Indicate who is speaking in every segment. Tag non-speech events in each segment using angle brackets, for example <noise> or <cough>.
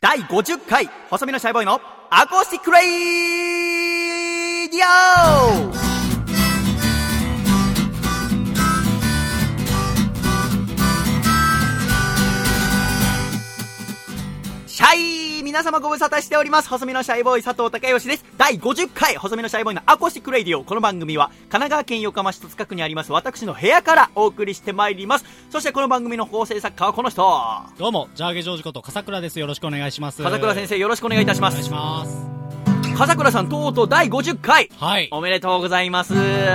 Speaker 1: 第50回細身のシャイボーイのアコースティックレイディオシャイ皆様ご無沙汰しております。細身のシャイボーイ佐藤孝義です。第50回、細身のシャイボーイのアコースティックレイディオ。この番組は、神奈川県横浜市戸塚区にあります、私の部屋からお送りしてまいります。そしてこの番組の構成作家はこの人。
Speaker 2: どうも、ジャーゲジョージこと笠倉です。よろしくお願いします。
Speaker 1: 風倉先
Speaker 2: 生、
Speaker 1: 生、よろしくお願いいたしま
Speaker 2: お願い
Speaker 1: す
Speaker 2: し。ます。
Speaker 1: 笠倉さん、とうとう第50回
Speaker 2: はい。
Speaker 1: おめでとうございます。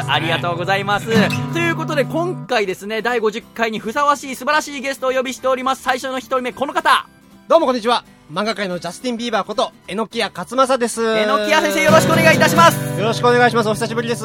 Speaker 1: ありがとうございます。ということで、今回ですね、第50回にふさわしい素晴らしいゲストをお呼びしております。最初の一人目、この方。
Speaker 3: どうもこんにちは。漫画界のジャスティン・ビーバーこと、えのきや勝正です。
Speaker 1: えのきや先生、よろしくお願いいたします。
Speaker 3: よろしくお願いします。お久しぶりです。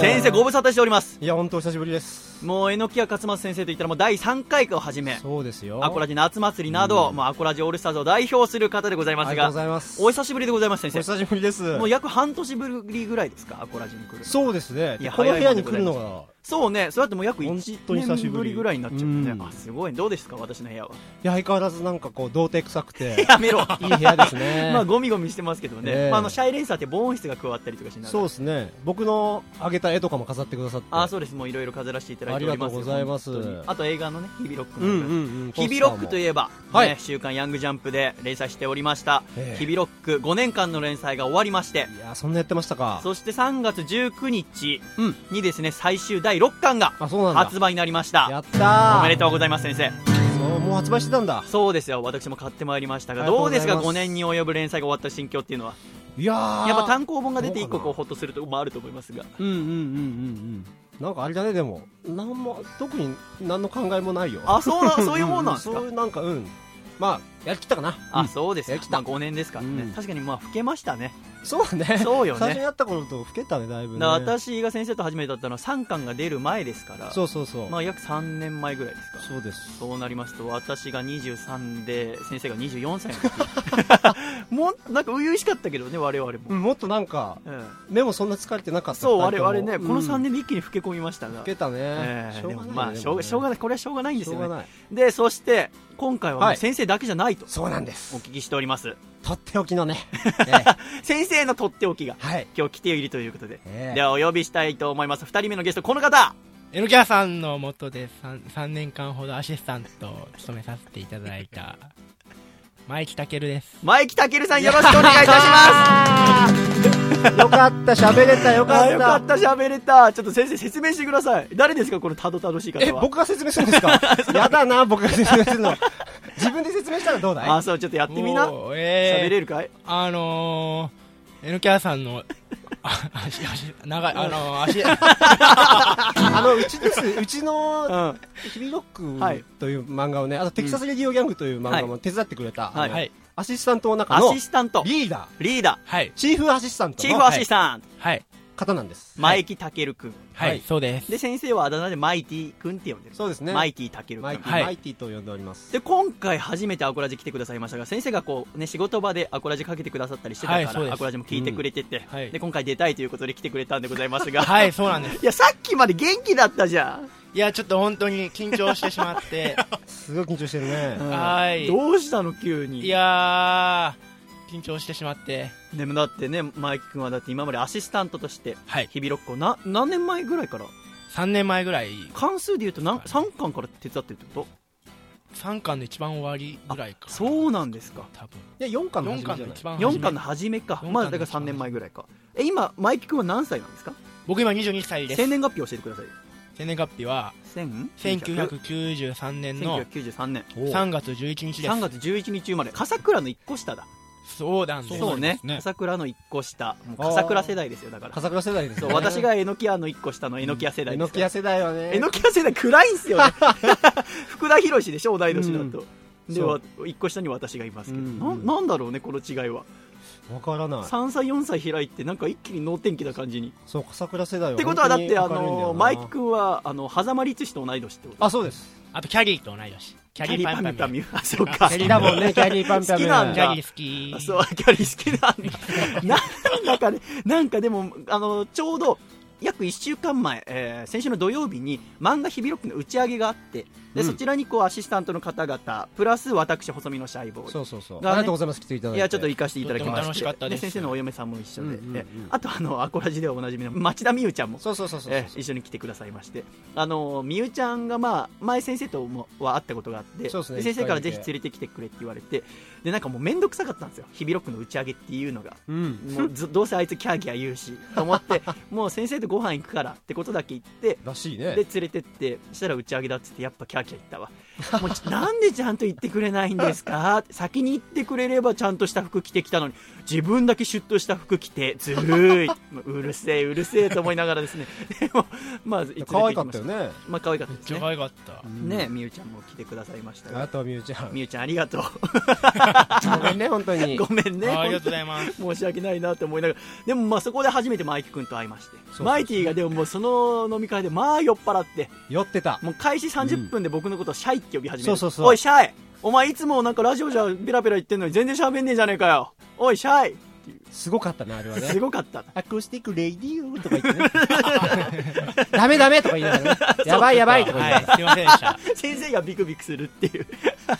Speaker 1: 先生、ご無沙汰しております。
Speaker 3: いや、ほんとお久しぶりです。
Speaker 1: もう、えのきや勝松先生といったら、もう第3回をはじめ、
Speaker 3: そうですよ。
Speaker 1: アコラジ夏祭りなど、もうアコラジオールスターズを代表する方でございま
Speaker 3: あ
Speaker 1: す
Speaker 3: りがとう
Speaker 1: が
Speaker 3: ご、ざいます。
Speaker 1: お久しぶりでございます、
Speaker 3: お
Speaker 1: 先生。
Speaker 3: 久しぶりです。
Speaker 1: もう約半年ぶりぐらいですか、アコラジに来る。
Speaker 3: そうですね。
Speaker 1: いや
Speaker 3: この部屋に
Speaker 1: 早いもん
Speaker 3: 来
Speaker 1: で
Speaker 3: る
Speaker 1: ご
Speaker 3: の
Speaker 1: ざい
Speaker 3: が、
Speaker 1: そうね、そうやってもう約1
Speaker 3: 本当に久しぶ
Speaker 1: 年
Speaker 3: り
Speaker 1: ぶりぐらいになっちゃったね
Speaker 3: う。ん
Speaker 1: あ、すごい。どうですか、私の部屋
Speaker 3: <laughs>
Speaker 1: は。
Speaker 3: いや、相変わらずなんかこう、童貞臭くて、
Speaker 1: <laughs> やめろ。
Speaker 3: いい部屋です
Speaker 1: <laughs>
Speaker 3: ね。
Speaker 1: まあ、ゴミゴミしてますけどね、
Speaker 3: ええ
Speaker 1: まあ、あのシャイレンサーって防音室が加わったりとかしながら
Speaker 3: そうですね。僕のあげた絵とかも飾ってくださって。
Speaker 1: あそうですもういろいろ飾らせていただいておりますよ
Speaker 3: ありがとうございます
Speaker 1: 本当にあと映画のね日々ロック
Speaker 3: う
Speaker 1: の、
Speaker 3: んうんうん。
Speaker 1: 日々ロックとい
Speaker 3: いう。
Speaker 1: えば、
Speaker 3: はい
Speaker 1: ね週刊ヤングジャンプで連載しておりました、
Speaker 3: ええ
Speaker 1: 日々ロック5年間の連載が終わりまして
Speaker 3: いや、そんなやってましたか。
Speaker 1: そして3月19日
Speaker 3: うん。
Speaker 1: にですね最終第6巻が
Speaker 3: あ、そうなんだ。
Speaker 1: 発売になりまし
Speaker 3: や
Speaker 1: た
Speaker 3: ったー。
Speaker 1: おめでとうございます先生
Speaker 3: そうもう発売してたんだ。
Speaker 1: そうですよ私も買ってまいりましたが
Speaker 3: ありがと
Speaker 1: どう
Speaker 3: うござ
Speaker 1: で
Speaker 3: い
Speaker 1: す
Speaker 3: ます
Speaker 1: か5年に及ぶ連載が終わった心境っていうのはい
Speaker 3: やー。
Speaker 1: やっぱ単行本が出て
Speaker 3: ど
Speaker 1: 一
Speaker 3: うか
Speaker 1: 個
Speaker 3: な
Speaker 1: こうほっとするとこもあると思いますが
Speaker 3: うんうんうんうんうんなんかあれだねでもなんも特に何の考えもないよ
Speaker 1: あそうなそういうもんなんですか
Speaker 3: そういうなんかうんまあやりきったかな
Speaker 1: あ、そうです
Speaker 3: で
Speaker 1: か
Speaker 3: き。
Speaker 1: まあ
Speaker 3: た
Speaker 1: 5年ですからね。
Speaker 3: うん
Speaker 1: 確かにまあ老けましたね。
Speaker 3: そうだね
Speaker 1: そうよね
Speaker 3: 最初にやった頃と老けたねだいぶね
Speaker 1: だから私が先生と初めてだったのは3巻が出る前ですから、
Speaker 3: そうそうそう、
Speaker 1: まあ約3年前ぐらいですか。
Speaker 3: そうです
Speaker 1: そうなりますと、私が23で、先生が24歳の
Speaker 3: <laughs>
Speaker 1: 時。もう、なんか初々しかったけどね、我々も。
Speaker 3: うんもっとなんか
Speaker 1: うん
Speaker 3: 目もそんな疲れてなかった
Speaker 1: そう、
Speaker 3: 二人
Speaker 1: 我
Speaker 3: とも
Speaker 1: 々ね、この3
Speaker 3: うん
Speaker 1: 年で一気に老け込みましたが
Speaker 3: 老。けたね、
Speaker 1: ええ
Speaker 3: しょう
Speaker 1: で
Speaker 3: がな
Speaker 1: も
Speaker 3: いね
Speaker 1: まあしょうがしょうがないこれはしょうがないんです
Speaker 3: しょ
Speaker 1: よ
Speaker 3: うが
Speaker 1: ね
Speaker 3: ない
Speaker 1: でそして今回はも
Speaker 3: は
Speaker 1: う
Speaker 3: い
Speaker 1: 先生だけじゃないと
Speaker 3: そうなんです
Speaker 1: お聞きしております、
Speaker 3: とっておきの
Speaker 1: <laughs>
Speaker 3: ね、ええ
Speaker 1: 先生のとっておきが
Speaker 3: はい
Speaker 1: 今日来ているということで、
Speaker 3: ええ
Speaker 1: ではお呼びしたいと思います2人目のゲストこの方
Speaker 4: エノキャさんのもとで 3, 3年間ほどアシスタントを務めさせていただいたマイキタケルです
Speaker 1: マイキタケルさんよろしくお願いいたします
Speaker 3: よかった喋れたよか
Speaker 1: あ
Speaker 3: った
Speaker 1: よかった喋れたちょっと先生説明してください誰ですかこのたどたどしい方は
Speaker 3: え僕が説明するんですか <laughs> やだな僕が説明するの自分で説明したらどうだい
Speaker 1: あそうちょっとやってみな喋
Speaker 4: もうえー、
Speaker 1: れるかい
Speaker 4: あのー、エノキャさんのあ足足長いあのー、足
Speaker 3: あのうちですうち
Speaker 1: う
Speaker 3: の
Speaker 1: ん
Speaker 3: 「ヒビロ
Speaker 1: はい
Speaker 3: ック」という漫画をねあと「テキサス・レディオ・ギャング」という漫画
Speaker 1: は
Speaker 3: も手伝ってくれた、
Speaker 1: はい
Speaker 4: はい
Speaker 3: アシスタントの中
Speaker 1: ア
Speaker 3: の
Speaker 1: シスタント
Speaker 3: リーダー
Speaker 1: リーダ
Speaker 4: はい
Speaker 3: チーフアシスタン
Speaker 1: ー
Speaker 3: ト
Speaker 1: チーフ
Speaker 3: の
Speaker 1: アシスタント
Speaker 4: はい
Speaker 3: 方なんです
Speaker 1: マイキタケルくん
Speaker 4: はい、
Speaker 3: はい
Speaker 4: そうです
Speaker 1: で先生はあだ名でマイティくんって呼んでる
Speaker 3: そうですね
Speaker 1: マイティタケルく
Speaker 3: マイ
Speaker 1: ん
Speaker 3: ティ、
Speaker 4: はい
Speaker 3: マイティと呼んでおります
Speaker 1: で今回初めてアコラジ来てくださいましたが先生がこう、ね、仕事場でアコラジかけてくださったりしてたか
Speaker 4: はいそう
Speaker 1: ら
Speaker 4: です
Speaker 1: アコラジも聞いてくれてて、
Speaker 4: うんはい
Speaker 1: で今回出たいということで来てくれたんでございますが、
Speaker 4: <laughs> はいそうなんです
Speaker 1: いやさっきまで元気だったじゃん
Speaker 4: いやちょっと本当に緊張してしまって <laughs>
Speaker 3: すごい緊張してるね
Speaker 4: はい
Speaker 1: どうしたの急に
Speaker 4: いやー緊張してしまって
Speaker 1: でもだってねマイキ君はだって今までアシスタントとして
Speaker 4: はい
Speaker 1: 日々ロックをな何年前ぐらいから
Speaker 4: 3年前ぐらい
Speaker 1: 関数でいうと何3巻から手伝ってるってこ
Speaker 4: 3巻の一番終わりぐらい
Speaker 1: と
Speaker 4: か
Speaker 1: そうなんですか
Speaker 4: 多分
Speaker 3: いや4巻の
Speaker 4: 4
Speaker 3: 始め
Speaker 4: 巻
Speaker 3: じゃ
Speaker 4: の
Speaker 3: ない
Speaker 4: 一番初め
Speaker 1: 4巻の初めか
Speaker 4: 四巻の初め
Speaker 1: まあだから3年前ぐらいかえ今マイキ君は何歳なんですか
Speaker 4: 僕今22歳です
Speaker 1: 生年月日教えてくださいよ
Speaker 4: 生年月日は
Speaker 1: 千
Speaker 4: 1993年の
Speaker 1: 1993年
Speaker 3: おう
Speaker 4: 3月11日で
Speaker 1: 3月11日生まれ笠倉の1個下だ
Speaker 4: すそうなんです
Speaker 1: そうね笠倉の1個下もう笠倉世代ですよだから
Speaker 3: 笠倉世代です、
Speaker 1: そ
Speaker 3: ね、
Speaker 1: う私がえのき屋の1個下のえのき屋世代
Speaker 3: え
Speaker 1: で
Speaker 3: の
Speaker 1: す
Speaker 3: きや世代はね
Speaker 1: えのき屋世代暗いんすよ
Speaker 3: <laughs>
Speaker 1: ね福田博士でしょ同い年だと、で
Speaker 3: そ
Speaker 1: は
Speaker 3: う
Speaker 1: 一個下に私がいますけど、
Speaker 3: うん
Speaker 1: なん、なんだろうねこの違いは、
Speaker 3: わからない
Speaker 1: 3歳4歳開いてなんか一気に能天気な感じに
Speaker 3: そう笠倉世代は
Speaker 1: ってことはだってあ
Speaker 3: 本当に明るいんだよ
Speaker 1: の
Speaker 3: な
Speaker 1: マイキ君はあの狭間律師と同い年ってこと
Speaker 3: あそうです
Speaker 4: あとキャリーと同い年キャリーパンパン
Speaker 1: ミュあそうか
Speaker 3: キャリだもんねキャリーパンパン
Speaker 1: 好きなん
Speaker 4: キ
Speaker 1: だ
Speaker 4: ャリー好
Speaker 1: <laughs>
Speaker 4: き
Speaker 1: そう、キャリー好きなんだ。なんかね、なんかでも、あの、ちょうど、約1週間前、えー先週の土曜日に漫画「日比ロック」の打ち上げがあってで、
Speaker 3: うん
Speaker 1: そちらにこうアシスタントの方々プラス私細身のシャイボーイ
Speaker 3: そうそうそう、
Speaker 1: がね
Speaker 3: ありがとうございます来ていただい
Speaker 1: い
Speaker 3: て
Speaker 1: やちょっと行かせていただきまして
Speaker 4: とっても楽しかったです
Speaker 1: 先生のお嫁さんも一緒で、
Speaker 3: うんうんうん
Speaker 1: えあとあのアコラジではおなじみの町田美優ちゃんも
Speaker 3: そうそうそうそうそう
Speaker 1: え一緒に来てくださいましてあの美優ちゃんが、まあ、前先生ともは会ったことがあって
Speaker 3: そうですね
Speaker 1: 先生からぜひ
Speaker 3: いっ
Speaker 1: 連
Speaker 3: ぱ
Speaker 1: れてきてくれって言われてでなんかもう面倒くさかったんですよ日比ロックの打ち上げっていう
Speaker 3: <laughs>
Speaker 1: のが
Speaker 3: うん
Speaker 1: もうずどうせあいつキャーキャー言うしと思ってもう先生とご飯行くからってことだけ言って
Speaker 3: らしい
Speaker 1: で
Speaker 3: ね
Speaker 4: <laughs>
Speaker 1: 連れてってそしたら打ち上げだっつってやっぱキャーキャー言ったわもうちなんでちゃんと言ってくれないんですかって先に言ってくれればちゃんとした服着てきたのに自分だけシュッとした服着てずるいもううるせえうるせえと思いながらですね <laughs> でもまあ連れて行きま
Speaker 3: 可
Speaker 1: し
Speaker 3: 愛かったよね
Speaker 1: まあ可愛かった
Speaker 4: めっ
Speaker 1: です
Speaker 4: ちゃ
Speaker 1: ね
Speaker 4: 可愛かった
Speaker 1: ねみゆちゃんも来てくださいました
Speaker 3: あ
Speaker 1: が
Speaker 3: とはみゆちゃん
Speaker 1: みゆちゃんありが
Speaker 4: <laughs>
Speaker 1: と
Speaker 3: ごめんね本当
Speaker 1: う
Speaker 3: に
Speaker 1: <laughs> ごめんね
Speaker 4: あありがとうございます
Speaker 1: 申し訳ないなと思いながらでもまあそこで初めてマイキ君と会いまして
Speaker 3: そう
Speaker 1: マイティがでももうその飲み会でまあ酔っ払って
Speaker 3: 酔ってた
Speaker 1: もう開始30分で僕のことをシャイって呼び始める、
Speaker 3: そうそうそう
Speaker 1: おいシャイお前いつもなんかラジオじゃペラペラ言ってんのに全然喋んねえじゃねえかよおいシャイ
Speaker 3: すごかったねあれはね
Speaker 1: すごかった
Speaker 3: アクースティックレディオとか言ってね <laughs> ダメダメとか言いながらねやばいやばいとか言いな
Speaker 4: は
Speaker 3: が
Speaker 4: いすいませんでした
Speaker 1: 先生がビクビクするっていう
Speaker 4: すい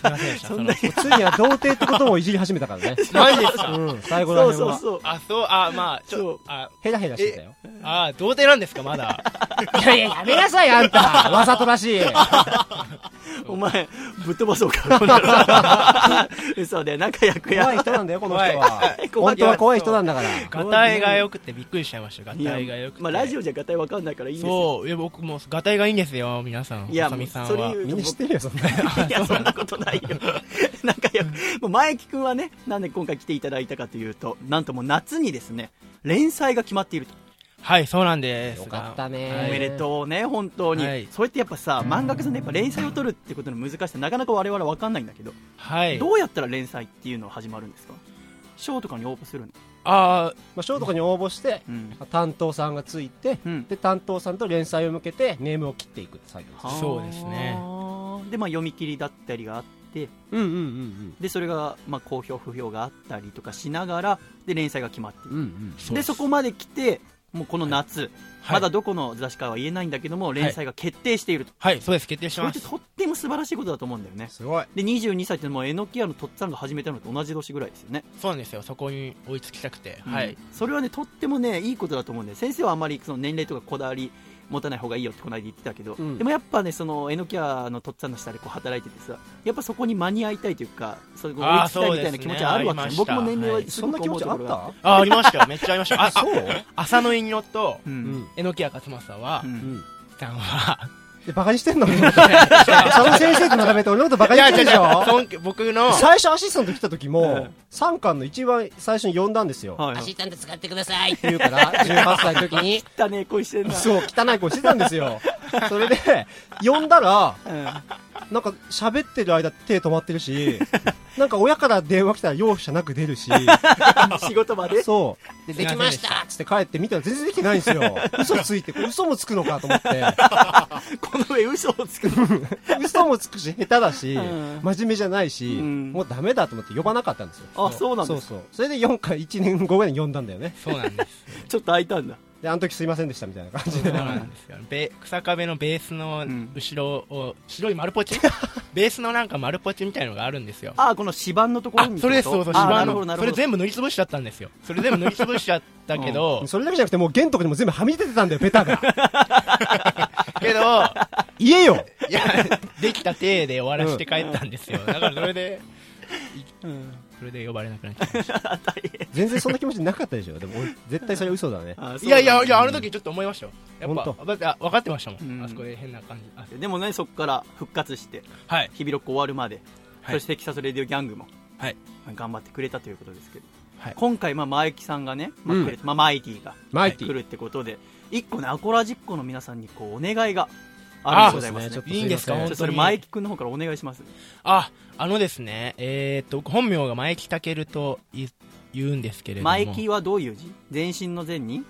Speaker 4: ませんでした
Speaker 1: そ
Speaker 4: そ
Speaker 1: んな
Speaker 4: の
Speaker 3: らついには童貞ってこともいじり始めたか
Speaker 1: <laughs>
Speaker 3: らね
Speaker 4: マジですか
Speaker 3: うん最後ら
Speaker 1: そう
Speaker 3: 辺
Speaker 1: そう
Speaker 3: は
Speaker 1: そう
Speaker 4: あそうあまあち
Speaker 1: そう
Speaker 4: ょあ
Speaker 3: ヘラヘラしてたよ
Speaker 4: あ童貞なんですか
Speaker 1: <laughs>
Speaker 4: まだ
Speaker 3: いやいややめなさいあんたわざとらしい
Speaker 1: お前ぶっ飛ばそうかこの野
Speaker 3: <laughs>
Speaker 1: 郎嘘で仲良く
Speaker 3: 怖
Speaker 1: や
Speaker 3: い人なんだよこの人
Speaker 1: 怖
Speaker 3: はい
Speaker 1: 怖い
Speaker 3: 本当は怖い人なんだから
Speaker 4: ガタイが良くてびっくりしちゃいましたガ
Speaker 1: いや
Speaker 4: タイが良くて
Speaker 1: まあラジオじゃガタイわかんないからいいんですよ
Speaker 4: そういや僕もうガタイがいいんですよ皆さん
Speaker 1: いや
Speaker 4: 細見さ
Speaker 1: も
Speaker 4: ん
Speaker 1: うそれ
Speaker 4: は
Speaker 1: 言う
Speaker 3: みんな知ってるよそんな
Speaker 1: <laughs> いや、そんなことないよ。 <laughs> なんかよ、もう前木くんはね、なんで今回来ていただいたかというと、なんともう夏にですね、連載が決まっていると。
Speaker 4: はいそうなんです
Speaker 3: よかったね
Speaker 1: お
Speaker 4: はい
Speaker 1: めでとうね、本当に。
Speaker 4: はい
Speaker 1: それってやっぱさ、漫画家さんでやっぱ連載を取るってことの難しさ、なかなか我々わかんないんだけど、
Speaker 4: はい
Speaker 1: どうやったら連載っていうのは始まるんですかショーとかに応募するの
Speaker 4: あ
Speaker 3: まあショーとかに応募して
Speaker 1: うん。
Speaker 3: 担当さんがついて
Speaker 1: うん。
Speaker 3: で担当さんと連載を向けてネームを切っていくって作業です
Speaker 1: はあ
Speaker 4: そうですね。
Speaker 1: で、まあ読み切りだったりがあって、
Speaker 3: うんうんうん
Speaker 1: で、それが、まあ好評不評があったりとかしながら、で、連載が決まっている
Speaker 3: うんうんうん
Speaker 4: う
Speaker 1: で
Speaker 4: です
Speaker 1: そこまで来てもうこの夏、
Speaker 4: はい
Speaker 1: まだどこの雑誌かは言えないんだけども連載が決定していると、
Speaker 4: はいそうです決定し
Speaker 1: これ
Speaker 4: ま
Speaker 1: って
Speaker 4: す
Speaker 1: とっても素晴らしいことだと思うんだよね
Speaker 3: すごい
Speaker 1: で22歳ってもうえのき屋のとっつぁんが始めたのと同じ年ぐらいですよね、
Speaker 4: そうなんですよそこに追いつきたくては
Speaker 1: うん
Speaker 4: い
Speaker 1: それはねとってもねいいことだと思うんで先生はあまりその年齢とかこだわり持たない方がいいよってこの間言ってたけど、
Speaker 3: うん
Speaker 1: でもやっぱねそのえのき屋のとっつぁんの下でこう働いててさやっぱそこに間に合いたいというかそこ追いつきたいみたいな気持ちはあるわけ
Speaker 4: あー
Speaker 1: じゃん
Speaker 4: そうで
Speaker 1: 僕
Speaker 4: すね
Speaker 1: も年齢
Speaker 4: は
Speaker 1: はいす
Speaker 3: そ
Speaker 1: ご
Speaker 3: んな
Speaker 1: く
Speaker 3: 気
Speaker 1: 思
Speaker 3: 持
Speaker 1: う
Speaker 3: ち
Speaker 1: とこ
Speaker 3: あ
Speaker 1: ろが
Speaker 3: った
Speaker 4: あありましたよめっちゃありましたああ
Speaker 3: そう
Speaker 4: 浅野いにのと
Speaker 1: うん
Speaker 3: うん
Speaker 4: 榎谷勝正は
Speaker 1: う
Speaker 3: うんん
Speaker 4: さんは
Speaker 3: でバカにしてんのその先生と並べて俺のことバカにしてんでしょ
Speaker 4: 尊敬僕の
Speaker 3: 最初アシスタント来た時
Speaker 1: う
Speaker 3: も
Speaker 1: ん
Speaker 3: 3巻の一番最初に呼んだんですよ
Speaker 1: はい
Speaker 5: ア
Speaker 1: はい
Speaker 5: シスタント使ってください
Speaker 3: って言うから18歳の時に
Speaker 1: 汚ねえ恋してんな
Speaker 3: <laughs> そう汚い子してたんで
Speaker 1: <laughs>
Speaker 3: すよそれで呼んだら
Speaker 1: うん <laughs>
Speaker 3: なんか喋ってる間手止まってるしなんか親から電話来たら容赦なく出
Speaker 1: <laughs>
Speaker 3: るし
Speaker 1: 仕事場で
Speaker 3: そう
Speaker 5: でできました
Speaker 3: つって帰って見たら全然できてないんで
Speaker 1: <laughs>
Speaker 3: すよ嘘ついて嘘もつくのかと思って
Speaker 1: この上嘘をつく
Speaker 3: 嘘もつくし下手だし、
Speaker 1: うん
Speaker 3: 真面目じゃないし、
Speaker 1: うん
Speaker 3: もうダメだと思って呼ばなかったんですよ
Speaker 1: あそうなんです
Speaker 3: そうそうそれで4回1年後ぐらいに呼んだんだよね
Speaker 4: そうなんです
Speaker 1: ちょっと空いたんだ
Speaker 3: であの時すいませんでしたみたいな感じ
Speaker 1: <laughs>
Speaker 4: そ
Speaker 3: で
Speaker 4: うなんですよべ草壁のベースの
Speaker 1: ん
Speaker 4: 後ろを、白い丸ポチベースのなんか丸ポチみたいのがあるんですよ
Speaker 1: あこの指板のところ
Speaker 4: あ
Speaker 1: にって
Speaker 4: そ
Speaker 1: こと
Speaker 4: れですそうそう
Speaker 1: あ
Speaker 4: 芝
Speaker 1: なるほどなる
Speaker 4: のそ
Speaker 1: ほ
Speaker 4: れ
Speaker 1: ど
Speaker 4: 全部塗りつぶしちゃったんですよそれ全部塗りつぶしちゃったけど、
Speaker 3: それだけじゃなくてもう弦とかにも全部はみ出てたんだよベタが
Speaker 4: けど
Speaker 3: 言えよ
Speaker 4: いやできた体で終わらして帰ったんですよ、だからそれで
Speaker 1: うん
Speaker 4: それで呼ばれなくなっちゃいまし
Speaker 1: あ大変
Speaker 3: 全然そんな気持ちなかったでしょでも俺絶対それは嘘だね
Speaker 1: あ <laughs>
Speaker 4: た
Speaker 1: そう
Speaker 4: いやい
Speaker 1: な
Speaker 4: や
Speaker 1: ん
Speaker 4: い
Speaker 1: だ
Speaker 4: やあの時ちょっと思いましたよやっぱ
Speaker 3: 本
Speaker 4: だってあ分かってましたもん、
Speaker 1: うん
Speaker 4: あそこで変な感じあ
Speaker 1: でもねそこから復活して
Speaker 4: はい
Speaker 1: 日比ロック終わるまで、
Speaker 4: はい
Speaker 1: そしてテキサス・レディオ・ギャングも、
Speaker 4: はい
Speaker 1: 頑張ってくれたということですけど、
Speaker 4: はい
Speaker 1: 今回、まあ、前木さんがね、まあ
Speaker 3: うん
Speaker 1: くれてまあ、マイティが
Speaker 3: マイテ
Speaker 1: 来
Speaker 3: ィ
Speaker 1: るってことで一個ねアコラジッコの皆さんにこうお願いがあるんでございますね
Speaker 3: あそうですねちょっと
Speaker 4: いいんですか
Speaker 3: すいま
Speaker 4: 本
Speaker 1: ちょ
Speaker 4: 当に
Speaker 1: それ前木くんの方からお願いします
Speaker 4: ああのですねえーっと僕本名が前木健とい言うんですけれども
Speaker 1: 前木はどういう字全身の善に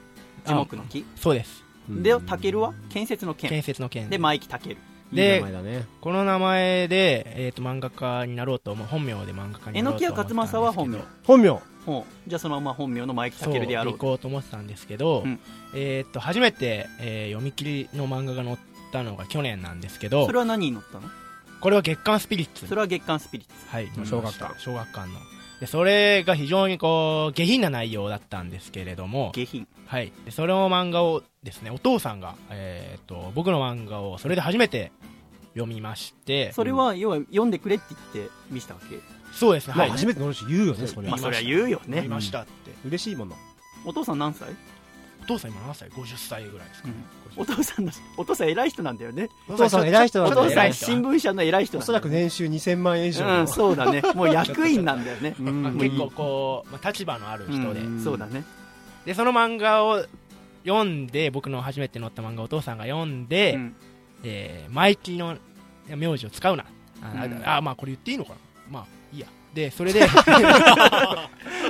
Speaker 1: 樹木の木
Speaker 4: そうです
Speaker 1: で、タケルは建設の
Speaker 4: 建
Speaker 1: 剣。
Speaker 4: 設の件
Speaker 1: で、マイキタケル。
Speaker 4: で
Speaker 3: いい名前だね
Speaker 4: この名前で、えー、と漫画家になろうと思う本名で漫画家に
Speaker 1: え
Speaker 4: な
Speaker 1: の
Speaker 4: ろう
Speaker 1: き
Speaker 4: と
Speaker 1: や
Speaker 4: 思っ
Speaker 1: 勝
Speaker 4: てたんです
Speaker 1: 正
Speaker 4: けど
Speaker 1: は本名
Speaker 3: 本名
Speaker 1: ほうじゃあそのまま本名の前木
Speaker 4: そう
Speaker 1: 健であろ
Speaker 4: 行
Speaker 1: う
Speaker 4: こうと思ってたんですけど、
Speaker 1: うん
Speaker 4: えー、と初めて、えー読み切りの漫画が載ったのが去年なんですけど
Speaker 1: それは何に乗ったの
Speaker 4: これは月刊スピリッツ
Speaker 1: それは月刊スピリッツ
Speaker 4: はい、
Speaker 3: ん小学館
Speaker 4: 小学館のでそれが非常にこう下品な内容だったんですけれども、
Speaker 1: 下品
Speaker 4: はい、でその漫画をですねお父さんが、えー、と僕の漫画をそれで初めて読みまして
Speaker 1: それは要は読んでくれって言って見せたわけ
Speaker 4: そうですね、
Speaker 3: ま
Speaker 4: は
Speaker 3: あ
Speaker 4: い、
Speaker 3: 初めて乗るし言うよねそれ
Speaker 1: ま
Speaker 3: は
Speaker 1: あそりゃ言うよ
Speaker 4: 読
Speaker 1: ね
Speaker 4: みましたって、
Speaker 3: 嬉しいもの
Speaker 1: お父さん何歳
Speaker 4: お父さん今何歳50歳ぐらいですかね、
Speaker 1: お父さんのお父さん偉い人なんだよね
Speaker 3: お父さん偉い人
Speaker 1: お
Speaker 3: だ
Speaker 4: ちょっ
Speaker 1: 父
Speaker 4: と
Speaker 1: さ
Speaker 4: 偉い
Speaker 1: ん新聞社の偉い人
Speaker 3: お
Speaker 1: なん
Speaker 3: そ
Speaker 1: だ
Speaker 3: らく年収2000万円以上
Speaker 1: う
Speaker 3: の
Speaker 1: んそう
Speaker 3: <laughs>
Speaker 1: だねもう役員なんだよねうん
Speaker 4: まあ
Speaker 1: もういい
Speaker 4: 結構こう、まあ、立場のある
Speaker 1: うん
Speaker 4: 人で,、
Speaker 1: そうだね
Speaker 4: でその漫画を読んで僕の初めて載った漫画をお父さんが読んで、
Speaker 1: うん
Speaker 4: えー、マイキーの名字を使うなあ、
Speaker 1: うん
Speaker 4: ああまあこれ言っていいのかなまあいいやでそ
Speaker 1: <laughs>
Speaker 4: れで <laughs>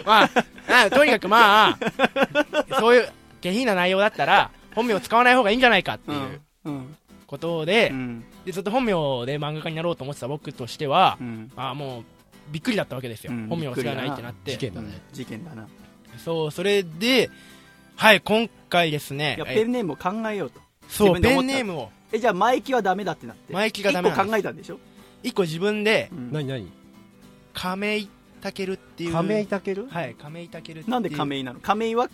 Speaker 4: まああとにかくまあそういう下品な内容だったら本名を使わない方がいいんじゃないかって
Speaker 1: う
Speaker 4: いうん
Speaker 1: うん
Speaker 4: ことで,、
Speaker 1: うん
Speaker 4: でずっと本名で漫画家になろうと思ってた僕としては、
Speaker 1: うん
Speaker 4: ああもうびっくりだったわけですよ、
Speaker 1: うん
Speaker 4: 本名を使わないってなっ
Speaker 3: 事
Speaker 4: て
Speaker 3: 件だね
Speaker 1: 事件だな
Speaker 4: そうそれではい今回ですね
Speaker 1: いや
Speaker 4: え
Speaker 1: ペンネームを考えようと
Speaker 4: そ
Speaker 1: 自分
Speaker 4: う
Speaker 1: で
Speaker 4: ペ
Speaker 1: 思っ
Speaker 4: ン
Speaker 1: た
Speaker 4: ネームを
Speaker 1: えじゃあ前木はダメだってなって
Speaker 4: 前木がダメ
Speaker 1: 一
Speaker 4: なんです
Speaker 1: 個考えたんでしょ
Speaker 4: 一個自分で
Speaker 1: うん
Speaker 3: 何何
Speaker 4: 亀井健っていう
Speaker 3: 亀井健
Speaker 4: はい、亀井健
Speaker 1: なんで
Speaker 4: 井
Speaker 1: 亀井なの亀井は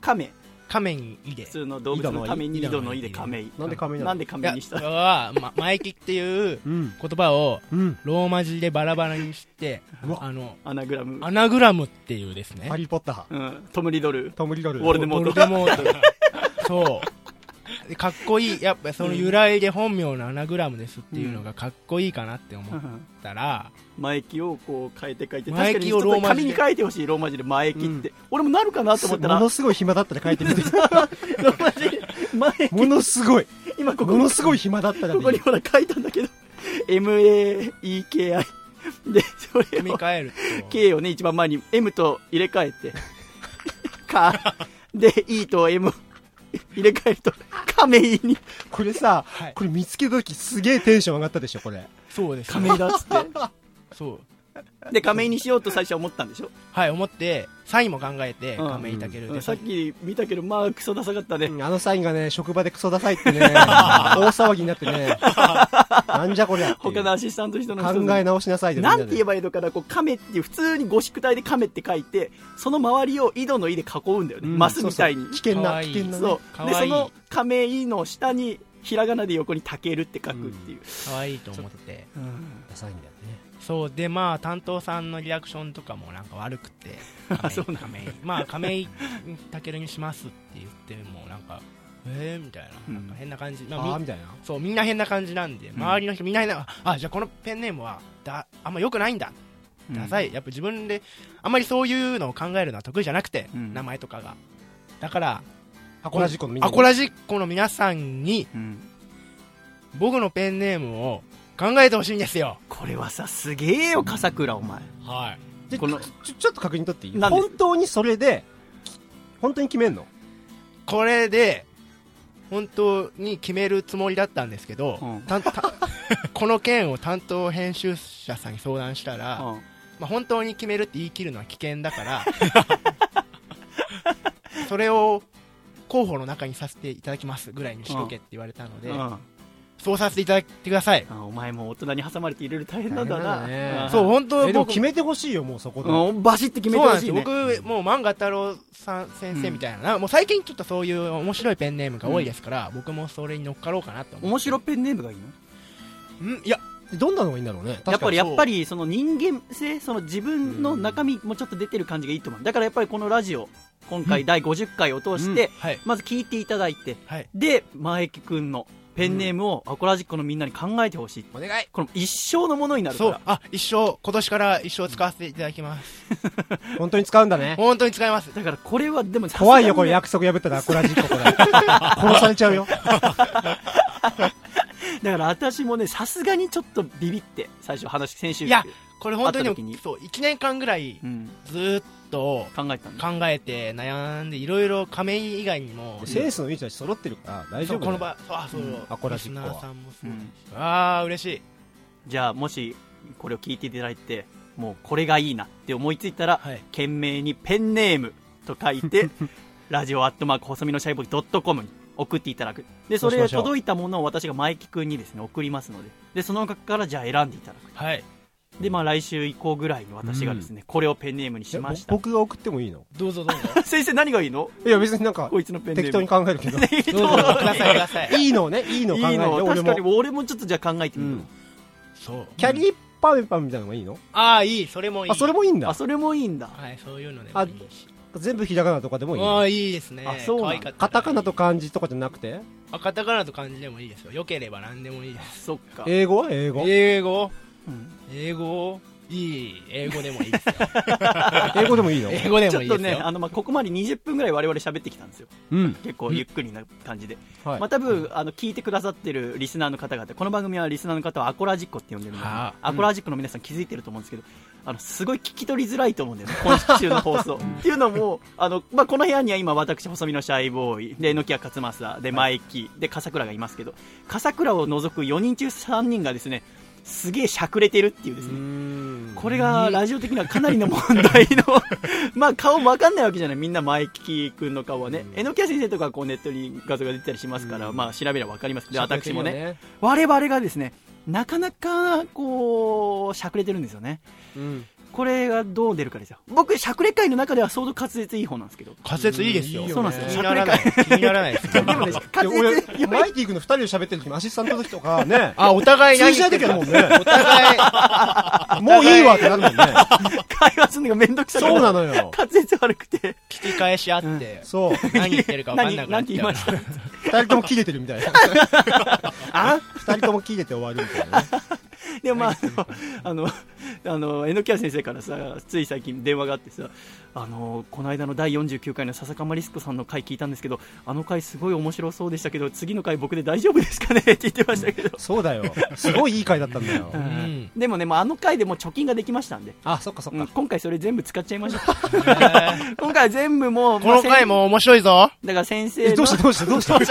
Speaker 1: 亀
Speaker 4: 亀に井で。
Speaker 1: 普通の動物の亀に井戸の井で亀井
Speaker 3: なんで亀井な
Speaker 1: なん
Speaker 3: の
Speaker 1: で亀井にし
Speaker 4: それ
Speaker 1: た
Speaker 4: は、ま、前木っていう
Speaker 3: うん
Speaker 4: 言葉を
Speaker 3: うん
Speaker 4: ローマ字でバラバラにして、
Speaker 3: うわ
Speaker 4: あの、
Speaker 1: アナグラム
Speaker 4: アナグラムっていうですね
Speaker 3: ハ。リー・ポッター
Speaker 1: うんトム・リドル
Speaker 3: トム・リドル
Speaker 1: ウォルデモー
Speaker 4: ボル
Speaker 1: ト
Speaker 4: デモー
Speaker 1: <laughs>
Speaker 4: ト。そう。でかっこいい。やっぱその由来で本名のアナグラムですっていうのがかっこいいかなって思ったら、
Speaker 1: 前木をこう変えて書いて確
Speaker 4: 前
Speaker 1: かに
Speaker 4: 木をローマ
Speaker 1: 紙
Speaker 4: 字で
Speaker 1: に書いてほしいローマ字で前木って俺もなるかなと思ったら
Speaker 3: もの
Speaker 1: ロ
Speaker 3: すごい暇だったら書い
Speaker 1: <laughs>
Speaker 3: てみて
Speaker 1: ーマ字で前
Speaker 3: ものすごい
Speaker 1: 今ここ
Speaker 3: もの
Speaker 1: こ
Speaker 3: すごい暇だったらでいい
Speaker 1: こにほら書いたんだけど MAEKI でそれ
Speaker 4: 組み
Speaker 1: を
Speaker 4: 替
Speaker 1: <laughs>
Speaker 4: えると。
Speaker 1: K をね一番前に M と入れ替えてかで E と M を入れ替えると亀井に
Speaker 3: これさ、
Speaker 4: はい
Speaker 3: これ見つけた時すげえテンション上がったでしょこれ
Speaker 4: そうです
Speaker 1: 亀井だっつって
Speaker 4: <laughs> そう。
Speaker 1: で亀井にしようと最初は思ったんでしょ、
Speaker 4: はい、思って、サインも考えて、
Speaker 1: うん
Speaker 4: 亀井健
Speaker 1: うん
Speaker 4: で。
Speaker 1: さっき見たけどまあクソダサかったね、
Speaker 3: うんあのサインがね職場でクソダサいっ
Speaker 1: <laughs>
Speaker 3: てね大騒ぎになってねなんじゃこりゃっていう
Speaker 1: 他のアシスタントの人の人
Speaker 3: 考え直しなさいで
Speaker 1: なんて言え
Speaker 3: ば
Speaker 1: ばいいのかなこう亀っていう普通にゴシック体で亀って書いてその周りを井戸の井で囲うんだよね、マスみたいに
Speaker 3: 危険
Speaker 4: か
Speaker 3: な
Speaker 4: わい
Speaker 3: 危
Speaker 4: い
Speaker 3: 険なね
Speaker 1: そう
Speaker 4: か
Speaker 1: で
Speaker 4: わ
Speaker 1: そ
Speaker 4: いい
Speaker 1: の亀井の下にひらがなで横に「たける」って書くっていう、
Speaker 4: 可愛いと思って。
Speaker 3: ダサいんだよね
Speaker 4: そうでまあ担当さんのリアクションとかもなんか悪くて
Speaker 1: <laughs> あそうなんだ
Speaker 4: 亀井まあ亀井健にしますって言ってもなんかえー、みたいななんか変な感じ、まあみ
Speaker 3: ああみたいな
Speaker 4: そうみんな変な感じなんで周りの人みんな変なあじゃあこのペンネームはだあんま良くないんだ
Speaker 1: うん
Speaker 4: ダサい、やっぱ自分であんまりそういうのを考えるのは得意じゃなくて、
Speaker 1: うん
Speaker 4: 名前とかがだから
Speaker 3: アコラジッコのみんな
Speaker 4: アコラジッコの皆さんに
Speaker 1: うん
Speaker 4: 僕のペンネームを考えてほしいんですよ
Speaker 1: これはさすげえよ笠倉お前
Speaker 2: はい。
Speaker 3: で
Speaker 1: この
Speaker 3: ちょちょっと確認取っていい
Speaker 1: なんで
Speaker 3: 本当にそれでき本当に決めんの
Speaker 4: これで本当に決めるつもりだったんですけど、
Speaker 1: うん
Speaker 4: たんた <laughs> この件を担当編集者さんに相談したら、まあ、本当に決めるって言い切るのは危険だから
Speaker 1: <laughs>
Speaker 4: それを候補の中にさせていただきますぐらいにしとけって言われたの
Speaker 1: う
Speaker 4: で、
Speaker 1: んうん
Speaker 4: そうさせていただいてください、
Speaker 1: あお前も大人に挟まれていろいろ大変なんだな
Speaker 3: 大変だね
Speaker 4: そう本当
Speaker 3: えでも
Speaker 4: 僕
Speaker 3: 決めてほしいよもうそこで
Speaker 1: うんバシッて決めて
Speaker 4: そうなん
Speaker 1: ほ
Speaker 4: で
Speaker 1: しいね
Speaker 4: すよ僕、もう漫画太郎さん先生みたいな,、なんかもう最近ちょっとそういう面白いペンネームが多いですから、僕もそれに乗っかろうかなと思って
Speaker 1: 面白ペンネームがいいの
Speaker 4: うんいや
Speaker 3: どんなのがいいんだろうね
Speaker 1: やっぱ
Speaker 3: 確か
Speaker 1: り
Speaker 3: に
Speaker 1: やっぱりその人間性その自分の中身もちょっと出てる感じがいいと思うだからやっぱりこのラジオ今回第50回を通して、
Speaker 4: はい
Speaker 1: まず聞いていただいて
Speaker 4: はい
Speaker 1: で前木君のペンネームをアコラジッコのみんなに考えてほしい
Speaker 4: お願い
Speaker 1: この一生のものになるか
Speaker 4: そ
Speaker 1: ら
Speaker 4: うあ一生今年から一生使わせていただきます
Speaker 3: 本当に使うんだね
Speaker 4: 本当に使います
Speaker 1: だからこれはでも
Speaker 3: 怖いよこれ
Speaker 1: や
Speaker 3: 約束破ったらアコラジッコこれ
Speaker 1: <laughs>
Speaker 3: 殺されちゃうよ
Speaker 1: だから私もねさすがにちょっとビビって最初話先週
Speaker 4: いやこれ本当
Speaker 1: 会っ
Speaker 4: に
Speaker 1: た時に
Speaker 4: そう1年間ぐらい
Speaker 1: うん、
Speaker 4: ずーっと
Speaker 1: 考えたんだ
Speaker 4: 考えて悩んでいろいろ亀井以外にも
Speaker 3: センスのいい人たち揃ってるから大丈
Speaker 4: そう
Speaker 3: 夫だ
Speaker 4: この
Speaker 3: よ
Speaker 4: 場そうあそう、
Speaker 1: うん
Speaker 3: アコラ
Speaker 4: リ
Speaker 3: ジッ
Speaker 4: ス
Speaker 3: ク
Speaker 4: ナ
Speaker 3: は
Speaker 4: ーさんもそうだし
Speaker 1: うん
Speaker 4: ああ嬉しい
Speaker 1: じゃあもしこれを聞いていただいてもうこれがいいなって思いついたら、
Speaker 4: はい
Speaker 1: 懸命にペンネームと書い
Speaker 3: <laughs>
Speaker 1: てラジオアットマーク細身のシャイボーイドットコムに送っていただくでそ
Speaker 3: そうし
Speaker 1: れ
Speaker 3: ましょう
Speaker 1: 届いたものを私がマイキ君にですね送りますのででその中からじゃあ選んでいただ
Speaker 4: はい
Speaker 1: くでまあ来週以降ぐらいに私がですね、これをペンネームにしまし
Speaker 3: え
Speaker 1: た
Speaker 3: ぼ僕が送ってもいいの
Speaker 4: どうぞどうぞ
Speaker 1: <laughs> 先生何がいいの
Speaker 3: いや別になんか
Speaker 1: こいつのペンネーム
Speaker 3: 適当に考えるけど
Speaker 1: 適
Speaker 4: どうぞ
Speaker 1: 当
Speaker 4: く
Speaker 1: だ
Speaker 4: だ
Speaker 1: ね
Speaker 4: さいくださ
Speaker 3: <laughs>
Speaker 4: い
Speaker 3: いいのをねいいのを考え
Speaker 1: いい
Speaker 3: るね
Speaker 1: の
Speaker 3: 俺
Speaker 1: 確かに
Speaker 3: も
Speaker 1: 俺もちょっとじゃあ考えてみるわ、
Speaker 4: そう
Speaker 3: キャリーパメパメみたいなのがいいの
Speaker 4: ああいいそれもいい
Speaker 3: あそれもいいん
Speaker 1: あ
Speaker 3: だ
Speaker 1: それもいいんだ
Speaker 4: はいそういうのでも
Speaker 3: あ
Speaker 4: いいし
Speaker 3: 全部ひらがなとかでもいい
Speaker 4: あ
Speaker 3: の
Speaker 4: あいいですね
Speaker 1: あそうなんだ
Speaker 4: 可愛かったら
Speaker 3: カタカナと漢字とかじゃなくて
Speaker 4: あカタカナと漢字でもいいですよ良ければ何でもいいです
Speaker 1: そっか、
Speaker 3: 英語は英語
Speaker 4: 英語
Speaker 1: うん
Speaker 4: 英語いい英語でもいいですよ
Speaker 3: 英語でもいいの
Speaker 4: 英語で
Speaker 1: ち
Speaker 4: も
Speaker 1: ょ
Speaker 4: い
Speaker 1: っ
Speaker 4: い
Speaker 1: と
Speaker 4: です
Speaker 1: ね、
Speaker 4: よ
Speaker 1: あのまあここまで20分ぐらい我々喋ってきたんですよ、
Speaker 3: うん
Speaker 1: 結構ゆっくりな感じで、
Speaker 3: はい
Speaker 1: まあ、多分あの聞いてくださってるリスナーの方々、この番組はリスナーの方はアコラジッコって呼んでるので、
Speaker 4: は
Speaker 1: アコラジッコの皆さん、気づいてると思うんですけど、あのすごい聞き取りづらいと思うんですよ、今週の放
Speaker 4: <laughs>
Speaker 1: 送。っていうのも、あのまあ、この部屋には今、私、細身のシャイボーイ、で、軒屋勝正、で、マイキー、で、笠倉がいますけど、笠倉を除く4人中3人がですね、すげえしゃくれてるっていうですね。これがラジオ的にはかなりの問題の <laughs> まあ顔わかんないわけじゃないみんなマイキー君の顔はねえのきや先生とかはこうネットに画像が出てたりしますから、まあ調べればわかりますで私もね我々がですねなかなかこうしゃくれてるんですよね
Speaker 3: うん
Speaker 1: これがどう出るかですよ僕しゃくれ界の中では相当滑舌いい方なんですけど
Speaker 4: 仮説いいですよ
Speaker 1: そうなんですよ
Speaker 4: 気にならない気にならないです
Speaker 1: でもね滑
Speaker 3: 俺
Speaker 1: 舌良い
Speaker 3: マイキー君の2人で喋ってる時のアシスタントの時と <laughs> かね
Speaker 4: あお互い
Speaker 3: 通じ合いだけどもんね
Speaker 4: お互い
Speaker 3: もういいわってなるもんね
Speaker 1: 会話するのがめんどくさく
Speaker 3: そうなのよ
Speaker 1: 滑舌悪くて
Speaker 4: 聞き返し合って
Speaker 3: そう
Speaker 4: 何言ってるか分かんなくなっ
Speaker 1: 何何て言
Speaker 4: ち
Speaker 1: い
Speaker 4: ゃう
Speaker 1: ました
Speaker 3: 2人とも切れてるみたい <laughs> な
Speaker 1: <laughs>
Speaker 3: あ2人とも切れて終わるみたいなね
Speaker 1: でまああのあの榎谷先生からさつい最近電話があってさあのこの間の第49回の笹かまリスコさんの回聞いたんですけどあの回すごい面白そうでしたけど次の回僕で大丈夫ですかねって言ってましたけど、
Speaker 3: そうだよすごいいい回だったんだよ
Speaker 1: うん
Speaker 4: ん
Speaker 1: でもねもうあの回でもう貯金ができましたんで、
Speaker 3: あそっかそっ
Speaker 1: う
Speaker 3: か
Speaker 1: ん今回それ全部使っちゃいました
Speaker 4: ね
Speaker 1: <laughs> 今回は全部もう
Speaker 4: この回
Speaker 1: まあ
Speaker 4: も面白いぞ
Speaker 1: 先だから先生
Speaker 3: え
Speaker 1: の
Speaker 3: どうしたどうした <laughs> どうしたどう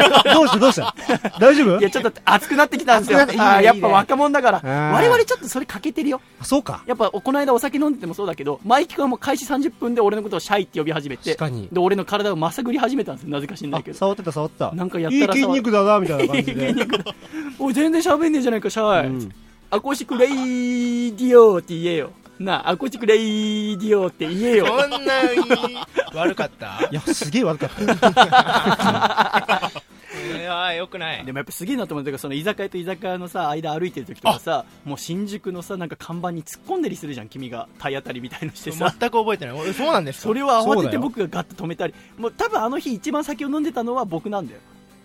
Speaker 3: したどうした
Speaker 1: <laughs>
Speaker 3: 大丈夫
Speaker 1: いやちょっと熱くなってきたんですよ
Speaker 3: 熱くなって
Speaker 1: あー
Speaker 3: いいね
Speaker 1: やっぱ若者だから
Speaker 3: あー
Speaker 1: 我々ちょっとそれ欠けてるよ
Speaker 3: あそうか
Speaker 1: やっぱこの間お酒飲んでてもそうだけどマイキ君はもう開始30分で俺のことをシャイって呼び始めて
Speaker 3: 確かに
Speaker 1: で俺の体をまさぐり始めたんですよなぜか知んない
Speaker 3: あ
Speaker 1: けど
Speaker 3: 触ってた触ってた
Speaker 1: なんかやった
Speaker 3: いい
Speaker 1: ら触
Speaker 3: 筋肉だなみたいな感じ
Speaker 1: いい <laughs>
Speaker 3: で
Speaker 1: 筋おい全然喋んねえじゃないかシャイ、
Speaker 3: うん
Speaker 1: アコーシックレイディオって言えよなあアコーシックレイディオって言えよ
Speaker 4: こんなに悪かった
Speaker 3: いやすげえ悪かった
Speaker 4: いやよくない
Speaker 1: でもやっぱすげえなと思ったけどその居酒屋と居酒屋のさ間歩いてる時とかさもう新宿のさなんか看板に突っ込んだりするじゃん君が体当たりみたいのして
Speaker 4: 全く
Speaker 1: さ
Speaker 4: 覚えてない俺そうなんですか
Speaker 1: それを慌
Speaker 3: そう
Speaker 1: て
Speaker 3: だ
Speaker 1: て
Speaker 3: よ
Speaker 1: 僕がガッと止めたりもう多分あの日一番酒を飲んでたのは僕なんだよ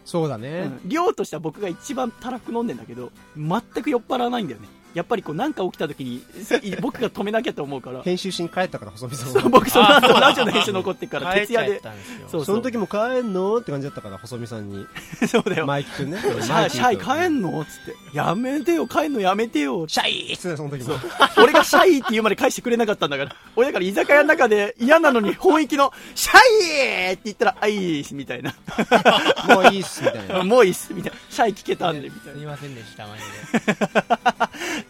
Speaker 3: そうだね
Speaker 1: うん量としては僕が一番たらふく飲んでんだけど全く酔っ払わないんだよねやっぱりこうなんか起きた時 <laughs> にすい僕が止めなきゃと思うから
Speaker 3: 編集しに帰ったから細見さん
Speaker 1: そ
Speaker 3: は
Speaker 1: う僕その後ラジオの編集残ってっから徹夜
Speaker 4: 帰っちゃっ
Speaker 1: で
Speaker 4: たんですよ
Speaker 1: そう
Speaker 3: その時も帰んのって感じだったから細見さんに
Speaker 1: そうだよ
Speaker 3: マイキ君ね
Speaker 1: シ
Speaker 3: マ
Speaker 1: ャ
Speaker 3: イ
Speaker 1: イ
Speaker 3: キ
Speaker 1: シ
Speaker 3: 君
Speaker 1: ャイ帰んのっつってやめてよ帰んのやめてよ
Speaker 5: シャイ
Speaker 3: 失礼その時も
Speaker 1: 俺がシャイって言うまで返してくれなかったんだから俺だから居酒屋の中で嫌なのに本気のシャイって言ったらあいいっすみたいな
Speaker 3: もういいっすみたい
Speaker 1: <laughs>
Speaker 3: な
Speaker 1: もういいっすみたいなシャイ聞けたんでみたいな
Speaker 4: すいませんでしたマジ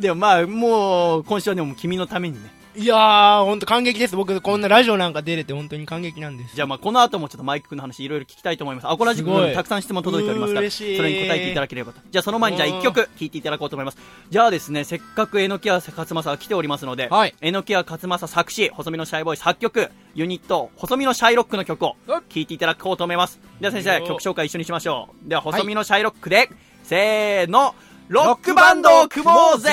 Speaker 1: でもまあもう今週はでも君のためにね
Speaker 4: でいやー本当感激です僕こんなラジオなんか出れて本当に感激なんで
Speaker 1: <laughs>
Speaker 4: す
Speaker 1: じゃあまあこの後もちょっとマイク君の話いろいろ聞きたいと思います。アコラジック
Speaker 4: すごい
Speaker 1: たくさん質問届いておりますから、
Speaker 4: うー
Speaker 1: そ
Speaker 4: 嬉しい
Speaker 1: れに答えていただければと。じゃあその前にじゃあ
Speaker 4: うん
Speaker 1: 一曲聴いていただこうと思います。じゃあですね、せっかく榎谷勝正が来ておりますので、
Speaker 4: はい
Speaker 1: 榎谷勝正作詞、細身のシャイボーイ作曲、ユニット、細身のシャイロックの曲を聴いていただこうと思います。では先生、
Speaker 4: いいよ
Speaker 1: 曲紹介一緒にしましょう。では細身のシャイロックで、せーの、ロックバンドを組もうぜ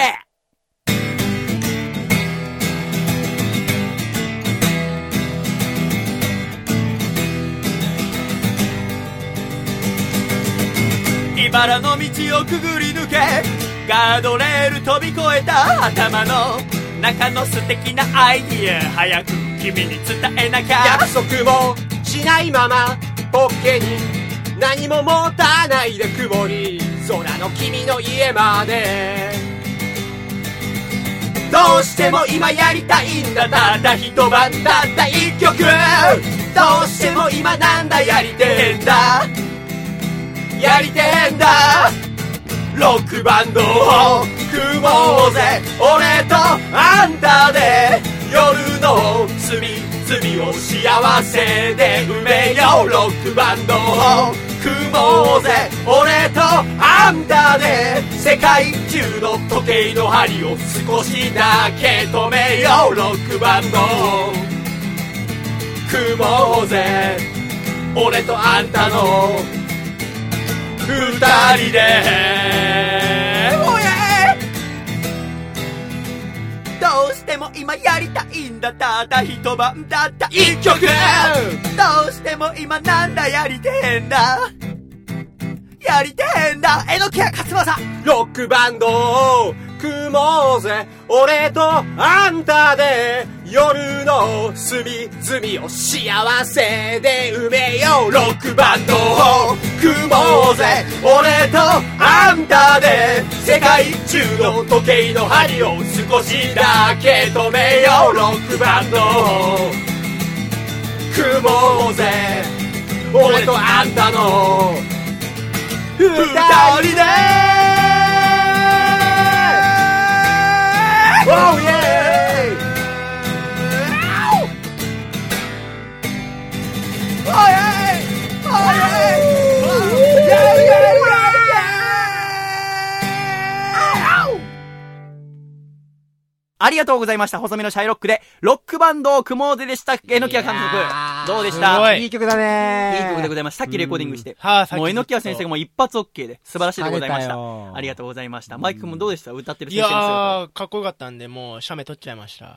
Speaker 1: 茨の道をくぐり抜けガードレール飛び越えた頭の中の素敵なアイディア早く君に伝えなきゃ
Speaker 6: 約束をしないままポッケに何も持たないで曇り空の君の家までどうしても今やりたいんだただ一晩たった一曲どうしても今なんだやりてえんだやりてえんだロックバンドを組もうぜ俺とあんたで夜の隅々を幸せで埋めようロックバンドを組もうぜ俺とあんたで世界中の時計の針を少しだけ止めようロックバンドを組もうぜ俺とあんたの二人でおやえどうしても今やりたいんだただ一晩たった一曲どうしても今なんだやりてえんだやりてえんだえのきや勝正ロックバンドを組もうぜ俺とあんたで夜の隅々を幸せで埋めようロックバンドを組もうぜ俺とあんたで世界中の時計の針を少しだけ止めようロックバンドを組もうぜ俺とあんたの二人で Oh yeah! Oh yeah! Oh yeah! Yeah, yeah, yeah, yeah!
Speaker 1: ありがとうございました。細身のシャイロックで、ロックバンドを組もうぜでした、えのきや監
Speaker 4: いや
Speaker 1: 督。
Speaker 4: ー
Speaker 1: どうでし
Speaker 2: すご
Speaker 1: た
Speaker 2: い
Speaker 1: いい
Speaker 3: いい曲だね
Speaker 1: 曲でございました。さっきレコーディングして。
Speaker 2: はいさっき
Speaker 1: もうえのきや先生がもう一発 OK で、素晴らしいでございまし
Speaker 3: 疲れた
Speaker 1: た。
Speaker 3: よ
Speaker 1: ありがとうございました。マイク君もどうでした歌ってる
Speaker 4: い
Speaker 1: 先生
Speaker 4: や
Speaker 1: の姿。
Speaker 4: ー、かっこよかったんで、もう、写メ撮っちゃいました。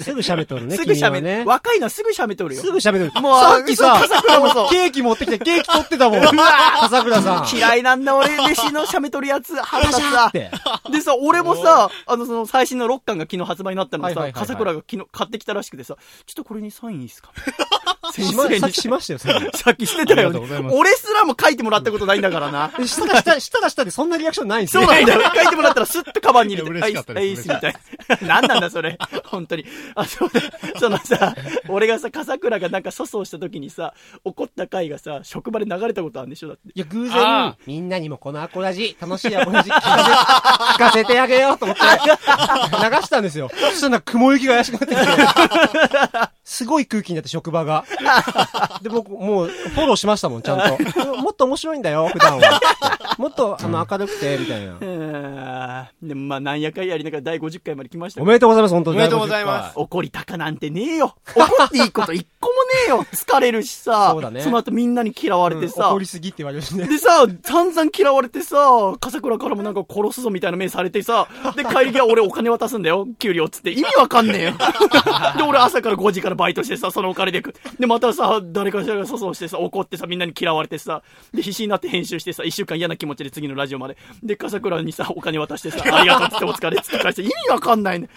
Speaker 3: すぐ喋っとるね。
Speaker 1: すぐ
Speaker 3: 君は
Speaker 1: 喋
Speaker 3: ね
Speaker 1: る。。若いのすぐ喋っとるよ
Speaker 3: す。ぐ喋っとる。
Speaker 1: もう
Speaker 3: さっきさ
Speaker 1: そう笠倉もそう、
Speaker 3: ケーキ持ってきて、ケーキ取ってたもん。笠倉さん。
Speaker 1: 嫌いなんだ、俺、弟子の喋っとるやつ、腹立つわ
Speaker 3: っ。て。
Speaker 1: でさ、俺もさ、あの、その、最新の6巻が昨日発売になったの
Speaker 3: はいは
Speaker 1: さ、
Speaker 3: いはいはい
Speaker 1: 笠倉が昨日買ってきたらしくてさ、ちょっとこれにサインいいっ
Speaker 3: <laughs>
Speaker 1: すか先
Speaker 3: しま、
Speaker 1: 生
Speaker 3: さっ
Speaker 1: に
Speaker 3: きしましたよ、それ。
Speaker 1: さっきしてたよ
Speaker 3: ありがとうござい
Speaker 1: ね
Speaker 3: ま。す
Speaker 1: 俺すらも書いてもらったことないんだ
Speaker 3: <laughs>
Speaker 1: からな。
Speaker 3: したらした、したらしたでそんなリアクションないんです
Speaker 1: そう
Speaker 3: よ。
Speaker 1: なんだよ。書いてもらったらスッとカバンに入れ
Speaker 2: いや
Speaker 1: て、
Speaker 2: 嬉しかった
Speaker 1: あいいっ
Speaker 2: です
Speaker 1: す、あいいっすみたいな。なんなんだそれ。本当に。あ、そうだ。そのさ、俺がさ、笠倉がなんか粗相した時にさ、怒った回がさ、職場で流れたことあるんでしょだって。
Speaker 3: いや、偶然
Speaker 4: あ、
Speaker 3: みんなにもこのアコラジ、楽しいアコラジ聞かせ、聞 <laughs> かせてあげようと思って、流したんですよ。そしたらなんか雲行きが怪しくなってきて、すごい空気になって職場が。で、僕、もう、フォローしましたもん、ちゃんと。もっと面白いんだよ、普段は。もっと、あの、明るくて、みたいな
Speaker 1: う。ーん。でもまあ、なんやかんやりながら第50回まで来ました
Speaker 3: お
Speaker 1: け
Speaker 3: め
Speaker 1: ど。
Speaker 3: でとうございます、本当に。
Speaker 4: おめでとうございます
Speaker 1: 怒りたかなんてねえよ。怒っていいこと一個もねえよ。疲れるしさ。
Speaker 3: そうだね
Speaker 1: の後みんなに嫌われ
Speaker 3: うん
Speaker 1: てさ。
Speaker 3: 怒りすぎって言われるしね。
Speaker 1: でさ、散々嫌われてさ、笠倉からもなんか殺すぞみたいな目されてさ、で、帰り際俺お金渡すんだよ、給料っつって。意味わかんねえよ。で、俺朝から5時からバイトしてさ、そのお金で食う。で、またさ、誰かしらが粗相してさ、怒ってさ、みんなに嫌われてさ、で、必死になって編集してさ、1週間嫌な気持ちで次のラジオまで。で、笠倉にさ、お金渡してさ、ありがとうっつってお疲れっつって返して、意味わかんないね。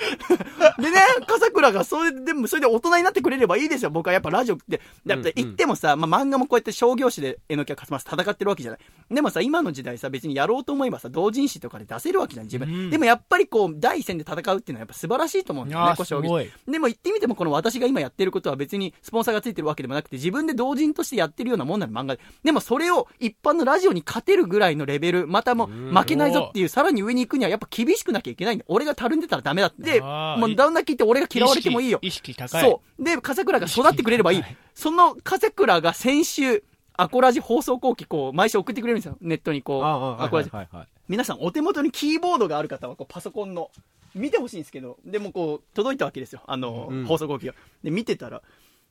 Speaker 1: でね、笠倉がそれで、でもそれで大人になってくれればいいですよ。僕はやっぱラジオって。だって言ってもさ、まあ、漫画もこうやって商業誌でえのきは勝ます戦ってるわけじゃない。でもさ、今の時代さ、別にやろうと思えばさ、同人誌とかで出せるわけじゃん、自分。でもやっぱりこう、第一線で戦うっていうのはやっぱ素晴らしいと思うんだよ
Speaker 2: い
Speaker 1: ね
Speaker 2: や、ー
Speaker 1: こう将
Speaker 2: すごい
Speaker 1: 棋。でも言ってみても、この私が今やってることは別にスポンサーがついてるわけでもなくて、自分で同人としてやってるようなもんなの、漫画で。でもそれを一般のラジオに勝てるぐらいのレベル、またもう負けないぞっていう、さらに上に行くにはやっぱ厳しくなきゃいけないんだ。俺がたるんでたらダメだって。で、
Speaker 4: あー
Speaker 1: もうだんだん聞いて俺が嫌われてもいいよ。
Speaker 4: 意識意識高い。
Speaker 1: そう。で、笠倉が育ってくれればいい
Speaker 4: 意識。
Speaker 1: その笠倉が先週、アコラジ放送後期、こう、毎週送ってくれるんですよ。ネットにこう、アコラジ。
Speaker 3: はいはい。
Speaker 1: 皆さん、お手元にキーボードがある方は、こう、パソコンの、見てほしいんですけど、でもこう、届いたわけですよ。あの、
Speaker 3: うん
Speaker 1: 放送後期が。で、見てたら、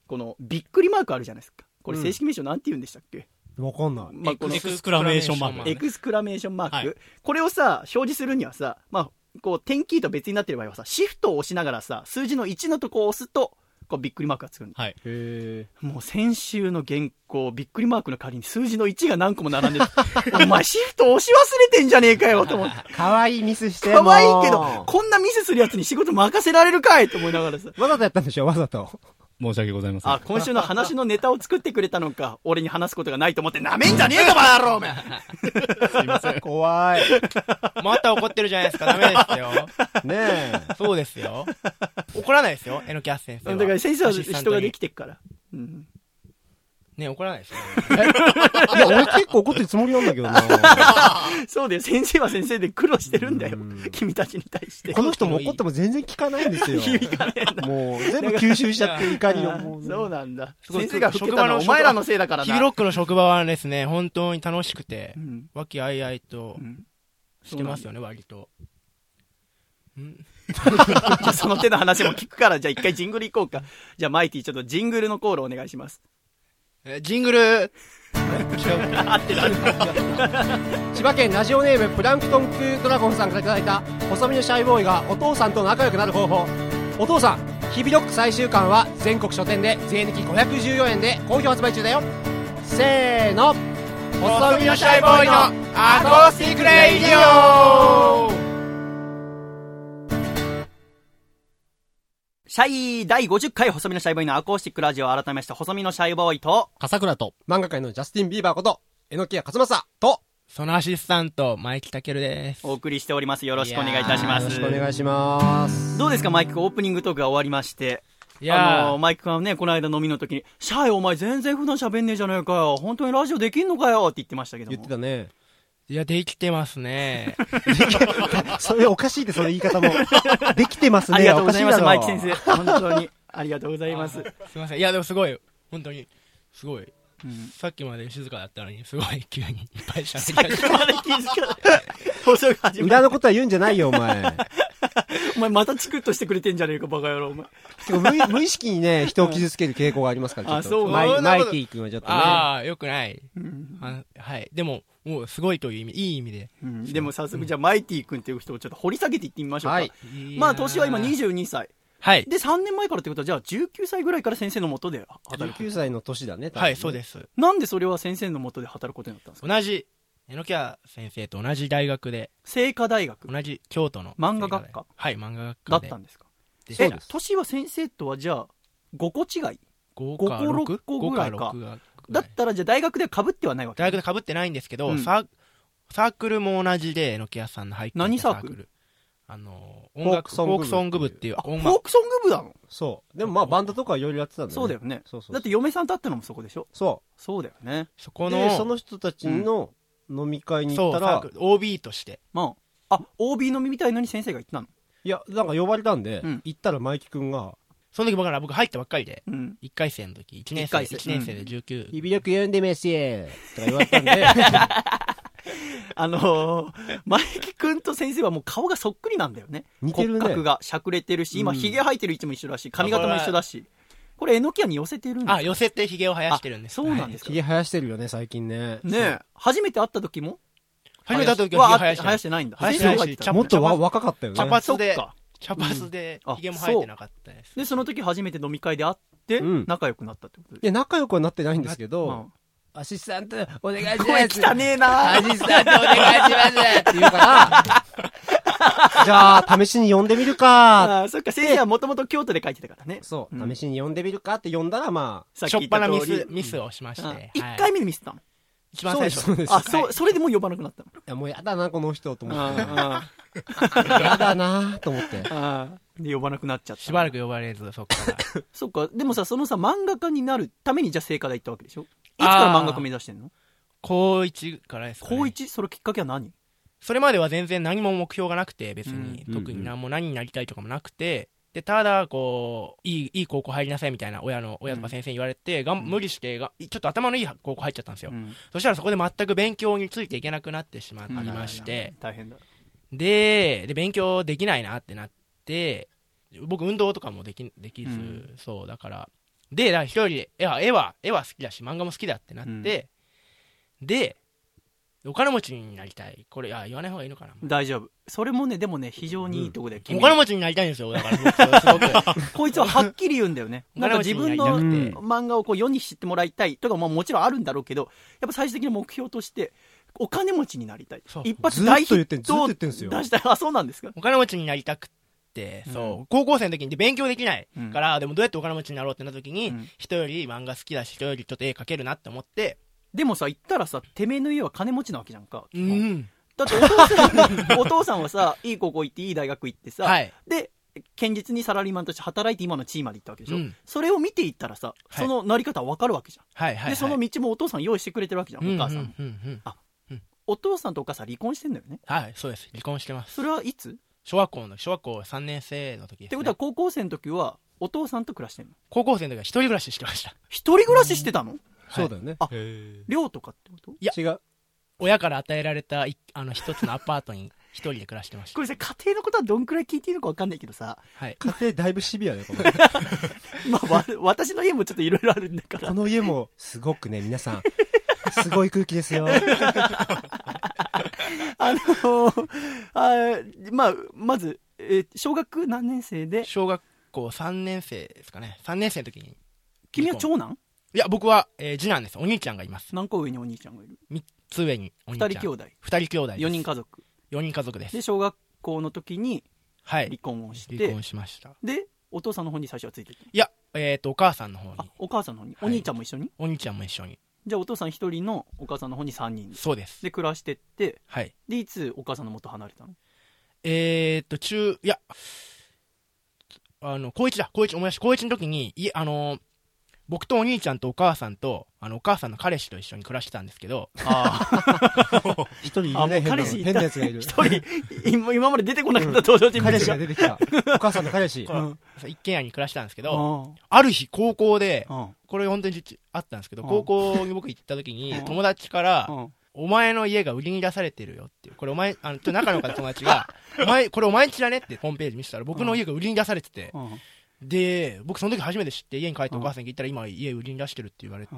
Speaker 1: この、びっくりマークあるじゃないですか。これ正式名称なんて言うんでしたっけ、
Speaker 3: わかんない。
Speaker 1: まあ、この
Speaker 2: エクスクラメーションマー
Speaker 1: エ
Speaker 2: ク。
Speaker 1: クスクラメーションマーク、
Speaker 2: はい
Speaker 1: これをさ、表示するにはさ、まあ、こう、点キーと別になってる場合はさ、シフトを押しながらさ、数字の1のとこを押すと、こう、びっくりマークがつくんだ
Speaker 2: はい。
Speaker 3: へ
Speaker 1: もう先週の原稿、びっくりマークの代わりに数字の1が何個も並んでる。お前シフト押し忘れてんじゃねえかよと思って。
Speaker 3: え。かわいいミスして
Speaker 1: 可
Speaker 3: も。
Speaker 1: 愛いけど、こんなミスするやつに仕事任せられるかいと思いながらさ。
Speaker 3: わざとやったんでしょわざと。
Speaker 2: 申し訳ございません。
Speaker 1: あ、今週の話のネタを作ってくれたのか。俺に話すことがないと思って、なめんじゃねえぞ、バカ野郎おめえ
Speaker 3: 怖い。
Speaker 4: また怒ってるじゃないですか。ダメですよ。
Speaker 3: ねえ。
Speaker 4: そうですよ。怒らないですよ、えのきあす先生
Speaker 1: だ
Speaker 4: は。
Speaker 1: から先生は
Speaker 4: アシスタン
Speaker 1: 人
Speaker 4: ト
Speaker 1: が
Speaker 4: に
Speaker 1: できてっから。うん。
Speaker 4: ね、怒らないですよ。
Speaker 3: いや、俺結構怒ってるつもりなんだけどな。
Speaker 1: そうだよ。先生は先生で苦労してるんだよ
Speaker 3: う。
Speaker 1: 君たちに対して
Speaker 3: こ。の人も怒っても全然聞かないんですよ。もう、全部吸収しちゃって怒りを。もう
Speaker 1: <laughs> そうなんだ。
Speaker 4: すごい
Speaker 1: 先生が吹けたのはお前らのせいだから
Speaker 4: ヒ
Speaker 1: な。
Speaker 4: ーロックの職場はですね、本当に楽しくて
Speaker 1: う、ん
Speaker 4: 和気あいあいと
Speaker 1: うん <laughs>
Speaker 4: してますよね、割と。
Speaker 1: その手の話も聞くから、じゃあ一回ジングル行こうか。じゃあマイティ、ちょっとジングルのコールお願いします。
Speaker 4: えジングル、 <laughs>
Speaker 3: 千葉県ラジオネームプランクトンクドラゴンさんからいただいた細身のシャイボーイがお父さんと仲良くなる方法お父さん日々ロック最終巻は全国書店で税抜き514円で好評発売中だよせーの細身のシャイボーイの
Speaker 4: アコースティックレイディオ
Speaker 1: シャイ第50回細身のシャイボーイのアコースティックラジオ改めまして細身のシャイボーイと、
Speaker 2: 笠倉と、
Speaker 3: 漫画界のジャスティン・ビーバーこと榎谷勝正と
Speaker 4: そのアシスタント、マイキタケルです。
Speaker 1: お送りしております。よろしくお願いいたします。
Speaker 3: よろしくお願いします
Speaker 1: どうですか、マイク君オープニングトークが終わりまして。
Speaker 4: いや
Speaker 1: あの
Speaker 4: ー、
Speaker 1: マイク君はね、この間飲みの時に、シャイお前全然普段喋んねえじゃねえかよ。本当にラジオできんのかよって言ってましたけども。
Speaker 3: 言ってたね <laughs>
Speaker 4: いや、できてますね。
Speaker 3: それおかしいでそれ言い方もできてますね
Speaker 1: ありがとうございます、マイク先
Speaker 3: 生
Speaker 1: 生。本当に。ありがとうございます。
Speaker 4: すいません。いや、でもすごい、本当に、すごい。
Speaker 1: うん
Speaker 4: さっきまで静かだったのに、すごい急にいっぱい喋り始め
Speaker 1: まだ気づかない。放送が始ま
Speaker 3: 裏
Speaker 1: る。
Speaker 3: のことは言うんじゃないよお前
Speaker 1: お前またチクッとしてくれてんじゃねえか、バカ野郎、お前。
Speaker 3: 結構無意無意識にね人を傷つける傾向がありますからちょっと
Speaker 1: あそう
Speaker 3: マイ
Speaker 4: そん
Speaker 3: マ
Speaker 4: なこ
Speaker 3: イ
Speaker 4: と
Speaker 3: ティ君はちょっとね
Speaker 4: ああ、よくない。
Speaker 1: ん
Speaker 4: あはい。でも、もうすごいという意味、いい意味で。
Speaker 1: うんでも早速、じゃあ、マイティ君っていう人をちょっと掘り下げていってみましょうか。
Speaker 3: はい
Speaker 1: まあ、年は今。22歳。
Speaker 4: はい。
Speaker 1: で、3年前からってことは、じゃあ、19歳ぐらいから先生のもとで働く。
Speaker 3: 19歳の年だね。。
Speaker 4: はい、そうですす。
Speaker 1: なんでそれは先生のもとで働くことになったんですか
Speaker 4: 同じ、えのきゃ先生と同じ大学で、
Speaker 1: 聖火大学
Speaker 4: 同じ京都の。
Speaker 1: 漫画学科
Speaker 4: はい、漫画学
Speaker 1: だ
Speaker 4: 科
Speaker 1: っ
Speaker 4: で。
Speaker 1: たんですか
Speaker 4: で
Speaker 1: え
Speaker 4: そうです、
Speaker 1: 年は先生とはじゃあ、5個違い
Speaker 4: 5
Speaker 1: 五
Speaker 4: か
Speaker 1: 個六
Speaker 4: 6?
Speaker 1: 個ぐらいかだ
Speaker 4: だ
Speaker 1: ったら、じゃあ大学では被ってはないわけ。
Speaker 4: 大学で被ってないんですけど、
Speaker 1: うん
Speaker 4: サーサークルも同じで、えのきゃさんの入っていた
Speaker 1: 何サークル
Speaker 4: あの、音楽、
Speaker 3: フ
Speaker 4: フ
Speaker 3: ォー
Speaker 4: ォー
Speaker 3: ク
Speaker 4: ク
Speaker 3: ソ
Speaker 4: ソ
Speaker 3: ン
Speaker 4: ン
Speaker 3: グ
Speaker 4: グ
Speaker 3: 部っ
Speaker 4: 部ってて
Speaker 3: い
Speaker 4: いうう
Speaker 1: フ
Speaker 4: 音
Speaker 1: ォー
Speaker 4: 楽。
Speaker 1: クソング部なの
Speaker 3: そう。でもまあバンドとかいろいろやってたんだ
Speaker 1: そうだよね。
Speaker 3: そうそうそう。
Speaker 1: だって嫁さん立ってのもそこでしょ
Speaker 3: そ。
Speaker 1: そうだよね。
Speaker 4: そうこ
Speaker 3: で、
Speaker 4: の、
Speaker 3: その人たちの飲み会に行
Speaker 4: そ
Speaker 3: った
Speaker 4: う、サー
Speaker 3: ら
Speaker 4: ク、ル、OB として。
Speaker 1: まあ、あ、OB 飲みみたいのに先生が言ってたの。
Speaker 3: いや、なんか呼ばれたんで
Speaker 1: うん、
Speaker 3: 行ったらマイキ君が、
Speaker 4: その時僕ら僕入ったばっかりで、
Speaker 1: うん。
Speaker 4: 1回生の時、1年
Speaker 1: 一
Speaker 4: 生、
Speaker 1: 回生
Speaker 4: 一年生で19。
Speaker 3: 指よく読んでメシエとか言われたんで、
Speaker 1: あの
Speaker 4: <laughs>
Speaker 1: ー、マイキ君と先生はもう顔がそっくりなんだよね。
Speaker 3: 似てるね
Speaker 1: 骨格がしゃくれてるし、今、
Speaker 3: うん
Speaker 1: ひげ生えてる位置も一緒だし、髪型も一緒だし。これ、えのきやに寄せてるんだ
Speaker 4: あ、寄せて髭を生やしてるんです。
Speaker 1: そうなんですか。
Speaker 3: 髭生やしてるよね、最近ね。
Speaker 1: ねえ、初めて会った時も
Speaker 4: はい。初めて会った時
Speaker 1: は
Speaker 4: は
Speaker 1: 生や
Speaker 4: 髭生やして
Speaker 1: してないんだ。
Speaker 4: 生やして
Speaker 1: 先生
Speaker 4: ない
Speaker 1: が
Speaker 4: し
Speaker 1: 言って
Speaker 4: ち
Speaker 1: た
Speaker 4: ゃ
Speaker 3: もっとわ若かったよ
Speaker 4: 茶
Speaker 3: ね。
Speaker 4: 髪で
Speaker 1: そっか、
Speaker 4: 茶髪で
Speaker 1: うんあ
Speaker 4: 髭も生えてなかったです。
Speaker 1: で、その時初めて飲み会で会って
Speaker 3: うん、
Speaker 1: 仲良くなったってこと
Speaker 3: い
Speaker 1: で。
Speaker 3: や、仲良くはなってないんですけ
Speaker 1: うん
Speaker 3: ど、アシスタント、お願いします。
Speaker 1: 声汚ねえな
Speaker 3: アシスタントお願いしますって言うから、じゃあ、試しに呼んでみるか
Speaker 1: あーそっか、先生はもともと京都で書いてたからね。
Speaker 3: <laughs> そう、
Speaker 1: うん
Speaker 3: 試しに呼んでみるかって呼んだら、まあ、
Speaker 1: さっ
Speaker 4: しょ
Speaker 1: き言
Speaker 4: っぱ
Speaker 1: た
Speaker 4: な
Speaker 1: 通
Speaker 4: ミ
Speaker 1: り
Speaker 4: ス、ミスをしまして。
Speaker 1: うん
Speaker 4: はい
Speaker 1: 一回目で見せたの。
Speaker 4: 一番最
Speaker 3: そうです
Speaker 4: 初。
Speaker 1: あ、そう、それでもう呼ばなくなったの。
Speaker 3: いやもうやだな、この人と思って。
Speaker 1: あ
Speaker 3: やだなと思って。
Speaker 1: あで、呼ばなくなっちゃった。
Speaker 4: しばらく呼ばれず、そっから。
Speaker 1: そっか、でもさ、そのさ、漫画家になるために、じゃあ、聖火台行ったわけでしょいつから漫画家目指してんの
Speaker 4: 高1からですかね
Speaker 1: 高一そのきっかけは何
Speaker 4: それまでは全然何も目標がなくて、別に
Speaker 3: う。ん
Speaker 4: 特
Speaker 3: うんうん
Speaker 4: に何も何になりたいとかもなくて、で、ただ、こう、いい、いい高校入りなさいみたいな、親の、親とか先生に言われて、がん無理してが、ちょっと頭のいい高校入っちゃったんですよ。
Speaker 1: うん
Speaker 4: そしたらそこで全く勉強についていけなくなってしまいまして、
Speaker 1: 大変だ。
Speaker 4: で、で、勉強できないなってなって、僕運動とかもでき、できず、
Speaker 1: うん
Speaker 4: そう、だから、で、だから一人で、絵は、絵は、絵は好きだし、漫画も好きだってなって、で、お金持ちになりたい。これ、あ、言わない方がいいのかな。
Speaker 1: 大丈夫。それもね、でもね、非常にいいとこで、
Speaker 4: お
Speaker 1: 君
Speaker 4: 金持ちになりたいんですよ、だから僕、すごく。
Speaker 1: <laughs> こいつははっきり言うんだよ
Speaker 3: <laughs>
Speaker 1: ね。
Speaker 4: お
Speaker 1: なん
Speaker 4: 金
Speaker 1: か
Speaker 4: 持ち
Speaker 1: 自分
Speaker 4: に
Speaker 1: の
Speaker 4: なりたくて
Speaker 1: 漫画をこう世に知ってもらいたいとかももちろんあるんだろうけど、やっぱ最終的な目標として、お金持ちになりたい
Speaker 4: そ。う
Speaker 1: 一発大ヒ
Speaker 3: ずっと言ってんずっと言ってんす
Speaker 1: ッ
Speaker 3: よ
Speaker 1: <laughs> トを出したい。あ、そうなんですか
Speaker 4: お金持ちになりたくって、そう、高校生の時にで勉強できないから、でもどうやってお金持ちになろうってなった時に、
Speaker 1: うん
Speaker 4: 人より漫画好きだし、人よりちょっと絵描けるなって思って、
Speaker 1: でもさ、言ったらさ、てめえの家は金持ちなわけじゃんか。
Speaker 4: うん。
Speaker 1: だってお父さん、 <laughs> お父さんはさ、いい高校行って、いい大学行ってさ、
Speaker 4: はい。
Speaker 1: で、堅実にサラリーマンとして働いて今の地位まで行ったわけでしょ。
Speaker 4: うん
Speaker 1: それを見ていったらさ、
Speaker 4: はい
Speaker 1: そのなり方はわかるわけじゃん。
Speaker 4: はいはい、はい。
Speaker 1: で、その道もお父さん用意してくれてるわけじゃん、お母さん。
Speaker 4: うんうんうんうん
Speaker 1: お父さんとお母さん離婚してんだよね。
Speaker 4: はい、そうです。離婚してます。
Speaker 1: それはいつ、
Speaker 4: 小学校の、小学校3年生の時です、ね。
Speaker 1: ってことは高校生の時は、お父さんと暮らしてんの
Speaker 4: 高校生の時は一人暮らししてました。
Speaker 1: 一人暮らししてたの
Speaker 3: そうだよね。
Speaker 1: あ
Speaker 2: へ
Speaker 1: 寮とかってこと
Speaker 4: や
Speaker 3: 違う。
Speaker 4: 親から与えられたいあの一つのアパートに一人で暮らしてました。
Speaker 1: これさ、家庭のことはどんくらい聞いていいのかわかんないけど
Speaker 4: <laughs>
Speaker 1: さ、
Speaker 4: はい。
Speaker 3: 家庭だいぶシビアだよ、この
Speaker 1: まあ、わ私の家もちょっといろいろあるんだか
Speaker 3: <laughs> こ
Speaker 1: ら。
Speaker 3: の家も、すごくね、皆さん、すごい空気ですよ。
Speaker 1: あのーあーまあ、まず、えー小学何年生で、
Speaker 4: 小学校3年生ですかね。3年生の時に。
Speaker 1: 君は長男
Speaker 4: いや、僕は、えー次男です。お兄ちゃんがいます。
Speaker 1: 何個上にお兄ちゃんがいる
Speaker 4: 3つ上にお兄ちゃ
Speaker 1: 二
Speaker 4: ん。
Speaker 1: 人兄弟。
Speaker 4: 二人兄弟です。
Speaker 1: 四人家族。
Speaker 4: 四人家族です
Speaker 1: で、。小学校の時に
Speaker 4: は
Speaker 1: 離
Speaker 4: い。
Speaker 1: 婚をし
Speaker 4: 離
Speaker 1: て
Speaker 4: 婚、しました。
Speaker 1: で、お父さんの方に最初はついていった
Speaker 4: いや、えっ、と、お母さんの方
Speaker 1: あ
Speaker 4: に。、
Speaker 1: お母さんの方に。お
Speaker 4: い
Speaker 1: 兄ちゃんも一緒に
Speaker 4: お兄ちゃんも一緒に。
Speaker 1: じゃあお父さん一人のお母さんの方に三人で。
Speaker 4: そうです。
Speaker 1: で、暮らしてって、
Speaker 4: はい。
Speaker 1: で、いつお母さんの元離れたの
Speaker 4: えー、っと、中、いや、あの、高一だ、高一、思い出した、高一の時に、いあのー、僕とお兄ちゃんとお母さんと、あの、お母さんの彼氏と一緒に暮らしてたんですけど、
Speaker 3: 一人い
Speaker 1: あも
Speaker 3: る
Speaker 1: う
Speaker 3: ね、変な
Speaker 1: 彼
Speaker 3: の
Speaker 1: 氏いた
Speaker 3: 変なやつがいる。
Speaker 1: 一人、今今まで出てこなかった登場人物
Speaker 3: 彼氏が出てきた。お母さんの彼氏。
Speaker 1: うん
Speaker 4: <laughs> 一軒家に暮らしてたんですけど、
Speaker 1: うん
Speaker 4: ある日、高校で、
Speaker 1: うん
Speaker 4: これ本当に実あったんですけど、
Speaker 1: うん
Speaker 4: 高校に僕行った時に
Speaker 1: う、ん
Speaker 4: 友達から
Speaker 1: う、ん
Speaker 4: お前の家が売りに出されてるよっていう、これお前、あの、ちょっと仲の良かった友達
Speaker 1: <laughs>
Speaker 4: が、お前、これお前んちだねってホームページ見せたら、僕の家が売りに出されてて、
Speaker 1: うん
Speaker 4: で、僕その時初めて知って、家に帰ってお母さんに聞いたら、今家売りに出してるって言われて、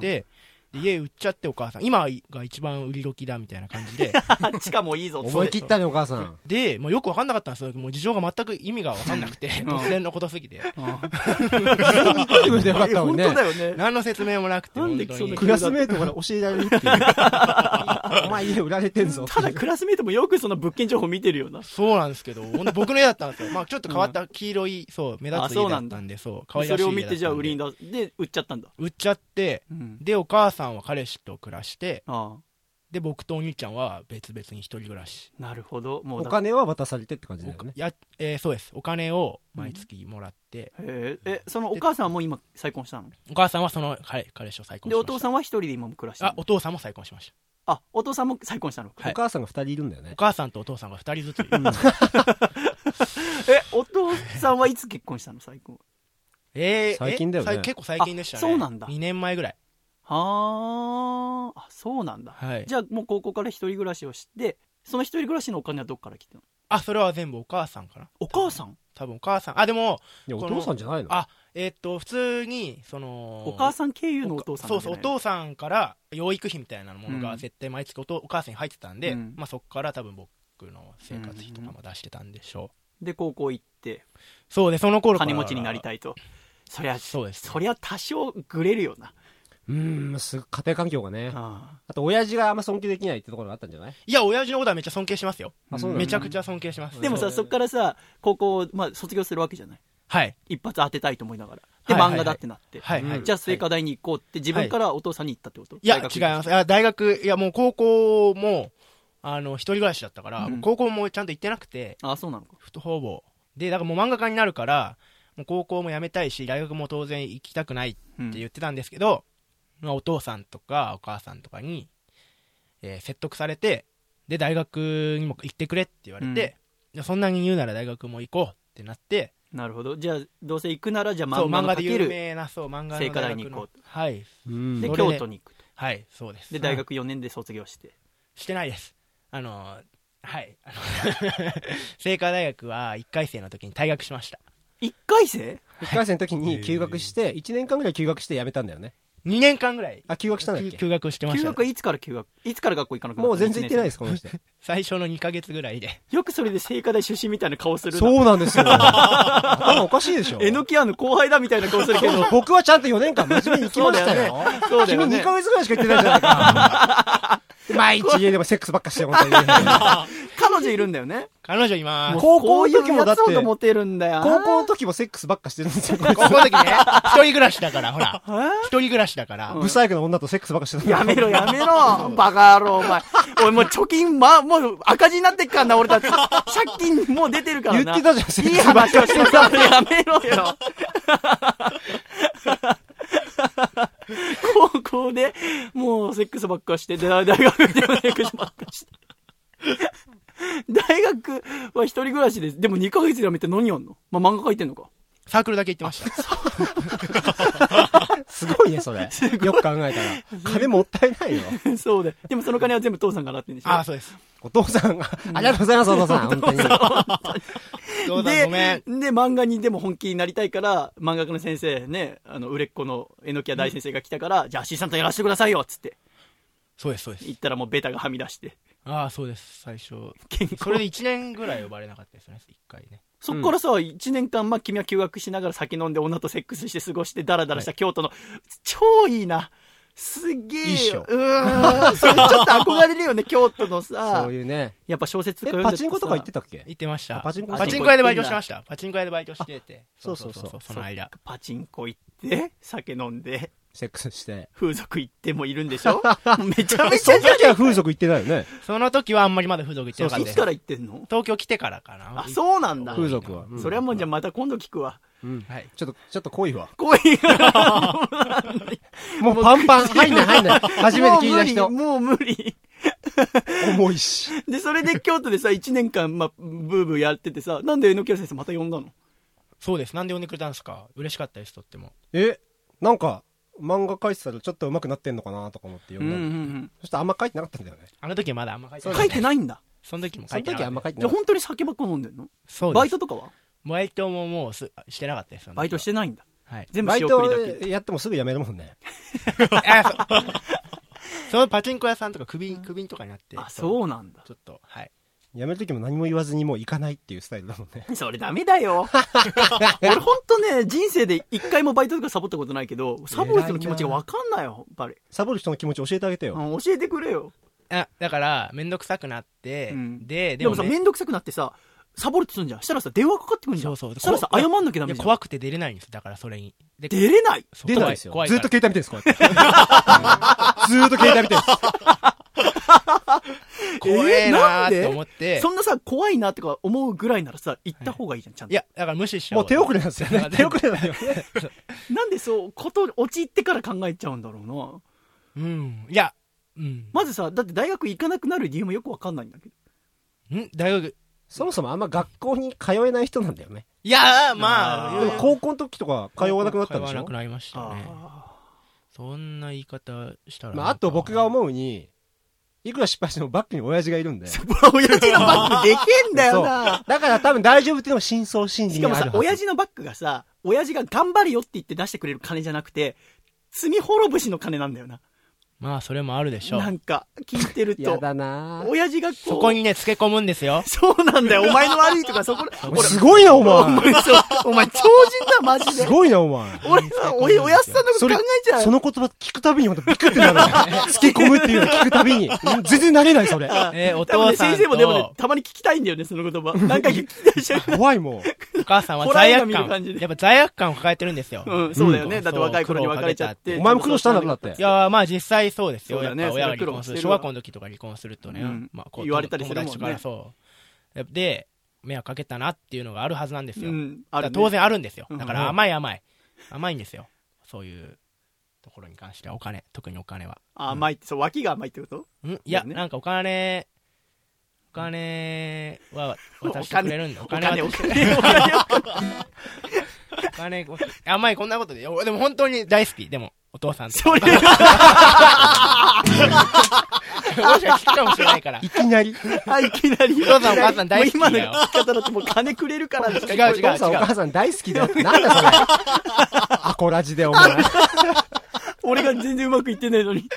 Speaker 4: で家売っちゃってお母さん、今が一番売り時だみたいな感
Speaker 1: <laughs>
Speaker 4: じで、
Speaker 1: あ地下もいいぞ
Speaker 3: 思い切ったね、お母さん。
Speaker 4: で、もうよくわかんなかったんですよ。もう事情が全く意味がわかんなくて、
Speaker 1: ん
Speaker 4: 突然のことすぎて、
Speaker 1: <laughs>
Speaker 3: 来てくれてよかったのに
Speaker 1: 本当
Speaker 3: ね。
Speaker 1: だよね
Speaker 4: 何の説明もなくて、
Speaker 1: なん
Speaker 4: 本
Speaker 1: で
Speaker 4: 当
Speaker 1: そんな
Speaker 4: に
Speaker 3: ク。ラスメートから教えられるっていう。 <laughs> お前家売られてんぞ。
Speaker 1: ただクラスメートもよくその物件情報見てるよな
Speaker 4: そうなんですけど、ほんと僕の家だったんですよ。まあちょっと変わった黄色い、そう、目立つ家だったんで、そう、可愛
Speaker 1: そ
Speaker 4: らしい
Speaker 1: れを
Speaker 4: 家だったんで。
Speaker 1: 見てじゃあ売りに出すで売っちゃったんだ
Speaker 4: 売っちゃって、
Speaker 1: うん
Speaker 4: で、お母さんは彼氏と暮らして、
Speaker 1: あ
Speaker 4: で、僕とお兄ちゃんは別々に一人暮らし。
Speaker 1: あなるほどもう
Speaker 3: お
Speaker 1: だ
Speaker 3: 金は渡されてって感じだよね。
Speaker 4: やえーそうですお金を毎月もらって、
Speaker 1: へええそのお母さんはもう今再婚したの
Speaker 4: お母さんはその彼彼氏と再婚
Speaker 1: で
Speaker 4: しま
Speaker 1: お
Speaker 4: した
Speaker 1: 父さんは一人で今も暮らして
Speaker 4: あ
Speaker 1: る
Speaker 4: お父さんも再婚しました
Speaker 1: あお父さんも再婚したの
Speaker 4: はい
Speaker 3: お母さんが二人いるんだよね
Speaker 4: お。母さんとお父さんが二
Speaker 1: <laughs>
Speaker 4: 人ずついる
Speaker 1: えお父さんはいつ結婚したの再婚
Speaker 4: えー
Speaker 3: 最近だよね
Speaker 4: えさい結構最近でしたね
Speaker 1: あそうなんだ
Speaker 4: 2年前ぐらい
Speaker 1: はーあそうなんだ
Speaker 4: はい
Speaker 1: じゃあもう高校から一人暮らしをしてその一人暮らしのお金はどっから来てたの
Speaker 4: あそれは全部お母さんかな
Speaker 1: お母さん
Speaker 4: 多分お母さんあでも
Speaker 3: いや、お
Speaker 4: この
Speaker 3: 父さんじゃないの
Speaker 4: あえーっと普通にその
Speaker 1: お母
Speaker 4: ん
Speaker 1: さん経由のお父さん
Speaker 4: そ
Speaker 1: なんじゃ
Speaker 4: うそう
Speaker 1: な
Speaker 4: お
Speaker 1: い
Speaker 4: 父さんから養育費みたいなもの
Speaker 1: う
Speaker 4: が
Speaker 1: ん
Speaker 4: 絶対毎月おとお母さんに入ってたんで、
Speaker 1: うん
Speaker 4: まあ、そこから多分僕の生活費とかも出してたんでしょう、
Speaker 1: で高校行って
Speaker 4: そうでその頃から
Speaker 1: 金持ちになりたいとそりゃ
Speaker 4: そうです
Speaker 1: そりゃ多少グレるよな
Speaker 3: うーん、す家庭環境がね。
Speaker 1: あ
Speaker 3: あと、親父があんま尊敬できないってところがあったんじゃない
Speaker 4: いや、親父のことはめっちゃ尊敬しますよ。
Speaker 3: あそうなんだ
Speaker 4: めちゃくちゃ尊敬します。
Speaker 1: あでもさそっからさ高校、まあ、卒業するわけじゃない
Speaker 4: はい。
Speaker 1: 一発当てたいと思いながらで、
Speaker 4: はいはいは
Speaker 1: 漫
Speaker 4: い
Speaker 1: 画だってなって、
Speaker 4: はいはい
Speaker 1: じゃあ聖火台に行こうって自分からお父さんに言ったってこと、
Speaker 4: いや、
Speaker 1: 大
Speaker 4: 違い
Speaker 1: 学
Speaker 4: ます。いや、大学、いや、もう高校も、あの、一人暮らしだったから、
Speaker 1: うん
Speaker 4: 高校もちゃんと行ってなくて、
Speaker 1: あそうなのか
Speaker 4: ふとほぼ。で、だからもう漫画家になるから、もう高校も辞めたいし、大学も当然行きたくないって言ってたんですけど、まあ、お父さんとかお母さんとかに、えー説得されて、で、大学にも行ってくれって言われて、いやそんなに言うなら大学も行こうってなって、
Speaker 1: なるほどじゃあどうせ行くならじゃあ
Speaker 4: そう
Speaker 1: 漫画
Speaker 4: 漫
Speaker 1: の
Speaker 4: 画
Speaker 1: か
Speaker 4: で
Speaker 1: け
Speaker 4: 有
Speaker 1: る
Speaker 4: 名なそう漫画の
Speaker 1: 聖火台に行こう
Speaker 4: 大学のはい
Speaker 3: うん
Speaker 1: で
Speaker 4: それで
Speaker 1: 京都に行くと
Speaker 4: はいそうです
Speaker 1: で大学4年で卒業して、
Speaker 4: してないですあのはいあの <laughs> 清華大学は1回生の時に退学しました
Speaker 1: 一1回生
Speaker 3: 一回生の時に休学して、1年間ぐらい休学して辞めたんだよね。
Speaker 4: 2年間ぐらい
Speaker 3: あ、休学したんだっ
Speaker 4: 休
Speaker 3: け
Speaker 4: 休学してま
Speaker 1: 休
Speaker 4: した、
Speaker 1: 学はいつから休学いつから学校行かなくなったの
Speaker 3: もう全然行ってないです、こ
Speaker 1: <laughs>
Speaker 3: の人。
Speaker 4: 最初の2ヶ月ぐらいで
Speaker 1: よくそれで聖火台出身みたいな顔するな
Speaker 3: そうなんですよ。頭おかしいでしょ。
Speaker 1: <laughs> えのき屋の後輩だみたいな顔するけど
Speaker 3: 僕はちゃんと4年間真面目に行きましたよ。
Speaker 1: そうだよねそうだよね
Speaker 3: 君2ヶ月ぐらいしか行ってないじゃないか。毎日家でもセックスばっかして、本当に。
Speaker 1: 彼女いるんだよね。
Speaker 4: 彼女いま
Speaker 3: もう
Speaker 4: す。
Speaker 3: 高校の時もだって
Speaker 1: こういうやつほどモテるんだよな。
Speaker 3: 高校の時もセックスばっかしてる
Speaker 1: <laughs>
Speaker 3: んですよ。
Speaker 4: 高校の時ね、一人暮らしだから、ほら。一人暮らしだから。
Speaker 3: ブサイクな女とセックスばっかしてるんですよ
Speaker 1: やめろ、やめろ。バカ野郎、お前。俺もう貯金、ま、もう赤字になってっからな、俺たち。借金もう出てるからな。
Speaker 3: 言ってたじゃんセックス
Speaker 1: いい話をしてたのやめろ
Speaker 3: <laughs>
Speaker 1: よ。高校で、もうセックスばっかして、で大学でもセックスばっかして。大学は一人暮らしです。でも2ヶ月でやめて何やんのまあ、漫画描いてんのか。
Speaker 4: サークルだけ行ってました。
Speaker 3: <laughs> すごいね、それ。よく考えたら。金もったいないよ。
Speaker 1: そうで。でもその金は全部父さんが払ってんでしょ
Speaker 4: ああ、そうです。
Speaker 3: お父さんが、ありがとうございます、お父さん。本当に。
Speaker 4: どうだ、
Speaker 1: で
Speaker 4: ごめん。
Speaker 1: で、漫画にでも本気になりたいから、漫画家の先生ね、あの、売れっ子のえのきや大先生が来たから、じゃあアシスタントやらせてくださいよっつって。
Speaker 4: そうです、そうです。
Speaker 1: 言ったらもうベタがはみ出して。
Speaker 4: ああ、そうです、最初。
Speaker 1: 健康
Speaker 4: それで1年ぐらい呼ばれなかったですね、1回ね。
Speaker 1: そっからさ、一1年間、まあ、君は休学しながら酒飲んで女とセックスして過ごして、ダラダラした京都の、超いいな。すげえよ。
Speaker 4: いいっしょ
Speaker 1: うーん。それちょっと憧れる
Speaker 3: <laughs>
Speaker 1: よね、京都のさ
Speaker 3: そう。いうね。
Speaker 1: やっぱ小説と
Speaker 3: え
Speaker 1: か、読んで
Speaker 3: パ
Speaker 1: る
Speaker 3: チンコとか行ってたっけ
Speaker 4: 行ってました。
Speaker 3: パチンコ
Speaker 4: パチンコ屋でバイトしてました。パチンコ屋でバイトしてて。
Speaker 3: そうそうそう
Speaker 4: その間。
Speaker 1: パチンコ行って、酒飲んで、
Speaker 3: セックスして。
Speaker 1: 風俗行ってもいるんでし
Speaker 3: <laughs>
Speaker 1: ょめちゃめ
Speaker 3: え、
Speaker 1: ち
Speaker 3: そ
Speaker 1: ゃ
Speaker 3: の
Speaker 1: じゃ
Speaker 3: 時は風俗行ってないよね。
Speaker 4: その時はあんまりまだ風俗行ってなか
Speaker 1: ん。
Speaker 4: っ
Speaker 1: い
Speaker 4: たで
Speaker 1: つ
Speaker 4: す
Speaker 1: から行ってんの
Speaker 4: 東京来てからかな。
Speaker 1: あ、そうなんだ。
Speaker 3: 風俗は。うん
Speaker 1: それはもうじゃあまた今度聞くわ。
Speaker 3: うん
Speaker 4: はい。
Speaker 3: ちょっと、ちょっと濃いわ。
Speaker 1: 恋が。
Speaker 3: もうパンパン。 <laughs> 入んない、入んない。初めて聞いた人。
Speaker 1: もう無理。もう無理。
Speaker 3: 重いし。
Speaker 1: で、それで京都でさ、1年間、まあ、ブーブーやっててさ、なんで榎谷先生また呼んだの
Speaker 4: そうです。なんで呼んでくれたんですか嬉しかったです、とっても。
Speaker 3: え、なんか、漫画描いてたらちょっと上手くなってんのかなとか思って読んだの、そしたらあんま書いてなかったんだよね。
Speaker 4: あの時はまだあんま書いてな
Speaker 1: 書
Speaker 4: い
Speaker 1: い。てないんだ。
Speaker 4: その時も
Speaker 3: そ
Speaker 4: 書い
Speaker 3: の
Speaker 4: てな
Speaker 3: 時
Speaker 4: か
Speaker 3: はあ
Speaker 4: っ
Speaker 3: んま
Speaker 4: たで
Speaker 3: 書い
Speaker 1: じ
Speaker 3: て
Speaker 1: ゃあ
Speaker 3: なかっ
Speaker 1: 本当に酒ばっか飲んでんの
Speaker 4: す。そうです。
Speaker 1: バイトとかは
Speaker 4: バイトももうすしてなかったです。その時
Speaker 1: バイトしてないんだ。
Speaker 4: はい。
Speaker 1: 全
Speaker 3: た。
Speaker 1: 部
Speaker 3: バイ
Speaker 1: 仕送りだ
Speaker 3: ト
Speaker 1: け。
Speaker 3: やってもすぐ辞めるもんね。
Speaker 4: <laughs> あ <laughs> そうそのパチンコ屋さんとかクビ、クビとかになって。
Speaker 1: あ、そうなんだ。
Speaker 4: ちょっと、はい。
Speaker 3: 辞める時も何も言わずにもう行かないっていうスタイルだもんね。
Speaker 1: それダメだ
Speaker 3: <laughs>
Speaker 1: よ。 <laughs> 俺ほんとね、人生で一回もバイトとかサボったことないけど、サボる人の気持ちがわかんないよ、やっぱり。
Speaker 3: サボる人の気持ち教えてあげてよ。
Speaker 1: うん教えてくれよ。
Speaker 4: <laughs> あ、だから、めんどくさくなって、
Speaker 1: うん
Speaker 4: で、
Speaker 1: でもさ、
Speaker 4: ね
Speaker 1: めんどくさくなってさ、サボるとすんじゃん。したらさ、電話かかってくんじゃん。
Speaker 4: そうそう
Speaker 1: したらさ、謝んなきゃダメ
Speaker 4: いや
Speaker 1: じゃん。
Speaker 4: 怖くて出れないんですだからそれに。で
Speaker 1: 出れない
Speaker 4: そう
Speaker 3: 出ないですよ。
Speaker 4: 怖い
Speaker 3: ず
Speaker 4: 怖
Speaker 3: っと
Speaker 4: いから
Speaker 3: 携帯見てるんです、こうやって。 <laughs> ずーっと携帯見てるんです。
Speaker 4: 怖えなーって思って、
Speaker 1: そんなさ、怖いなとか思うぐらいならさ、行った方がいいじゃん、ちゃんと。
Speaker 4: いや、だから無視しちゃお
Speaker 3: も
Speaker 4: う。
Speaker 3: う手遅れなんですよね。手遅れなんだよね。
Speaker 1: なんでそう、こと、陥ってから考えちゃうんだろうな。
Speaker 4: うん。いや、うん。
Speaker 1: まずさ、だって大学行かなくなる理由もよくわかんないんだけど。
Speaker 4: ん大学。
Speaker 3: <laughs> そもそもあんま学校に通えない人なんだよね。
Speaker 4: いやー、まあ、
Speaker 1: あー
Speaker 3: でも高校の時とか通わなくなったんでし
Speaker 4: 通わな
Speaker 3: ょ
Speaker 4: くなりましたね。
Speaker 1: あ
Speaker 4: そんな言い方したら。
Speaker 3: まあ、あと僕が
Speaker 4: う。
Speaker 3: 思うに、いくら失敗してもバックに親父がいるんで。そう。
Speaker 1: あ。親父のバッグでけんだよな。
Speaker 3: だから多分大丈夫っていうのも真相心理
Speaker 1: し
Speaker 3: にあ
Speaker 1: かも
Speaker 3: るはず
Speaker 1: さ、親父のバッグがさ、親父が頑張れよって言って出してくれる金じゃなくて、罪滅ぶしの金なんだよな。
Speaker 4: まあ、それもあるでしょ
Speaker 1: な
Speaker 4: う。
Speaker 1: んか、聞いてる
Speaker 3: 嫌
Speaker 1: と。
Speaker 3: だなぁ
Speaker 1: 親父がこう。
Speaker 4: そこにね、付け込むんですよ。
Speaker 1: <laughs> そうなんだよ。お前の悪いとか、そこら。
Speaker 4: <laughs>
Speaker 3: <laughs> お前すごいな、お
Speaker 1: お
Speaker 3: 前。
Speaker 1: 前、そうお前、超人だ、マジ
Speaker 3: す
Speaker 1: で。
Speaker 3: ごいな、お前。
Speaker 1: 俺さ、おや、おやすさんのこと考えちゃう。
Speaker 3: その言葉聞くたびにまたビクってなる <laughs> よね。つけ込むっていうの聞くたびに。うん全然慣れない、 <laughs> それ。
Speaker 4: えー、お
Speaker 1: 多分
Speaker 4: 父
Speaker 1: ね、
Speaker 4: さん
Speaker 1: 先生もでもね
Speaker 4: と、、
Speaker 1: たまに聞きたいんだよね、その
Speaker 4: <laughs>
Speaker 1: 言葉。なんか聞きたいし。
Speaker 3: 怖いもん。
Speaker 4: お母さんは
Speaker 1: ホラー
Speaker 4: 罪
Speaker 1: 映画
Speaker 4: 悪
Speaker 1: 見る感
Speaker 4: 感。
Speaker 1: じで
Speaker 4: やっぱ罪悪感を抱えてるんですよ。
Speaker 1: うん、そうだよ
Speaker 4: う
Speaker 1: ね。
Speaker 4: ん
Speaker 1: だって若い頃に別れちゃって。
Speaker 3: お前も苦労したんだろ、だっ
Speaker 4: い
Speaker 3: て。
Speaker 4: やーまあ実際そうですよ。
Speaker 1: そうだよ
Speaker 4: やっ
Speaker 1: ね
Speaker 4: ぱ親
Speaker 1: それ
Speaker 4: が
Speaker 1: は苦
Speaker 4: 離
Speaker 1: 労
Speaker 4: 婚す
Speaker 1: し
Speaker 4: る。
Speaker 1: てる
Speaker 4: 小
Speaker 1: わ
Speaker 4: 学校の時とか離婚するとね
Speaker 1: うん、
Speaker 4: まあこう
Speaker 1: 言われたりするもんね
Speaker 4: 友達とかそう。で、迷惑かけたなっていうのがあるはずなんですよ。
Speaker 1: うんあ
Speaker 4: だ
Speaker 1: る
Speaker 4: か
Speaker 1: ね
Speaker 4: ら当然あるんですよ。だか
Speaker 1: うん
Speaker 4: ら甘い甘い。甘いんですよ。そういうところに関してはお金、特にお金は。
Speaker 1: あ甘いって、そう、脇が甘いってこと
Speaker 4: んい
Speaker 1: だ
Speaker 4: や、
Speaker 1: よね
Speaker 4: なんかお金、お金は渡してくれるんだ。
Speaker 1: お金、お
Speaker 4: お
Speaker 1: 金、お金。
Speaker 4: 金、お金甘いこんなことで。おでも本当に大好き。でも、お父さんと。
Speaker 1: それは、
Speaker 4: もしかしたら聞くかもしれ
Speaker 1: <laughs>
Speaker 4: ないから。
Speaker 3: いきなり。
Speaker 1: いきなり。
Speaker 4: お父さんお母さん大好きだ
Speaker 1: もう今の
Speaker 4: よ
Speaker 1: 聞き方だともう金くれるからでしか
Speaker 4: 違
Speaker 1: 言
Speaker 4: う違
Speaker 3: お
Speaker 4: う違
Speaker 3: 父
Speaker 4: う
Speaker 3: さんお母さん大好きだよ。なんだそれ。アコラジでお前。
Speaker 1: 俺が全然うまくいってないのに。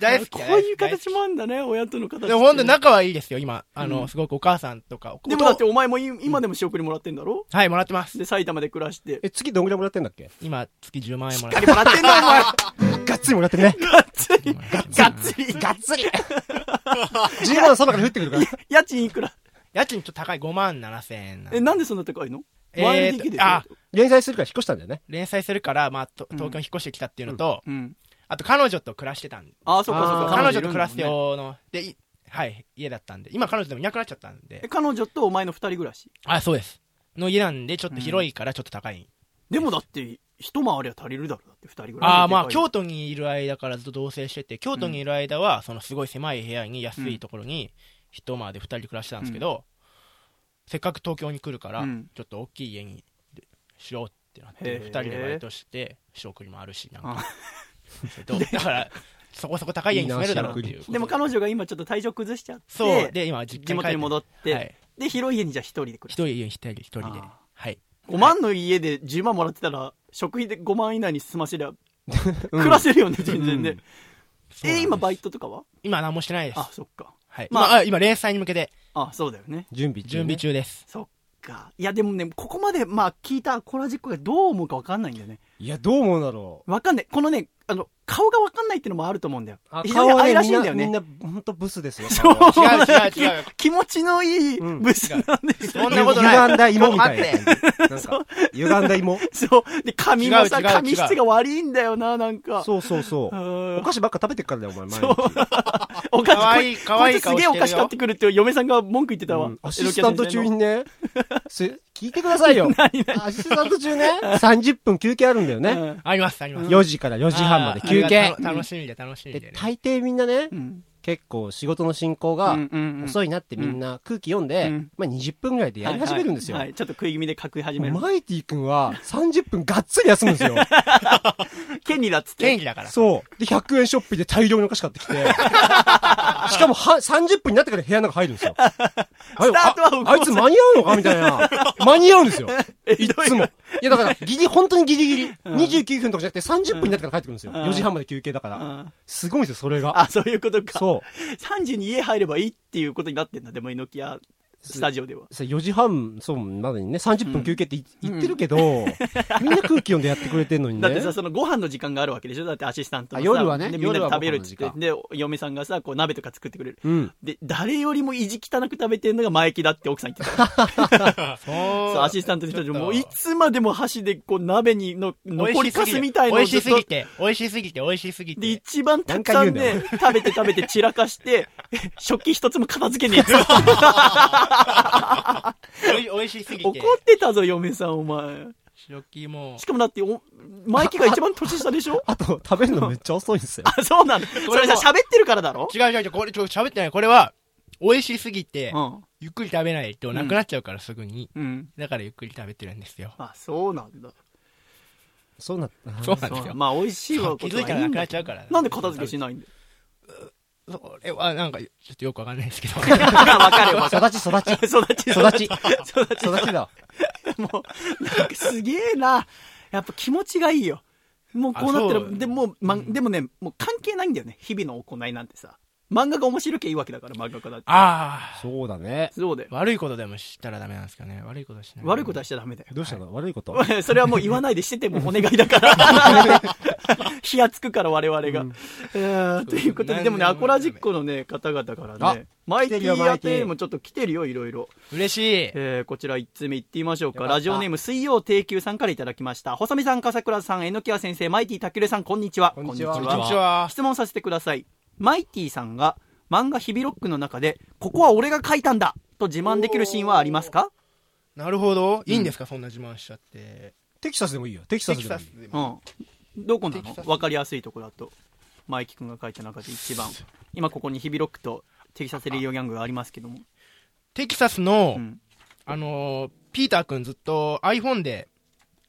Speaker 4: 大好き
Speaker 1: こ
Speaker 4: だよ
Speaker 1: ういう形もあんだね、親との形。
Speaker 4: でも本当仲はいいですよ、今。あの、すごくお母さんとか。
Speaker 1: でもだってお前も今でも仕送りもらってんだろ
Speaker 4: はい、もらってます。
Speaker 1: で、埼玉で暮らして。 <laughs>
Speaker 3: え、次どんぐらいもらってんだっけ
Speaker 4: 今、月10万円もらっ
Speaker 1: あ
Speaker 4: て
Speaker 1: れもらってんだ、お前。
Speaker 3: ガッつりもらってるね。
Speaker 1: がっつり、
Speaker 4: <laughs>
Speaker 1: がっつり。
Speaker 3: がっつり !10 万その中で降ってくるから。
Speaker 1: 家賃いくら
Speaker 4: 家賃ちょっと高い5万7千円なんで
Speaker 1: え、なんでそんな高いの
Speaker 4: えー
Speaker 1: ?1DK でしょ
Speaker 4: あ、
Speaker 3: 連載するから引っ越したんだよね。
Speaker 4: 連載するから、まあ、と東京に引っ越してきたっていうのと、
Speaker 1: うん。
Speaker 4: あと彼女と暮らしてたんで
Speaker 1: あー、そっかそっ
Speaker 3: あ
Speaker 1: か。
Speaker 3: ー
Speaker 4: 彼女と暮らす
Speaker 1: いるんだもんね。
Speaker 4: 用の、で、いはい、家だったんで、今彼女でもいなくなっちゃったん
Speaker 1: え
Speaker 4: で、
Speaker 1: 彼女とお前の二人暮らし。
Speaker 4: あ、そうです。の家なんで、ちょっと広いからちょっと高い。
Speaker 1: でもだって、一回りは足りるだろ、だって二人暮らし。
Speaker 4: ああ、まあ、
Speaker 1: でかい
Speaker 4: 京都にいる間からずっと同棲してて、京都にいる間は、そのすごい狭い部屋に安いところに、一間で二人暮らしてたんですけど、せっかく東京に来るから、
Speaker 1: うん
Speaker 4: ちょっと大きい家にしようってなっ
Speaker 1: へー
Speaker 4: て、二人でバイトして、仕送りもあるし、なん
Speaker 1: あ
Speaker 4: か。 <laughs> そうだから、そこそこ高い家に住めるだろうっていう。
Speaker 1: でも彼女が今ちょっと体調崩しちゃって。
Speaker 4: そう、で、今、実
Speaker 1: 地元に戻
Speaker 4: って、
Speaker 1: って、
Speaker 4: はい
Speaker 1: で広い家にじゃあ一人で暮
Speaker 4: 一
Speaker 1: らす
Speaker 4: 人、一人、一人で
Speaker 1: あ。
Speaker 4: はい。
Speaker 1: 5万の家で10万もらってたら食費で5万以内に済ませりゃ暮らせるよね全然ね、
Speaker 4: そうなんで
Speaker 1: え
Speaker 4: す
Speaker 1: 今バイトとかは
Speaker 4: 今何もしてないです。
Speaker 1: あそっか
Speaker 4: はい。
Speaker 1: まあ
Speaker 4: まあ、今、連載に向けて、
Speaker 1: あそうだよね
Speaker 3: 準備中ね
Speaker 4: 準備。中です。
Speaker 1: そっかいやでもねここまでまあ聞いたコラジックがどう思うか分かんないんだよね
Speaker 3: いや、どう思うだろう。
Speaker 1: 分かんないこのねあの顔が分かんないっていうのもあると思うんだよ
Speaker 3: あ
Speaker 1: 非常に愛らしいんだよ
Speaker 3: みん
Speaker 1: ね
Speaker 3: な、みんなほんとブスです
Speaker 1: <laughs>
Speaker 3: よ。
Speaker 1: そう
Speaker 3: 顔は
Speaker 4: 違う違う違う
Speaker 1: 気持ちのいい
Speaker 3: うん
Speaker 1: ブスなんですよ、
Speaker 4: そんなことない
Speaker 3: 歪んだ芋みたいな。なんか、歪んだ芋。
Speaker 1: そうで髪もさ
Speaker 4: 違う違う違う
Speaker 1: 髪質が悪いんだよななんか
Speaker 3: そうそうそうう。
Speaker 1: ん
Speaker 3: お菓子ばっか食べてっからだよ、お前、毎
Speaker 1: そう
Speaker 3: 日。。
Speaker 1: お
Speaker 4: か
Speaker 1: か
Speaker 4: わ
Speaker 1: し
Speaker 4: い
Speaker 1: い
Speaker 4: い
Speaker 1: こ
Speaker 4: か
Speaker 1: い
Speaker 4: わい
Speaker 1: つ
Speaker 4: い
Speaker 1: す
Speaker 4: 顔
Speaker 1: げ
Speaker 4: し
Speaker 1: え
Speaker 4: てるよ
Speaker 1: お菓子買ってくるって嫁さんが文句言ってた
Speaker 3: う
Speaker 1: わ
Speaker 3: ん。アシスタント中にね、せ聞いてくださいよ。アシスタント中ね、30分休憩あるんだよ
Speaker 1: エロキャン先生
Speaker 3: ね。
Speaker 1: の。
Speaker 4: あります、あります。
Speaker 3: 4時から4時半まで休
Speaker 4: あ
Speaker 3: 憩
Speaker 4: ー。楽しみで、楽しみで
Speaker 3: で
Speaker 4: ね。
Speaker 3: 大抵みんなね
Speaker 1: う、ん。
Speaker 3: 結構仕事の進行
Speaker 1: う
Speaker 3: が
Speaker 1: んうんうん
Speaker 3: 遅いなってみんな空気読んで
Speaker 1: うん、
Speaker 3: まあ20分ぐらいでやり始めるんですよ
Speaker 1: はい。はいはいちょっと食い気味で書き始める。
Speaker 3: マイティ君は30分がっつり休むんで
Speaker 1: <laughs>
Speaker 3: すよ。
Speaker 1: 権利だっつって。
Speaker 4: 元気だから。
Speaker 3: そう。で、100円ショッピングで大量にお菓子買っ
Speaker 1: <laughs>
Speaker 3: てきて。しかもは、30分になってから部屋の中入るんですよ。あれ
Speaker 1: スタートは動
Speaker 3: ああいつ間に合うのかみたいな。
Speaker 1: <laughs>
Speaker 3: 間に合うんですよ。いっつも。いや、だから、ギリ、本当にギリギリ。29分とかじゃなくて30分になってから帰ってくるんですよ。
Speaker 1: うん
Speaker 3: 4時半まで休憩だか
Speaker 1: う
Speaker 3: ら。
Speaker 1: ん
Speaker 3: すごいんですよ、それが。
Speaker 1: あ、そういうことか。
Speaker 3: そ
Speaker 1: <laughs> 3時に家入ればいいっていうことになってんだ、でも、猪木屋スタジオでは。
Speaker 3: う。さ4時半、そう、までにね、30分休憩ってい言ってるけど、みんな空気読んでやってくれてんのに
Speaker 1: だって
Speaker 3: ね。
Speaker 1: さ、そのご飯の時間があるわけでしょだってアシスタントのさ
Speaker 3: あ夜はね
Speaker 1: でみんなで
Speaker 3: 夜は
Speaker 1: 食べるっつって
Speaker 3: ご飯の時。
Speaker 1: で、嫁さんがさ、こう鍋とか作ってくれる。
Speaker 3: うん。
Speaker 1: で、誰よりも意地汚く食べてんのが前木だって奥さん言ってた。
Speaker 3: <laughs>
Speaker 4: そ
Speaker 1: そうアシスタントの人たちも、もうい
Speaker 4: ちょっ
Speaker 1: つまでも箸で、こう、鍋にの、
Speaker 4: と
Speaker 1: 残りかすみたいのを
Speaker 4: 美味
Speaker 1: ず
Speaker 4: し
Speaker 1: っ
Speaker 4: すぎ
Speaker 1: と、
Speaker 4: て、美味しすぎて、美味しすぎ
Speaker 1: で、
Speaker 4: て。
Speaker 1: 一番たくさん
Speaker 3: 何回言
Speaker 1: ね
Speaker 3: う、
Speaker 1: 食べて食べて散らか
Speaker 3: <laughs>
Speaker 1: して、食器一つも片付けねえって。
Speaker 4: おい美味しすぎ。
Speaker 1: 怒っててたぞ、嫁さん、お前。
Speaker 4: 食器も
Speaker 1: し、かもだって、お、マイキが一番年下でしょ
Speaker 3: あと、食べるのめっちゃ遅いんですよ。
Speaker 1: あ、そうなんだ。それさ、喋ってるからだろ
Speaker 4: 違う違う違う、これ、ちょ、喋ってない。これは、美味しすぎて
Speaker 1: う、ん。
Speaker 4: ゆっくり食べないとなくなっちゃうから、すぐに。
Speaker 1: うん。
Speaker 4: だからゆっくり食べてるんですよ。
Speaker 1: あ、そうなんだ。
Speaker 3: そうなった。
Speaker 4: <laughs> そうなんで
Speaker 1: そ
Speaker 4: す
Speaker 1: う
Speaker 4: よ。
Speaker 1: まあ、美味しいわ、
Speaker 4: 気づいたらなくなっちゃうから。
Speaker 1: なんで片付けしないんだよ。
Speaker 4: それは、なんか、ちょっとよくわかんないで
Speaker 1: <laughs>
Speaker 4: すけど。
Speaker 1: わかるよ、わかる。
Speaker 3: 育ち育ち。
Speaker 1: 育ち、
Speaker 3: 育ち。
Speaker 1: 育ち。
Speaker 3: 育ちだ。
Speaker 1: もう、なんかすげえな。やっぱ気持ちがいいよ。もうこうなった
Speaker 4: あ
Speaker 1: ら、
Speaker 4: そう
Speaker 1: でもう、ま、でもね、もう関係ないんだよね。日々の行いなんてさ。漫画が面白きゃいいわけだから、漫画家だって。
Speaker 4: ああ。
Speaker 3: そうだね。
Speaker 1: そうだよ。
Speaker 4: 悪いことでもしたらダメなんですかね。悪いことしない。
Speaker 1: 悪いことはし
Speaker 4: し
Speaker 1: ちゃダメだよ。
Speaker 3: どうしたの、悪いこと
Speaker 1: <laughs> それはもう言わないでしててもお願いだから。 <laughs> 火がつくから我々が。えーということで、でもね、アコラジッコのね、方々からね、マイテ
Speaker 3: てるよ
Speaker 1: ィア
Speaker 3: マイティ
Speaker 1: テもちょっと来てるよ、いろいろ。
Speaker 4: 嬉しい。
Speaker 1: えーこちら1通目いってみましょうか
Speaker 3: よかった
Speaker 1: ラジオネーム水曜定休さんからいただきました細見さん笠倉さん榎谷先生マイティたけるさんこんにちは
Speaker 3: こんにちは
Speaker 1: こんに
Speaker 4: こんにちは。
Speaker 1: 質問させてくださいマイティさんが漫画「ヒビロック」の中で「ここは俺が書いたんだ!」と自慢できるシーンはありますか
Speaker 4: なるほど。いいんですか、そんな自慢しちゃって。
Speaker 3: テキサスでもいいよ。テキサス
Speaker 4: テキ
Speaker 3: でも
Speaker 4: サ
Speaker 3: い
Speaker 4: ス
Speaker 3: い。
Speaker 4: で
Speaker 1: う
Speaker 4: も。
Speaker 1: んどこな
Speaker 4: テキ
Speaker 1: の
Speaker 4: サス
Speaker 1: 分かりやすいところだとマイキ君が書いた中で一番今ここにヒビロックとテキサスレディオギャングがありますけども、
Speaker 4: テキサスの、
Speaker 1: うん
Speaker 4: あのー、ピーターくんずっと iPhone で、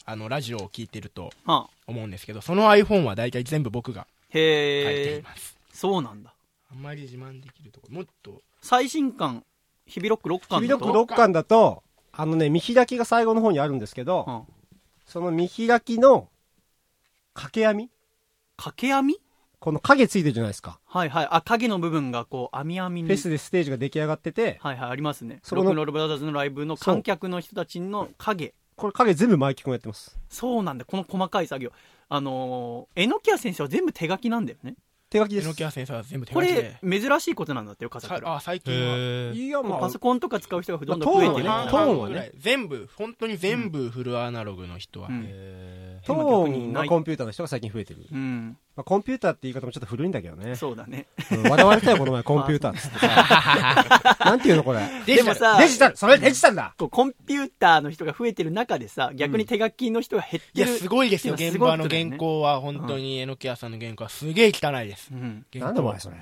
Speaker 4: あの、ラジオを聞いてると
Speaker 1: はあ、
Speaker 4: 思うんですけど、その iPhone は大体全部僕が書いて
Speaker 1: へ
Speaker 4: い
Speaker 1: え
Speaker 4: ます。
Speaker 1: そうなんだ
Speaker 4: あんまり自慢できるとこもっと、
Speaker 1: 最新刊ヒビロック6
Speaker 3: ヒ
Speaker 1: 巻
Speaker 3: ビ
Speaker 1: だ
Speaker 3: ロ
Speaker 1: と
Speaker 3: ック6巻だと、あのね、見開きが最後の方にあるんですけど、
Speaker 1: うん
Speaker 3: その見開きの掛け網
Speaker 1: 掛け網
Speaker 3: この影ついてるじゃないですか。
Speaker 1: はいはい。あ、影の部分がこう、網網に。
Speaker 3: フェスでステージが出来上がってて、
Speaker 1: はいはい、ありますね。
Speaker 3: そ
Speaker 1: ロッ
Speaker 3: こ
Speaker 1: ク
Speaker 3: の
Speaker 1: ンロールブラザーズのライブの観客の人たちの影。
Speaker 3: これ影全部マイキ君やってます。
Speaker 1: そうなんだ、この細かい作業。あのー、榎谷先生は全部手書きなんだよね。
Speaker 3: 手書き
Speaker 4: え
Speaker 3: です。
Speaker 4: のきや先生は全部手
Speaker 1: こ
Speaker 4: 書き
Speaker 1: れ
Speaker 4: で、。
Speaker 1: 珍しいことなんだってよ、笠
Speaker 4: さ
Speaker 1: 倉。
Speaker 4: あ、最近は。
Speaker 2: へー
Speaker 3: いや、まあ、
Speaker 1: パソコンとか使う人がどんどん
Speaker 3: まあ
Speaker 1: 増え
Speaker 3: コ
Speaker 1: て
Speaker 3: ン
Speaker 1: る。
Speaker 3: はね
Speaker 4: 半
Speaker 3: トーン
Speaker 4: 々
Speaker 3: はね
Speaker 4: ぐらい全部、本当に全部フルアナログの人は。
Speaker 1: うん
Speaker 2: へ
Speaker 3: ト
Speaker 1: 今逆
Speaker 3: ー
Speaker 1: に
Speaker 3: ン
Speaker 1: な
Speaker 3: が
Speaker 1: い
Speaker 3: コンピューターの人が最近増えてる。
Speaker 1: うん。
Speaker 3: まあ、コンピューターって言い方もちょっと古いんだけどね。
Speaker 1: そうだね。
Speaker 3: うん笑われたよ、この前、コンピューターっつっ
Speaker 1: <laughs>
Speaker 3: てさ。なんていうの、これ。
Speaker 4: デジタ
Speaker 1: で
Speaker 4: ル
Speaker 1: もさ
Speaker 3: デジタルそれデジタルだ
Speaker 1: こうコンピューターの人が増えてる中でさ、逆に手書きの人が減っ
Speaker 4: い
Speaker 1: て
Speaker 4: や、
Speaker 1: る。
Speaker 4: すごいですよ。
Speaker 1: ってう
Speaker 4: 現
Speaker 1: は
Speaker 4: 場の
Speaker 1: すごいことだよ
Speaker 4: 原
Speaker 1: ね。
Speaker 4: 稿は、本当に、えのきやさんの原稿はすげえ汚いです。
Speaker 1: うん、
Speaker 3: なんだお前、それ。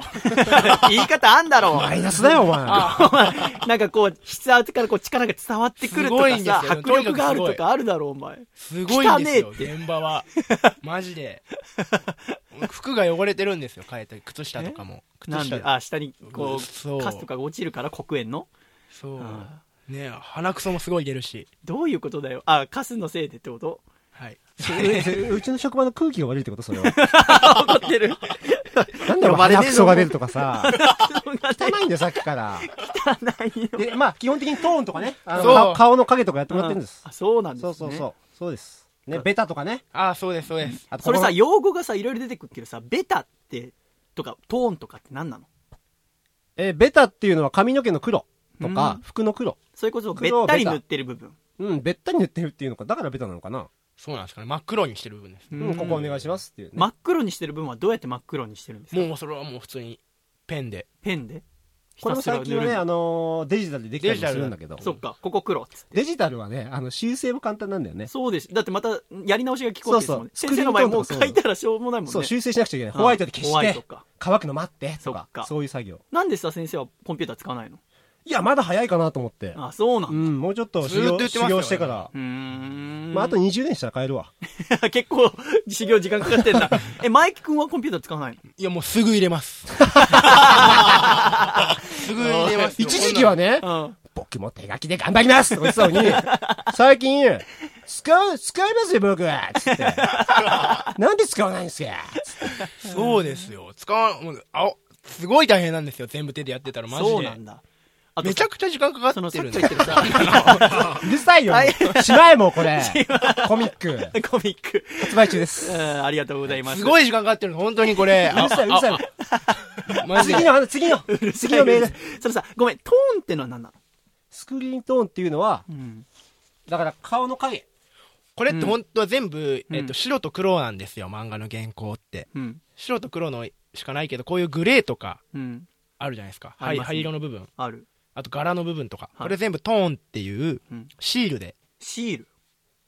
Speaker 1: 言い方あんだろ
Speaker 3: マイナスだよ、お前。
Speaker 1: <laughs> なんかこう、筆圧からこう力が伝わってくると
Speaker 4: すご
Speaker 1: か
Speaker 4: いんですよ
Speaker 1: さ、迫力があるとかあるだろう、お前。
Speaker 4: すごいんですよ、
Speaker 1: 汚ねえって
Speaker 4: 現場
Speaker 1: <laughs>
Speaker 4: は。マジで。服が汚れてるんですよ、変えたり。靴下とかも。靴
Speaker 1: なん
Speaker 4: 下
Speaker 1: で、あ、下にこ
Speaker 4: そう
Speaker 1: う、カスとかが落ちるから黒煙の
Speaker 4: そう
Speaker 1: あ。
Speaker 4: ねえ鼻くそもすごい出るし。
Speaker 1: どういうことだよ。あ、カスのせいでってこと
Speaker 4: はい。
Speaker 3: ううちの職場の空気が悪いってこと、そ
Speaker 1: <laughs>
Speaker 3: れは。
Speaker 1: 怒ってる。
Speaker 3: なんだろう、
Speaker 1: 呼ばれねえ
Speaker 3: 鼻
Speaker 1: ぞ
Speaker 3: くそが出るとかさ。
Speaker 1: <laughs> そうが
Speaker 3: 汚いんだよ、さっきから。
Speaker 1: ないよ。
Speaker 3: で、まあ、基本的にトーンとかね、あの
Speaker 4: そう
Speaker 3: 顔顔の影とかやってもらってるんです
Speaker 1: あ、。そうなんです
Speaker 3: そ
Speaker 1: ね。
Speaker 3: うそうそう。そうです。ね、ベタとかね。
Speaker 4: <laughs> あ、そうです、そうです。
Speaker 3: あと
Speaker 1: それさ、
Speaker 3: ここの
Speaker 1: 用語がさ、いろいろ出てくるけどさ、ベタって、とか、トーンとかって何なの
Speaker 3: えーベタっていうのは髪の毛の黒と
Speaker 1: う
Speaker 3: か
Speaker 1: ん、
Speaker 3: 服の黒。
Speaker 1: それこそ、べっ
Speaker 3: 黒を
Speaker 1: たり
Speaker 3: ベタ
Speaker 1: 塗ってる部分。
Speaker 3: うん、べったり塗ってるっていうのか、だからベタなのかな。
Speaker 4: そうなんですかね。真っ黒にしてる部分です。
Speaker 3: うん、ここお願いしますっていうね。
Speaker 1: 真っ黒にしてる部分はどうやって真っ黒にしてるんですか
Speaker 4: もうそれはもう普通に、ペンで。
Speaker 1: ペンで
Speaker 3: これも最近は
Speaker 1: ひた
Speaker 3: ね、
Speaker 1: すら塗
Speaker 3: あ
Speaker 1: る
Speaker 3: のーデジタルでできたりもするんだけど。
Speaker 1: そっか、ここ黒っつって。
Speaker 3: デジタルはね、あの、修正も簡単なんだよね。
Speaker 1: そうです。だってまた、やり直しが聞こえてるもんね。
Speaker 3: そうそ
Speaker 1: 先
Speaker 3: う
Speaker 1: 生の場合
Speaker 3: スクリーントーン
Speaker 1: もう
Speaker 3: とかそ
Speaker 1: 書
Speaker 3: うだよ
Speaker 1: いたらしょうもないもんね。
Speaker 3: そう、修正しなくちゃいけない。
Speaker 1: うん
Speaker 3: ホワイトで消
Speaker 1: ホワ
Speaker 3: し
Speaker 1: イト
Speaker 3: て
Speaker 1: か、
Speaker 3: 乾くの待って、と
Speaker 1: そ
Speaker 3: か
Speaker 1: っか、
Speaker 3: そういう作業。
Speaker 1: なんでさ、先生はコンピューター使わないの
Speaker 3: いや、まだ早いかなと思って。
Speaker 1: あ、そうな
Speaker 3: うん
Speaker 1: だ。
Speaker 3: ん、もうちょっと
Speaker 4: ず
Speaker 3: 修
Speaker 4: ーっと
Speaker 3: 行
Speaker 4: 言ってま
Speaker 3: 修
Speaker 4: すよ
Speaker 3: 行してから
Speaker 1: う。ーん。
Speaker 3: まあ、あと20年したら帰るわ。
Speaker 1: <laughs> 結構、修行時間かかってんだ。え、マイキ君はコンピューター使わないの
Speaker 4: いや、もうすぐ入れ
Speaker 1: <laughs>
Speaker 4: ます。すぐ入れますよ。
Speaker 3: 一時期はね、
Speaker 1: うん。
Speaker 3: 僕も手書きで頑張りますとか言ってたのに、
Speaker 1: <laughs>
Speaker 3: 最近、使う、使いますよ、僕はつって。
Speaker 1: <laughs>
Speaker 3: なんで使わないんですかつって
Speaker 4: そうですよ。使わん、もう、あ、すごい大変なんですよ。全部手でやってたら、マジ
Speaker 1: そうなん
Speaker 4: で。
Speaker 1: だ。あと
Speaker 4: めちゃくちゃ時間かか
Speaker 1: そ
Speaker 4: っ
Speaker 1: の
Speaker 4: て
Speaker 1: さっ
Speaker 4: るん
Speaker 1: き
Speaker 4: で
Speaker 1: 言ってるさ、
Speaker 3: うるさいよ。しまえもうこれ。コミック。
Speaker 1: <laughs> コミック。
Speaker 3: 発売中です
Speaker 1: うん。ありがとうございます。
Speaker 4: すごい時間かかってるの、本当に
Speaker 1: <laughs>
Speaker 4: これ。
Speaker 3: うるさい、うるさい。
Speaker 4: あマジ
Speaker 3: 次
Speaker 4: で。
Speaker 3: の話、次の
Speaker 1: う <laughs> る、さい
Speaker 3: 次のメール。
Speaker 1: それさ、ごめん、トーンってのは何なの
Speaker 3: スクリーントーンっていうのは、
Speaker 1: うん。
Speaker 3: だから顔の影。
Speaker 4: これって本当は全部、
Speaker 1: うん
Speaker 4: えっと、白と黒なんですよ、漫画の原稿って。
Speaker 1: うん。
Speaker 4: 白と黒のしかないけど、こういうグレーとか
Speaker 1: うん。
Speaker 4: あるじゃないですか。
Speaker 1: あ
Speaker 4: は
Speaker 1: り
Speaker 4: い、
Speaker 1: ますね
Speaker 4: 灰色の部分。
Speaker 1: ある。
Speaker 4: あと柄の部分とか。
Speaker 1: はい
Speaker 4: これ全部トーンっていう
Speaker 1: うん
Speaker 4: シールで。
Speaker 1: シール。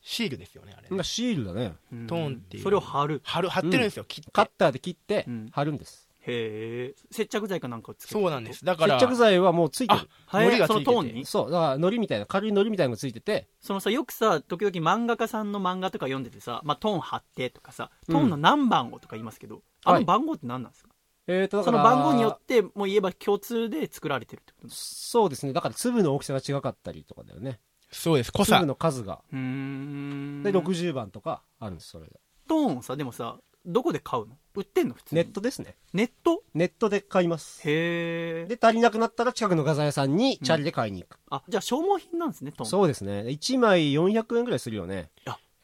Speaker 4: シールですよね、あれ。
Speaker 3: なんかシールだね。
Speaker 1: うん
Speaker 4: トーンっていう
Speaker 1: それを貼る。
Speaker 4: 貼る、貼ってるんですよ、切って。
Speaker 3: カッターで切って
Speaker 1: うん、
Speaker 3: 貼るんです。
Speaker 1: へえ。接着剤かなんかをつけて
Speaker 4: そうなんです。だか
Speaker 3: 接
Speaker 4: ら、
Speaker 3: 着剤はもうついて
Speaker 4: あ
Speaker 3: る。、
Speaker 1: はい
Speaker 4: 糊がついてて
Speaker 1: そのトーンに
Speaker 3: そう、だから、糊みたいな、軽い糊みたいなのがついてて、
Speaker 1: そのさ、よくさ、時々漫画家さんの漫画とか読んでてさ、まあ、トーン貼ってとかさ、トーンの何番をとか言いますけど、あ
Speaker 3: は
Speaker 1: の
Speaker 3: い
Speaker 1: 番号って何なんですか、
Speaker 3: えーと、だ
Speaker 1: そ
Speaker 3: か
Speaker 1: の
Speaker 3: ら、
Speaker 1: 番号によって、もう言えば共通で作られてるってことです。
Speaker 3: そうですね。だから粒の大きさが違かったりとかだよね。
Speaker 4: そうです、濃さ
Speaker 3: 粒。の数が。
Speaker 1: うーん。
Speaker 3: で、60番とかあるんです、それが。
Speaker 1: トーンさ、でもさ、どこで買うの売ってんの普通
Speaker 3: ネ
Speaker 1: に。
Speaker 3: ッ。トですね。
Speaker 1: ネット
Speaker 3: ネットで買います。
Speaker 1: へえ。
Speaker 3: で、足りなくなったら近くの画材屋さんにチャリで買いに行く。
Speaker 1: あ、じゃあ消耗品なんですね、トーン。
Speaker 3: そうですね。1枚400円ぐらいするよね。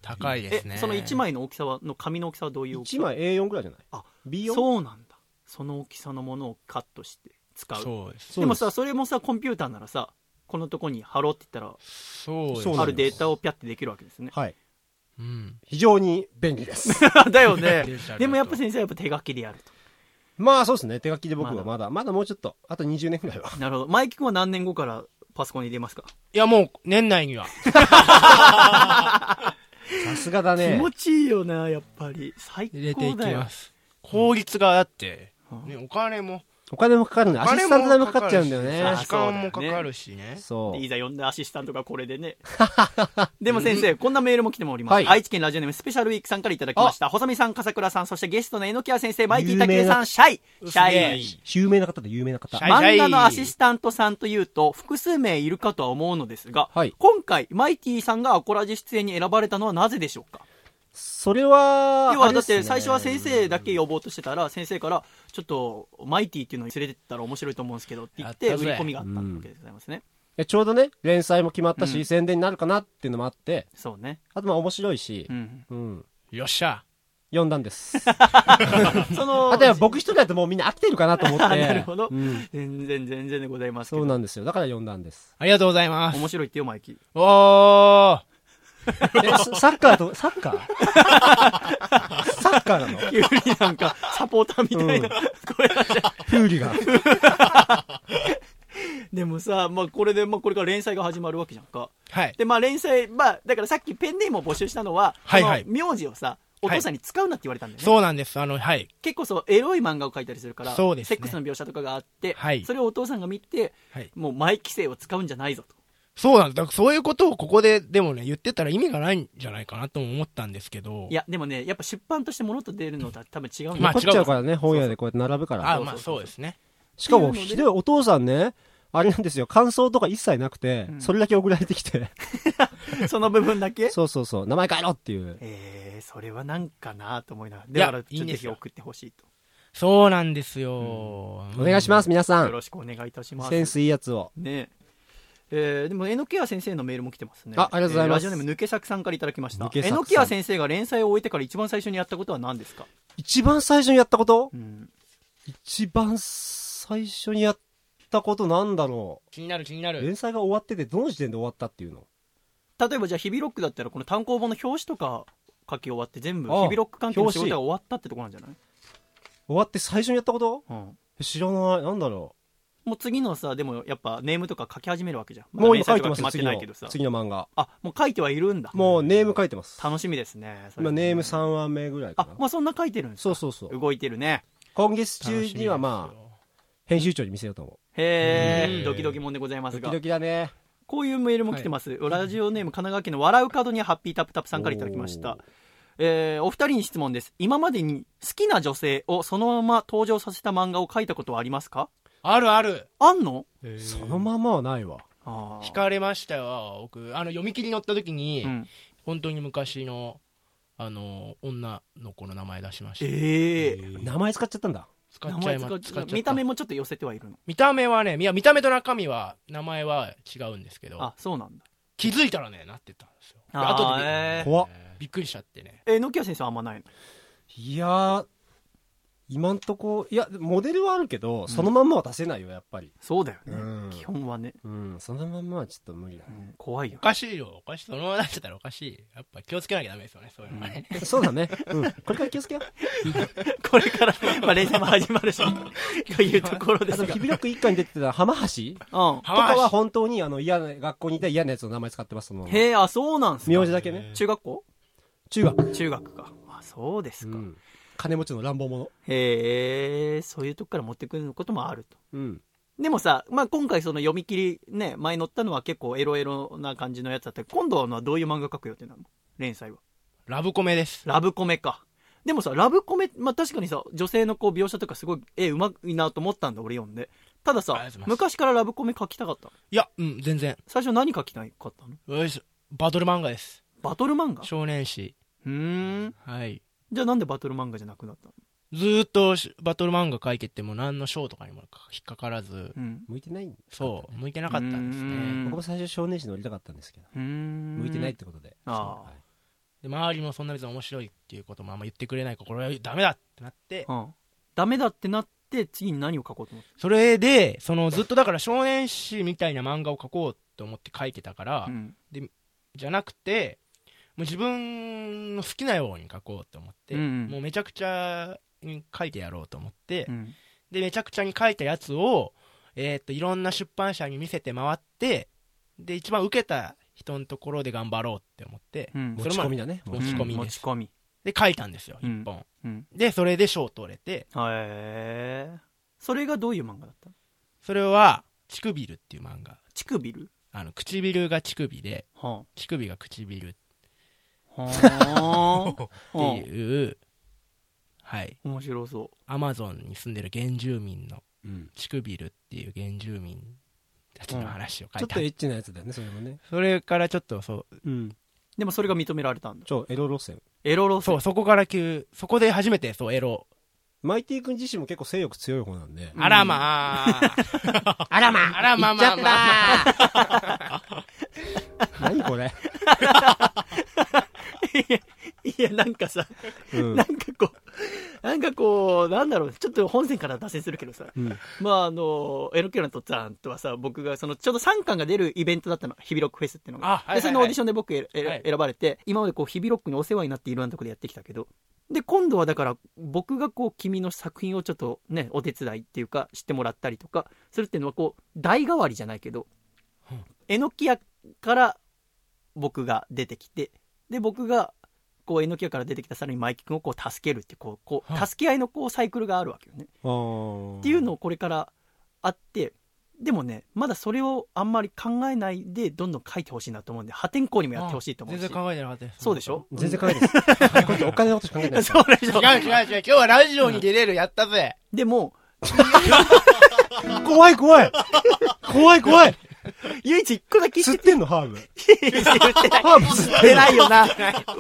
Speaker 4: 高いで
Speaker 1: え
Speaker 4: すね。
Speaker 1: その1。枚の大きさはの紙の大きさはどういう大きさ
Speaker 3: 1枚 A4 ぐらいじゃない
Speaker 1: あ
Speaker 3: ?B4?
Speaker 1: そうなんだその大きさのものをカットして使う
Speaker 4: そうです。
Speaker 3: そう
Speaker 1: でもさそれもさコンピューターならさこのとこに貼ろうって言っ
Speaker 4: そうです
Speaker 3: そう
Speaker 1: たら
Speaker 3: なんだ
Speaker 1: あるデータをピャってできるわけですね
Speaker 3: はい。
Speaker 4: うん。
Speaker 3: 非常に便利です。
Speaker 1: <laughs> だよ
Speaker 4: デ
Speaker 1: ね
Speaker 4: <laughs> ジタルだと
Speaker 1: でもやっぱ先生はやっぱ手書きでやる
Speaker 3: まあそうですね。手書きで僕
Speaker 1: まだ
Speaker 3: はまだ、まだもうちょっと、あと20年ぐ
Speaker 1: <laughs>
Speaker 3: らいは。
Speaker 1: となるほどマイキ君は何年後からパソコンに入れますか、
Speaker 4: いや、もう、年内には。
Speaker 3: さすがだ
Speaker 1: 気
Speaker 3: ね
Speaker 1: 持。ちいいよなやっぱり最高だ
Speaker 4: 入
Speaker 1: よ
Speaker 4: れていきます。効率がだって、ね、お金も、
Speaker 3: お金もかかるね。
Speaker 4: お
Speaker 3: アシ
Speaker 4: 金
Speaker 3: スタント代もかかっ
Speaker 4: るし
Speaker 3: ちゃうんだよね
Speaker 1: あ。
Speaker 4: 時間もかかるしね。
Speaker 3: そ
Speaker 1: で
Speaker 3: う
Speaker 1: い。ざ呼んだアシスタントがこれで
Speaker 3: <laughs>
Speaker 1: ね。でも先生、こんなメールも来てもおります。
Speaker 3: はい
Speaker 1: 愛知県ラジオネームスペシャルウィークさんからいただきました。細見さん、笠倉さん、そしてゲストの榎谷先生、マイティ竹井さん、シャイ。シャイ。
Speaker 3: 有名な方で有名な方
Speaker 4: シ。ャイ
Speaker 1: 漫画のアシスタントさんというと、複数名いるかとは思うのですが、
Speaker 3: はい
Speaker 1: 今回、マイティさんがアコラジ出演に選ばれたのはなぜでしょうか
Speaker 3: それは、
Speaker 1: 要は、だって
Speaker 3: あれですね
Speaker 1: 最初は先生だけ呼ぼうとしてたら、先生から、ちょっと、マイティっていうのに連れてったら面白いと思うんですけどって言って、
Speaker 4: やった
Speaker 1: 売
Speaker 4: ぜ
Speaker 1: り込みがあったわけでございますね。
Speaker 3: やちょうどね、連載も決まったし、
Speaker 1: うん
Speaker 3: 宣伝になるかなっていうのもあって、
Speaker 1: そうね。
Speaker 3: あとまあ面白いし
Speaker 1: う、ん。
Speaker 3: うん。
Speaker 4: よっしゃ。
Speaker 3: 読んだんです。
Speaker 1: その、
Speaker 3: あとは僕一人だともうみんな飽きてるかなと思っ
Speaker 1: <laughs>
Speaker 3: て。
Speaker 1: あなるほど
Speaker 3: うん
Speaker 1: 全然全然でございますけ
Speaker 3: そう
Speaker 1: ど。
Speaker 3: なんですよ。だから読んだんです。
Speaker 4: ありがとうございます。
Speaker 1: 面白いってよ、マイキー。
Speaker 4: おー。
Speaker 3: <laughs> えササッカーと、サッカー <laughs> サッカーなの
Speaker 1: 急になん
Speaker 4: <laughs>
Speaker 1: か、サポーターみたいな声がして
Speaker 3: フーリが。
Speaker 1: でもさ、まあこれで、まあこれから連載が始まるわけじゃんか。
Speaker 4: はい。
Speaker 1: で、まあ連載、まあ、だからさっきペンネームを募集したのは、
Speaker 4: はいはい
Speaker 1: その名字をさ、お父さんに使うなって言われたんだよね。
Speaker 4: そうなんです。あの、はい。
Speaker 1: 結構そう、エロい漫画を描いたりするから、
Speaker 4: そうです
Speaker 1: セ
Speaker 4: ね
Speaker 1: ックスの描写とかがあって、
Speaker 4: はい
Speaker 1: それをお父さんが見て、
Speaker 4: はい
Speaker 1: もう前規制を使うんじゃないぞと。
Speaker 4: そうなんです。だからそういうことをここで、でもね、言ってたら意味がないんじゃないかなとも思ったんですけど。
Speaker 1: いや、でもね、やっぱ出版として物と出るのとは多分違うんだよ
Speaker 4: まあ
Speaker 3: 残っちゃうからね、本屋でこうやって並ぶから。
Speaker 4: あ、まあそうですね。
Speaker 3: しかも、ひどいお父さんね、あれなんですよ、感想とか一切なくて、
Speaker 1: うん
Speaker 3: それだけ送られてきて、
Speaker 1: <laughs> その部分だけ
Speaker 3: そうそうそう、名前変えろっていう。
Speaker 1: えー、それはなんかなと思いなが
Speaker 4: い
Speaker 1: ら、
Speaker 4: や
Speaker 1: だから
Speaker 4: いい
Speaker 1: ぜ
Speaker 4: んで
Speaker 1: ひ
Speaker 4: すよ
Speaker 1: 送ってほしいと。
Speaker 4: そうなんですよ。。
Speaker 3: お願いしますす、皆さ
Speaker 1: よ
Speaker 3: ん。
Speaker 1: ろしくお願いいたします。
Speaker 3: センスいいやつを。
Speaker 1: ねええーでも、えのきや先生のメールも来てますね。
Speaker 3: あありがとうござい
Speaker 1: えーラ
Speaker 3: ます
Speaker 1: ジオネーム、抜け作さんからいただきました
Speaker 3: 抜。け
Speaker 1: え
Speaker 3: 作さん
Speaker 1: のきや先生が連載を終えてから一番最初にやったことは何ですか
Speaker 3: 一番最初にやったこと
Speaker 1: うん。
Speaker 3: 一番最初にやったことなんだろ
Speaker 4: 気になる気にな
Speaker 3: う。
Speaker 4: る。
Speaker 3: 連載が終わってて、どの時点で終わったっていうの
Speaker 1: 例えば、じゃあ、日々ロックだったら、この単行本の表紙とか書き終わって、全部、日
Speaker 3: ああ
Speaker 1: 々ロック関係の仕事
Speaker 3: 表
Speaker 1: が
Speaker 3: 紙
Speaker 1: 終わったってとこなんじゃない
Speaker 3: 終わって最初にやったこと
Speaker 1: うん。
Speaker 3: え知らない。なんだろ
Speaker 1: もう次のさ、でもやっぱ、ネームとか書き始めるわけじゃん。
Speaker 3: う。
Speaker 1: まだ
Speaker 3: もう今
Speaker 1: 連
Speaker 3: 書
Speaker 1: 載
Speaker 3: い
Speaker 1: と
Speaker 3: て
Speaker 1: か
Speaker 3: ます
Speaker 1: 決まってな
Speaker 3: 次の
Speaker 1: いけどさ。
Speaker 3: 次の漫画。
Speaker 1: あ、もう書いてはいるんだ。
Speaker 3: もうネーム書いてます。
Speaker 1: 楽しみですね。それ
Speaker 3: 今、ネーム3話目ぐらいか
Speaker 1: あ、ま
Speaker 3: な。
Speaker 1: あそんな書いてるんです
Speaker 3: そう
Speaker 1: か
Speaker 3: そうそう。
Speaker 1: 動いてるね。
Speaker 3: 今月中には
Speaker 4: 楽
Speaker 3: まあ、
Speaker 4: しみですよ
Speaker 3: 編集長に見せようと思
Speaker 1: へ
Speaker 4: う
Speaker 1: え、
Speaker 4: ん
Speaker 1: ドキドキもんでございま
Speaker 3: う。
Speaker 1: す
Speaker 3: ド
Speaker 1: が
Speaker 3: キド。キだね。
Speaker 1: こういうメールも来てます。ラジオネーム神奈川県の笑う角にハッピータプタプさんからいただきました
Speaker 3: おー。
Speaker 1: えーお二人に質問です。今までに好きな女性をそのまま登場させた漫画を描いたことはありますか
Speaker 4: あるある。
Speaker 1: あんの
Speaker 3: そのままはないわ。
Speaker 1: あー
Speaker 4: 惹かれましたよ、僕。あの、読み切り乗った時に、
Speaker 1: うん
Speaker 4: 本当に昔の、あの、女の子の名前出しました。
Speaker 1: ええ
Speaker 3: 名前使っちゃったんだ。
Speaker 4: 使っちゃいま
Speaker 1: 名前
Speaker 4: す。
Speaker 1: 使
Speaker 4: 使
Speaker 1: っちゃう
Speaker 4: っちゃっ
Speaker 1: 見た目
Speaker 4: た
Speaker 1: もちょっと寄せてはいるの。
Speaker 4: 見た目はね、いや、見た目と中身は、名前は違うんですけど
Speaker 1: あ、、そうなんだ。
Speaker 4: 気づいたらね、なってたんですよ。
Speaker 1: あ
Speaker 4: 後でび、
Speaker 1: えー
Speaker 3: 怖っ。
Speaker 4: びっくりしちゃってね。
Speaker 1: えー、ノキア先生はあんまないの
Speaker 3: いやー、今んとこ、いや、モデルはあるけど、そのまんまは出せないよ、やっぱり。
Speaker 1: そうだよね。
Speaker 3: うん
Speaker 1: 基本はね、
Speaker 3: うん、そのまんまはちょっと無理だ
Speaker 1: う
Speaker 3: ね。
Speaker 1: ん怖いよ
Speaker 4: お。かしいよ、おかしい。そのまま出してたらおかしい。やっぱ気をつけなきゃダメですよね、そういうのはね。
Speaker 3: <laughs> そうだね。うん。これから気をつけよ
Speaker 1: <laughs>
Speaker 3: う。
Speaker 1: これから、 <laughs> まあ、連載も始まるし、というところで
Speaker 3: <laughs> あ
Speaker 1: す
Speaker 3: と、
Speaker 1: が。
Speaker 3: 日比ロック一家に出てた浜
Speaker 1: う
Speaker 3: 橋
Speaker 1: ん。
Speaker 3: とかは本当に、あの、嫌な、学校にいた嫌なやつの名前使ってます、その。
Speaker 1: へえ、あ、そうなんすか。
Speaker 3: 名字だけね。
Speaker 1: 中学校
Speaker 3: 中学。
Speaker 1: 中学か。あ、そうです
Speaker 3: う
Speaker 1: か。
Speaker 3: ん。金持ちの乱暴者。
Speaker 1: へえ、そういうとこから持ってくることもあると。
Speaker 3: うん。
Speaker 1: でもさ、まあ、今回その読み切りね、前乗ったのは結構エロエロな感じのやつだったけど、今度はどういう漫画書く予定なの連載は。
Speaker 4: ラブコメです。
Speaker 1: ラブコメか。でもさ、ラブコメ、まあ、確かにさ、女性のこう描写とかすごい、え、うまいなと思ったんだ、俺読んで。ただ
Speaker 4: あり
Speaker 1: さ
Speaker 4: がとうござい、ます
Speaker 1: 昔からラブコメ書きたかったの。
Speaker 4: いや、うん、全然。
Speaker 1: 最初何書きたかったの
Speaker 4: よいしょバトル漫画です。
Speaker 1: バトル漫画
Speaker 4: 少年誌。
Speaker 1: うーん。
Speaker 4: はい。
Speaker 1: じゃあなんでバトル漫画じゃなくなったの
Speaker 4: ずーっとしバトル漫画書いてっても何の賞とかにも引っかからず、
Speaker 1: うん。
Speaker 3: 向いてないん
Speaker 4: そう、向いてなかったんですね。
Speaker 3: 僕も最初少年誌乗りたかったんですけど、
Speaker 1: 向
Speaker 3: 向いてないってことで。
Speaker 1: ああ
Speaker 3: はい
Speaker 4: で、周りもそんな別に面白いっていうこともあんま言ってくれないから、これはダメだってなって、
Speaker 1: うん、ダメだってなって次に何を書こうと思って
Speaker 4: それで、そのずっとだから少年誌みたいな漫画を書こうと思って書いてたから、
Speaker 1: うん
Speaker 4: じゃなくて、もう自分の好きなように書こうと思って、
Speaker 1: うんうん
Speaker 4: もうめちゃくちゃに書いてやろうと思って、
Speaker 1: うん
Speaker 4: で、めちゃくちゃに書いたやつを、えーっと、いろんな出版社に見せて回って、で、一番受けた人のところで頑張ろうって思って、
Speaker 1: うん
Speaker 3: 持ち込みだね。
Speaker 4: それまで持ち込み
Speaker 1: うん
Speaker 4: で
Speaker 1: 持ち
Speaker 4: す。
Speaker 1: 込み
Speaker 4: で、書いたんですよ、一
Speaker 1: うん
Speaker 4: 本。
Speaker 1: うん
Speaker 4: で、それで賞を取れて、
Speaker 1: へえそれがどういう漫画だったの
Speaker 4: それは、乳首っていう漫画。
Speaker 1: 乳首
Speaker 4: あの、唇が乳首で、
Speaker 1: は
Speaker 4: 乳首が唇っ
Speaker 1: あはあ
Speaker 4: ていう、はい。
Speaker 1: 面白そ
Speaker 4: アマゾンに住んでる原住民の
Speaker 3: うん
Speaker 4: 乳首っていう原住民たちの話を
Speaker 3: ち
Speaker 4: 書
Speaker 3: ょ
Speaker 4: い、
Speaker 3: ったとエッチなやつだよね、それもね。
Speaker 4: それからちょっとそう
Speaker 3: うん。
Speaker 1: うでもそれが認められたんだ
Speaker 3: 超エロ路線。
Speaker 1: エロロ
Speaker 4: そうそこから急そこで初めてそうエロ
Speaker 3: マイティ君自身も結構性欲強い方なんで、
Speaker 4: あらま
Speaker 3: <laughs>
Speaker 4: あ。
Speaker 3: あらま
Speaker 4: あらまあまあまあ。
Speaker 3: <laughs> 何 <laughs> これ、
Speaker 1: <laughs> いやいや、なんかさ、
Speaker 3: うん
Speaker 1: なんかこう、なんかこう、なんだろう、ちょっと本線から脱線するけどさ、
Speaker 3: うん
Speaker 1: まああの、エロキュラとザーンとはさ、僕がその、ちょうど3巻が出るイベントだったの、ヒビロックフェスっていうのが。
Speaker 4: あはいはいはい
Speaker 1: で、それのオーディションで僕ええ
Speaker 4: はい
Speaker 1: 選ばれて、今までこう、ヒビロックにお世話になっていろんなとこでやってきたけど、で、今度はだから、僕がこう、君の作品をちょっとね、お手伝いっていうか、知ってもらったりとか、するっていうのはこう、代替わりじゃないけど、えのき屋から僕が出てきて、で、僕が、こう、えのき屋から出てきたさらにマイキ君をこう、助けるって、こう、こ
Speaker 4: は
Speaker 1: う、
Speaker 4: い
Speaker 1: 助け合いのこう、サイクルがあるわけよね。
Speaker 3: あー
Speaker 1: っていうのをこれからあってでもねまだそれをあんまり考えないでどんどん書いてほしいなと思うんで破天荒にもやってほしいと思うし
Speaker 4: 全然考えてなかったです
Speaker 1: そうでしょ
Speaker 3: 全然考えないです
Speaker 1: <laughs>
Speaker 3: こうやってお金のことしか考えないです
Speaker 1: そうでし
Speaker 4: 違
Speaker 1: ょ
Speaker 4: う違う違う。今日はラジオに出れる、やったぜ。
Speaker 1: でも
Speaker 3: 怖い怖い怖い怖い
Speaker 1: 唯一一個だけ知っ
Speaker 3: 吸っててんのハーブ
Speaker 1: 言ってない
Speaker 3: ハーブ吸っ
Speaker 1: 言ってないよな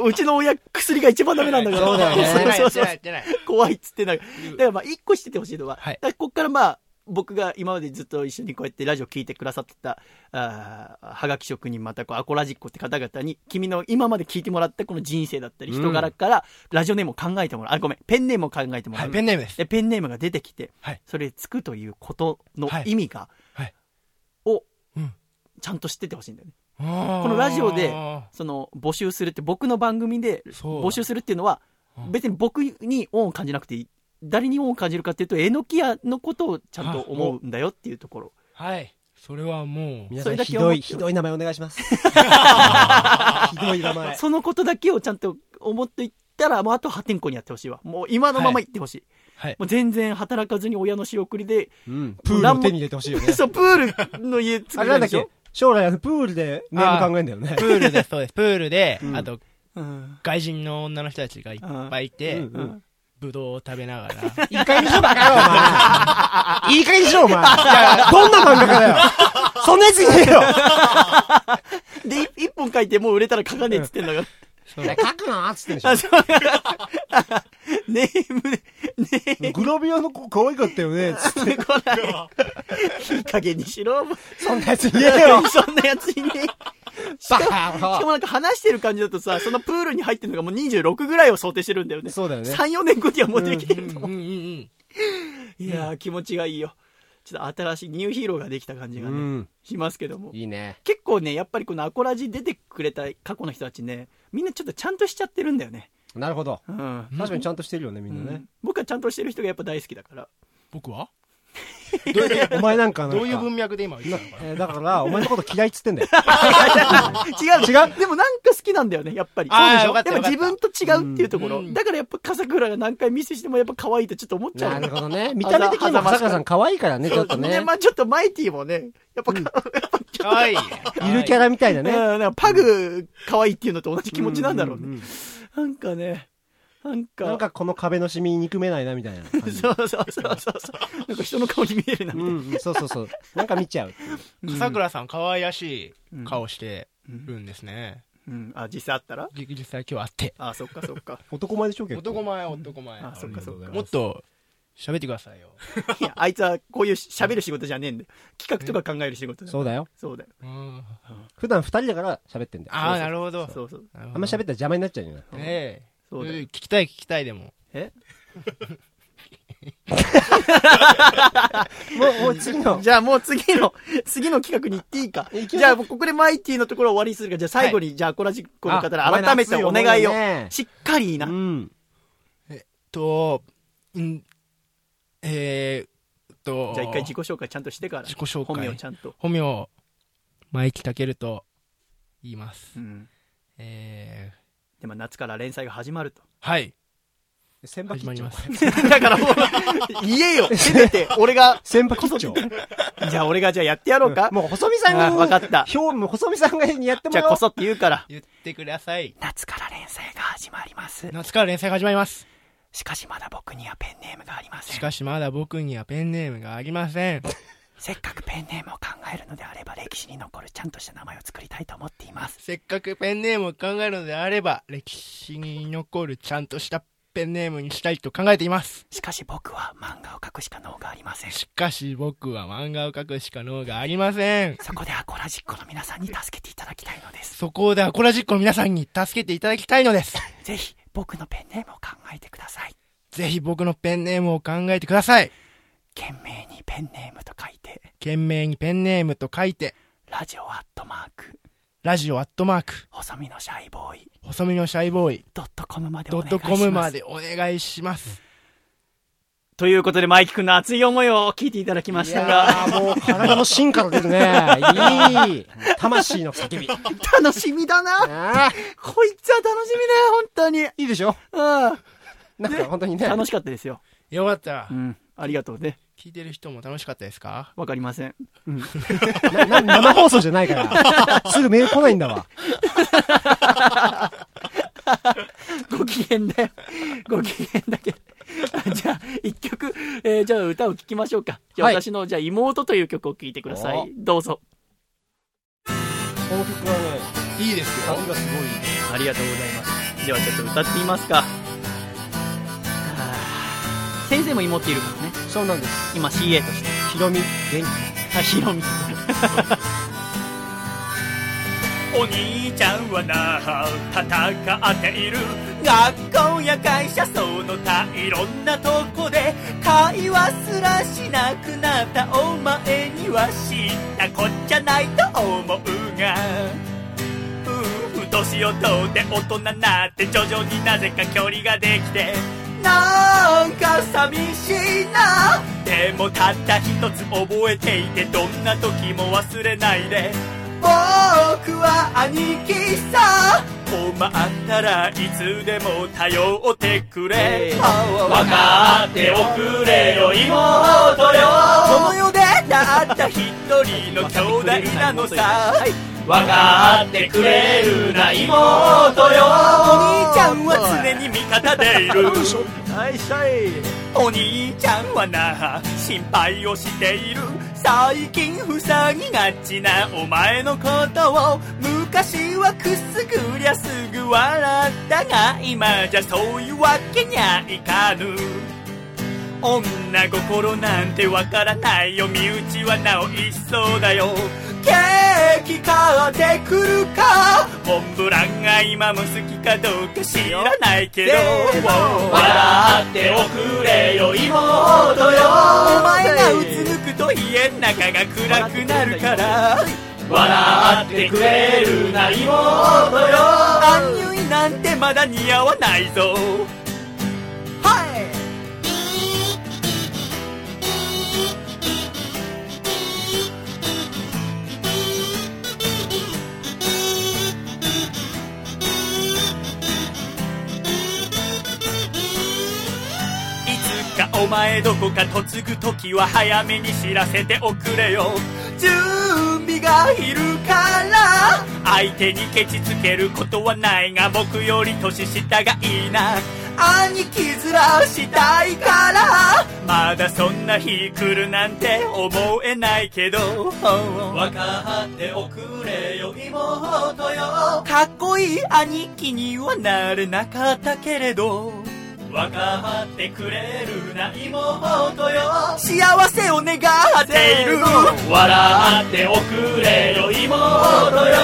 Speaker 1: うちの親薬が一番ダメなんだから
Speaker 3: そうだよね
Speaker 4: やってない、
Speaker 1: そうそうそ
Speaker 4: やってない、や
Speaker 1: う
Speaker 4: ってない。
Speaker 1: 怖いっつってなんかだからまあ一個知っててほしいのは、
Speaker 4: はい
Speaker 1: だからこっからまあ僕が今までずっと一緒にこうやってラジオ聞いてくださってた、あーはがき職人またこうアコラジッコって方々に、君の今まで聞いてもらったこの人生だったり、
Speaker 3: うん
Speaker 1: 人柄から、ラジオネームを考えてもらう。あ、ごめん、ペンネームを考えてもら
Speaker 4: は
Speaker 1: う。
Speaker 4: い、ペンネームです。
Speaker 1: でペンネームが出てきて、
Speaker 4: はい
Speaker 1: それでつくということの
Speaker 4: はい
Speaker 1: 意味が、
Speaker 4: はい
Speaker 1: を、
Speaker 4: うん
Speaker 1: ちゃんと知っててほしいんだよね。
Speaker 4: こ
Speaker 1: この
Speaker 4: の
Speaker 1: ラジオでその、募集するって、僕の番組で
Speaker 4: そう
Speaker 1: 募集するっていうのは
Speaker 4: う、ん
Speaker 1: 別に僕に恩を感じなくていい。誰に恩を感じるかっていうと、えのき屋のことをちゃんと思うんだよっていうところ。
Speaker 4: はい。それはもう、
Speaker 3: 皆
Speaker 1: そ
Speaker 3: さ
Speaker 1: れ
Speaker 3: ん
Speaker 1: だけ
Speaker 3: ひ
Speaker 1: 思っ
Speaker 3: ど
Speaker 1: て
Speaker 3: いひどい名前お願い
Speaker 1: <laughs>
Speaker 3: しますひどい名前
Speaker 1: そのことだけをちゃんと思っていったら、もうあと破天荒にやってほしいわ。もう今のまま行ってほしい。
Speaker 4: はい。
Speaker 1: もう全然働かずに親の仕送りで、
Speaker 3: うんプールを手に入れてほしいよ
Speaker 1: <laughs>
Speaker 3: ね
Speaker 1: そう、プールの家作
Speaker 3: あれ
Speaker 1: る
Speaker 3: なん
Speaker 1: んで
Speaker 3: だっ
Speaker 1: し
Speaker 3: け
Speaker 1: ょ
Speaker 3: 将来あのプールでネーム考えんだよね
Speaker 4: <laughs> プールで、そうです。プールで
Speaker 3: う、ん
Speaker 4: あと、
Speaker 1: うん。
Speaker 4: 外人の女の人たちがいっぱいいて
Speaker 3: うん、うん
Speaker 4: ブドウを食べながら。
Speaker 3: いい加減にしろ、バカ野郎、お前。いい加減にしろ、お前。どんな漫画家だよ。そんなやついねえよ。
Speaker 1: で、い一本書いてもう売れたら書かねえっつってんだから。
Speaker 3: 書くなっつってんでし
Speaker 1: あ、そう。 <laughs> ネーム、ネー
Speaker 3: ょ。 <laughs> グロビアの子可愛かったよね。つっ
Speaker 1: ム
Speaker 3: て
Speaker 1: 来ない。いい加減にしろ。
Speaker 3: そんなやついねえよ。
Speaker 1: そんなやついねえ。
Speaker 3: バ
Speaker 1: し
Speaker 3: カ
Speaker 1: か
Speaker 3: 野
Speaker 1: も
Speaker 3: 郎
Speaker 1: なんか話してる感じだとさ、そのプールに入ってるのがもう26ぐらいを想定してるんだよね。
Speaker 3: そうだよね。
Speaker 1: 3、4年後にはもうできてると思
Speaker 4: うんうんうん。
Speaker 1: う。いやー、気持ちがいいよ。ちょっと新しいニューヒーローができた感じが
Speaker 3: う
Speaker 1: ね、
Speaker 3: ん
Speaker 1: しますけども。
Speaker 3: いいね。
Speaker 1: 結構ね、やっぱりこのアコラジ出てくれた過去の人たちね、みんなちょっとちゃんとしちゃってるんだよね。
Speaker 3: なるほど。
Speaker 1: うん。
Speaker 3: 確かにちゃんとしてるよね、み
Speaker 1: うん
Speaker 3: なね
Speaker 1: ん。僕はちゃんとしてる人がやっぱ大好きだから。
Speaker 4: 僕は
Speaker 3: お前なんかなんか
Speaker 4: どういう文脈で今言ったのかな
Speaker 3: えーだから、お前のこと嫌いっつってんだよ。
Speaker 1: 違う違うでもなんか好きなんだよねやっぱり
Speaker 4: あー
Speaker 1: そうでしょ
Speaker 4: よかった
Speaker 1: やっぱ
Speaker 4: よ
Speaker 1: 自
Speaker 4: か
Speaker 1: 分と違うっていうところ、
Speaker 4: うん
Speaker 1: だからやっぱ笠倉が何回ミスしてもやっぱ可愛いってちょっと思っちゃ
Speaker 3: な
Speaker 1: う
Speaker 3: る
Speaker 1: よ
Speaker 3: ほどね。 <laughs> 見た目的にも、坂田さん可愛いからね、ちょっと
Speaker 1: で
Speaker 3: <laughs> ね。
Speaker 1: まあちょっとマイティもねやっぱか、やっぱちょ
Speaker 4: <laughs> かわいい。
Speaker 3: ゆるキャ
Speaker 4: ラ。
Speaker 3: ラみたいだ
Speaker 1: っと
Speaker 3: ね
Speaker 1: ね、。うんなんかパグ可愛いっていうのと同じ気持ちなんだろうね、
Speaker 3: んんん
Speaker 1: なんかねなんか
Speaker 3: なんかこの壁のシミ憎めないなみたいな感じ。
Speaker 1: そうそうそうそうそうなんか人の顔に見えるなみ
Speaker 3: う
Speaker 1: たい
Speaker 3: んうん、そうそうそう。なんか見ちゃう。
Speaker 1: な
Speaker 4: 笠倉さん、可愛らしい顔してるんですね。
Speaker 1: うん、うんあ実際あったら
Speaker 4: 実実際今日会って。
Speaker 1: あそっかそっか
Speaker 3: 男前でしょ、結構。
Speaker 4: 男前、男前。
Speaker 1: あそっかそっか
Speaker 4: もっと、喋ってくださいよ。
Speaker 1: いやあいつはこういう喋る仕事じゃねえんだよ企画とか考える仕事だよ
Speaker 3: そうだよ。
Speaker 1: そうだよ
Speaker 4: うん
Speaker 3: 普段二人だから喋ってんだよ。
Speaker 4: ああ、なるほど。
Speaker 1: そうそう
Speaker 4: あん
Speaker 3: あんま喋ったら邪魔になっち
Speaker 1: <laughs>
Speaker 3: ゃうじゃない。
Speaker 4: ねえ。
Speaker 1: そうだよ
Speaker 4: 聞きたい聞きたいでも。
Speaker 1: え
Speaker 3: もう、もう次の。
Speaker 1: じゃあもう次の、次の企画に行っていいか。じゃあもうここでマイティのところを終わりにするから、じゃあ最後に、じゃあコラジックの方
Speaker 3: あ
Speaker 1: ら改めてお願いを
Speaker 3: お前の熱い思いをね。
Speaker 1: しっかりいいな。
Speaker 3: うん。
Speaker 4: と、ん、えー、と、
Speaker 1: じゃあ一回自己紹介ちゃんとしてから。
Speaker 4: 自己紹介
Speaker 1: 本名ちゃんと。
Speaker 4: 本名、前木健と言います。
Speaker 1: うん。
Speaker 4: えー、
Speaker 1: でも夏から連載が始まると。
Speaker 4: はい、
Speaker 3: 先輩
Speaker 4: 始ま
Speaker 3: 切っ
Speaker 4: り
Speaker 3: ちゃう。
Speaker 4: ま
Speaker 1: <laughs>
Speaker 4: す。
Speaker 1: だからもう、言え
Speaker 3: <laughs>
Speaker 1: よせめて、俺が、 <laughs>
Speaker 3: 先輩切っちゃう。
Speaker 1: じゃあ俺がじゃあやってやろうか。
Speaker 3: もう細見さんが、
Speaker 1: あわかった
Speaker 3: 表、もう細見さんがやっても
Speaker 1: じゃあ
Speaker 3: らお
Speaker 1: こ
Speaker 3: う。
Speaker 1: そって言うから。
Speaker 4: 言ってください。
Speaker 1: 夏から連載が始まります。
Speaker 4: 夏から連載が始まります。
Speaker 1: しかしまだ僕にはペンネームがありませ
Speaker 4: し
Speaker 1: ん。
Speaker 4: かしまだ僕にはペンネームがありません。
Speaker 1: せっかくペンネームを考えるのであれば歴史に残るちゃんとした名前を作りたいと思っています。
Speaker 4: せっかくペンネームを考えるのであれば、歴史に残るちゃんとしたペンネームにしたいと考えています。
Speaker 1: しかし僕は漫画を描くしか能がありません。
Speaker 4: しかし僕は漫画を描くしか能がありません。
Speaker 1: そこでアコラジッコの皆さんに助けていただきたいのです。
Speaker 4: そこでアコラジックの皆さんに助けていただきたいのです。 <laughs>
Speaker 1: ぜひ、僕のペンネームを考えてください。
Speaker 4: ぜひ僕のペンネームを考えてください。
Speaker 1: 懸命にペンネームと書いて、
Speaker 4: 懸命にペンネームと書いて、
Speaker 1: ラジオアットマーク、
Speaker 4: ラジオアットマーク、
Speaker 1: 細身のシャイボーイ、
Speaker 4: 細身のシャイボーイ、
Speaker 1: ドットコムまでお
Speaker 4: ド
Speaker 1: 願いしま
Speaker 4: ット
Speaker 1: す。
Speaker 4: コムまでお願いします。
Speaker 1: ということで、マイキ君の熱い思いを聞いていただきましたが、
Speaker 3: もう体の芯から出
Speaker 1: <laughs>
Speaker 3: るね。いい。魂の叫び。
Speaker 1: 楽しみだな
Speaker 3: ああ
Speaker 1: こいつは楽しみだよ、本当に。
Speaker 3: いいでしょ
Speaker 1: う
Speaker 3: なんか本当にね。
Speaker 1: ん。楽しかったですよ。
Speaker 4: よかったら
Speaker 1: う、ん。ありがとうね。
Speaker 4: 聞いてる人も楽しかったですか
Speaker 1: わかりません。うん。
Speaker 3: なな生放送じゃないから。すぐメール来ないんだわ。
Speaker 1: ご機嫌だよ。ご機嫌だけど。あじゃあ、一曲、えーじゃあ歌を聴きましょうか。じゃあ、
Speaker 3: はい
Speaker 1: 私の、じゃあ、妹という曲を聴いてくださ
Speaker 3: お
Speaker 1: い。どうぞ。
Speaker 3: この曲はね、
Speaker 4: いいですよ。
Speaker 3: がすごい。
Speaker 1: ありがとうございます。では、ちょっと歌ってみますか。はあ先生も妹いるからね。
Speaker 3: そうなんです。
Speaker 1: 今 CA として。
Speaker 3: ヒロミ、元
Speaker 1: あ、ヒロミ。
Speaker 6: お兄ちゃんはな戦っている学校や会社その他いろんなとこで会話すらしなくなったお前には知ったこっちゃないと思うがうー年をとって大人になって徐々になぜか距離ができてなんか寂しいなでもたった一つ覚えていてどんな時も忘れないで僕は兄貴さ困ったらいつでも頼ってくれ、
Speaker 1: えー
Speaker 6: わかっておくれよ妹よこの世でたった一人の兄弟なのさ
Speaker 1: はい。
Speaker 6: わかってくれるな妹よお兄ちゃんは常に味方でいる
Speaker 1: はい、シャイ。
Speaker 6: お兄ちゃんはな心配をしている最近塞ぎがちなお前のことを昔はくすぐりゃすぐ笑ったが今じゃそういうわけにはいかぬ女心なんてわからないよ身内はなお一層だよケーキ買ってくるかモンブランが今も好きかどうか知らないけど笑っておくれよ妹よお前がうつむくと家の中が暗くなるから笑ってくれるな妹よアンニュイなんてまだ似合わないぞはいいつかお前どこか嫁ぐ時は早めに知らせておくれよ準備がいるから相手にケチつけることはないが僕より年下がいいな兄貴面したいからまだそんな日来るなんて思えないけど分かっておくれよ妹よかっこいい兄貴にはなれなかったけれどわかってくれるな妹よ幸せを願っている笑っておくれよ妹よ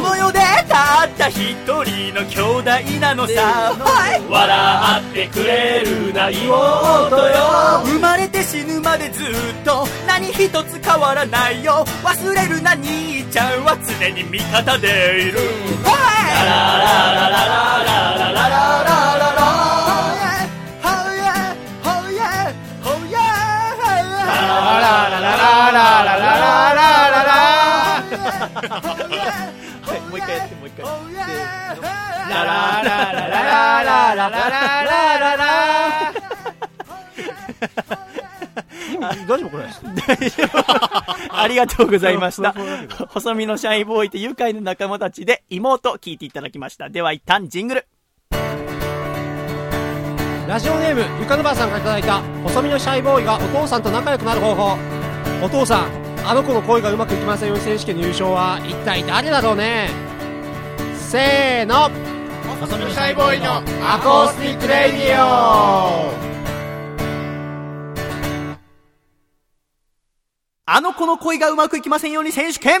Speaker 6: この世でたった一人の兄弟なのさ、笑ってくれるな妹よ生まれて死ぬまでずっと何一つ変わらないよ忘れるな兄ちゃんは常に味方で <laughs> いる
Speaker 1: はい、もう一回やって、もう一回。
Speaker 3: 大丈夫これ。
Speaker 1: ありがとうございました。細身のシャイボーイと愉快な仲間たちで妹聞いていただきました。では一旦ジングル。
Speaker 3: ラジオネームゆかのばあさんからいただいた細身のシャイボーイがお父さんと仲良くなる方法お父さんあの子の恋がうまくいきませんように選手権の優勝は一体誰だろうねせーの
Speaker 7: 細身のシ
Speaker 3: サ
Speaker 7: ャ
Speaker 3: イ
Speaker 7: イボ
Speaker 3: ボ
Speaker 7: ー
Speaker 3: ー
Speaker 7: イ
Speaker 3: イ
Speaker 7: の
Speaker 3: のアコースティックレディオ
Speaker 1: あの子の恋がうまくいきませんように選手権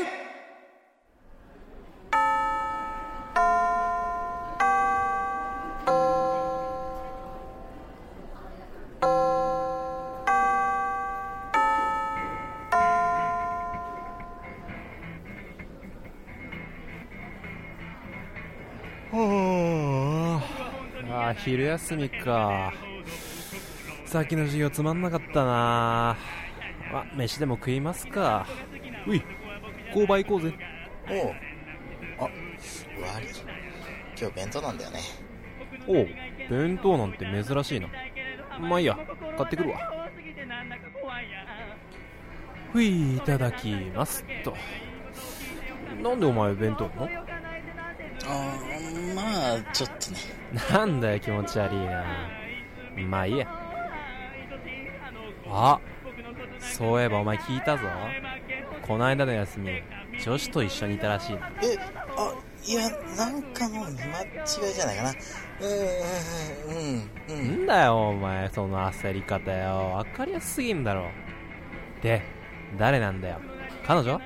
Speaker 8: ああ昼休みかさっきの授業つまんなかったなまあ飯でも食いますかうい購買行こうぜ
Speaker 9: おうあ悪い今日弁当なんだよね
Speaker 8: おう弁当なんて珍しいなまあいいや買ってくるわふいいただきますとなんでお前弁当なの
Speaker 9: あーまあちょっとね
Speaker 8: なんだよ気持ち悪いなまあいいやあそういえばお前聞いたぞこないだの休み女子と一緒にいたらしいな
Speaker 9: えあいやなんかの見間違いじゃないかなうんうんうんうん
Speaker 8: んだよお前その焦り方よ分かりやすすぎんだろで誰なんだよ彼女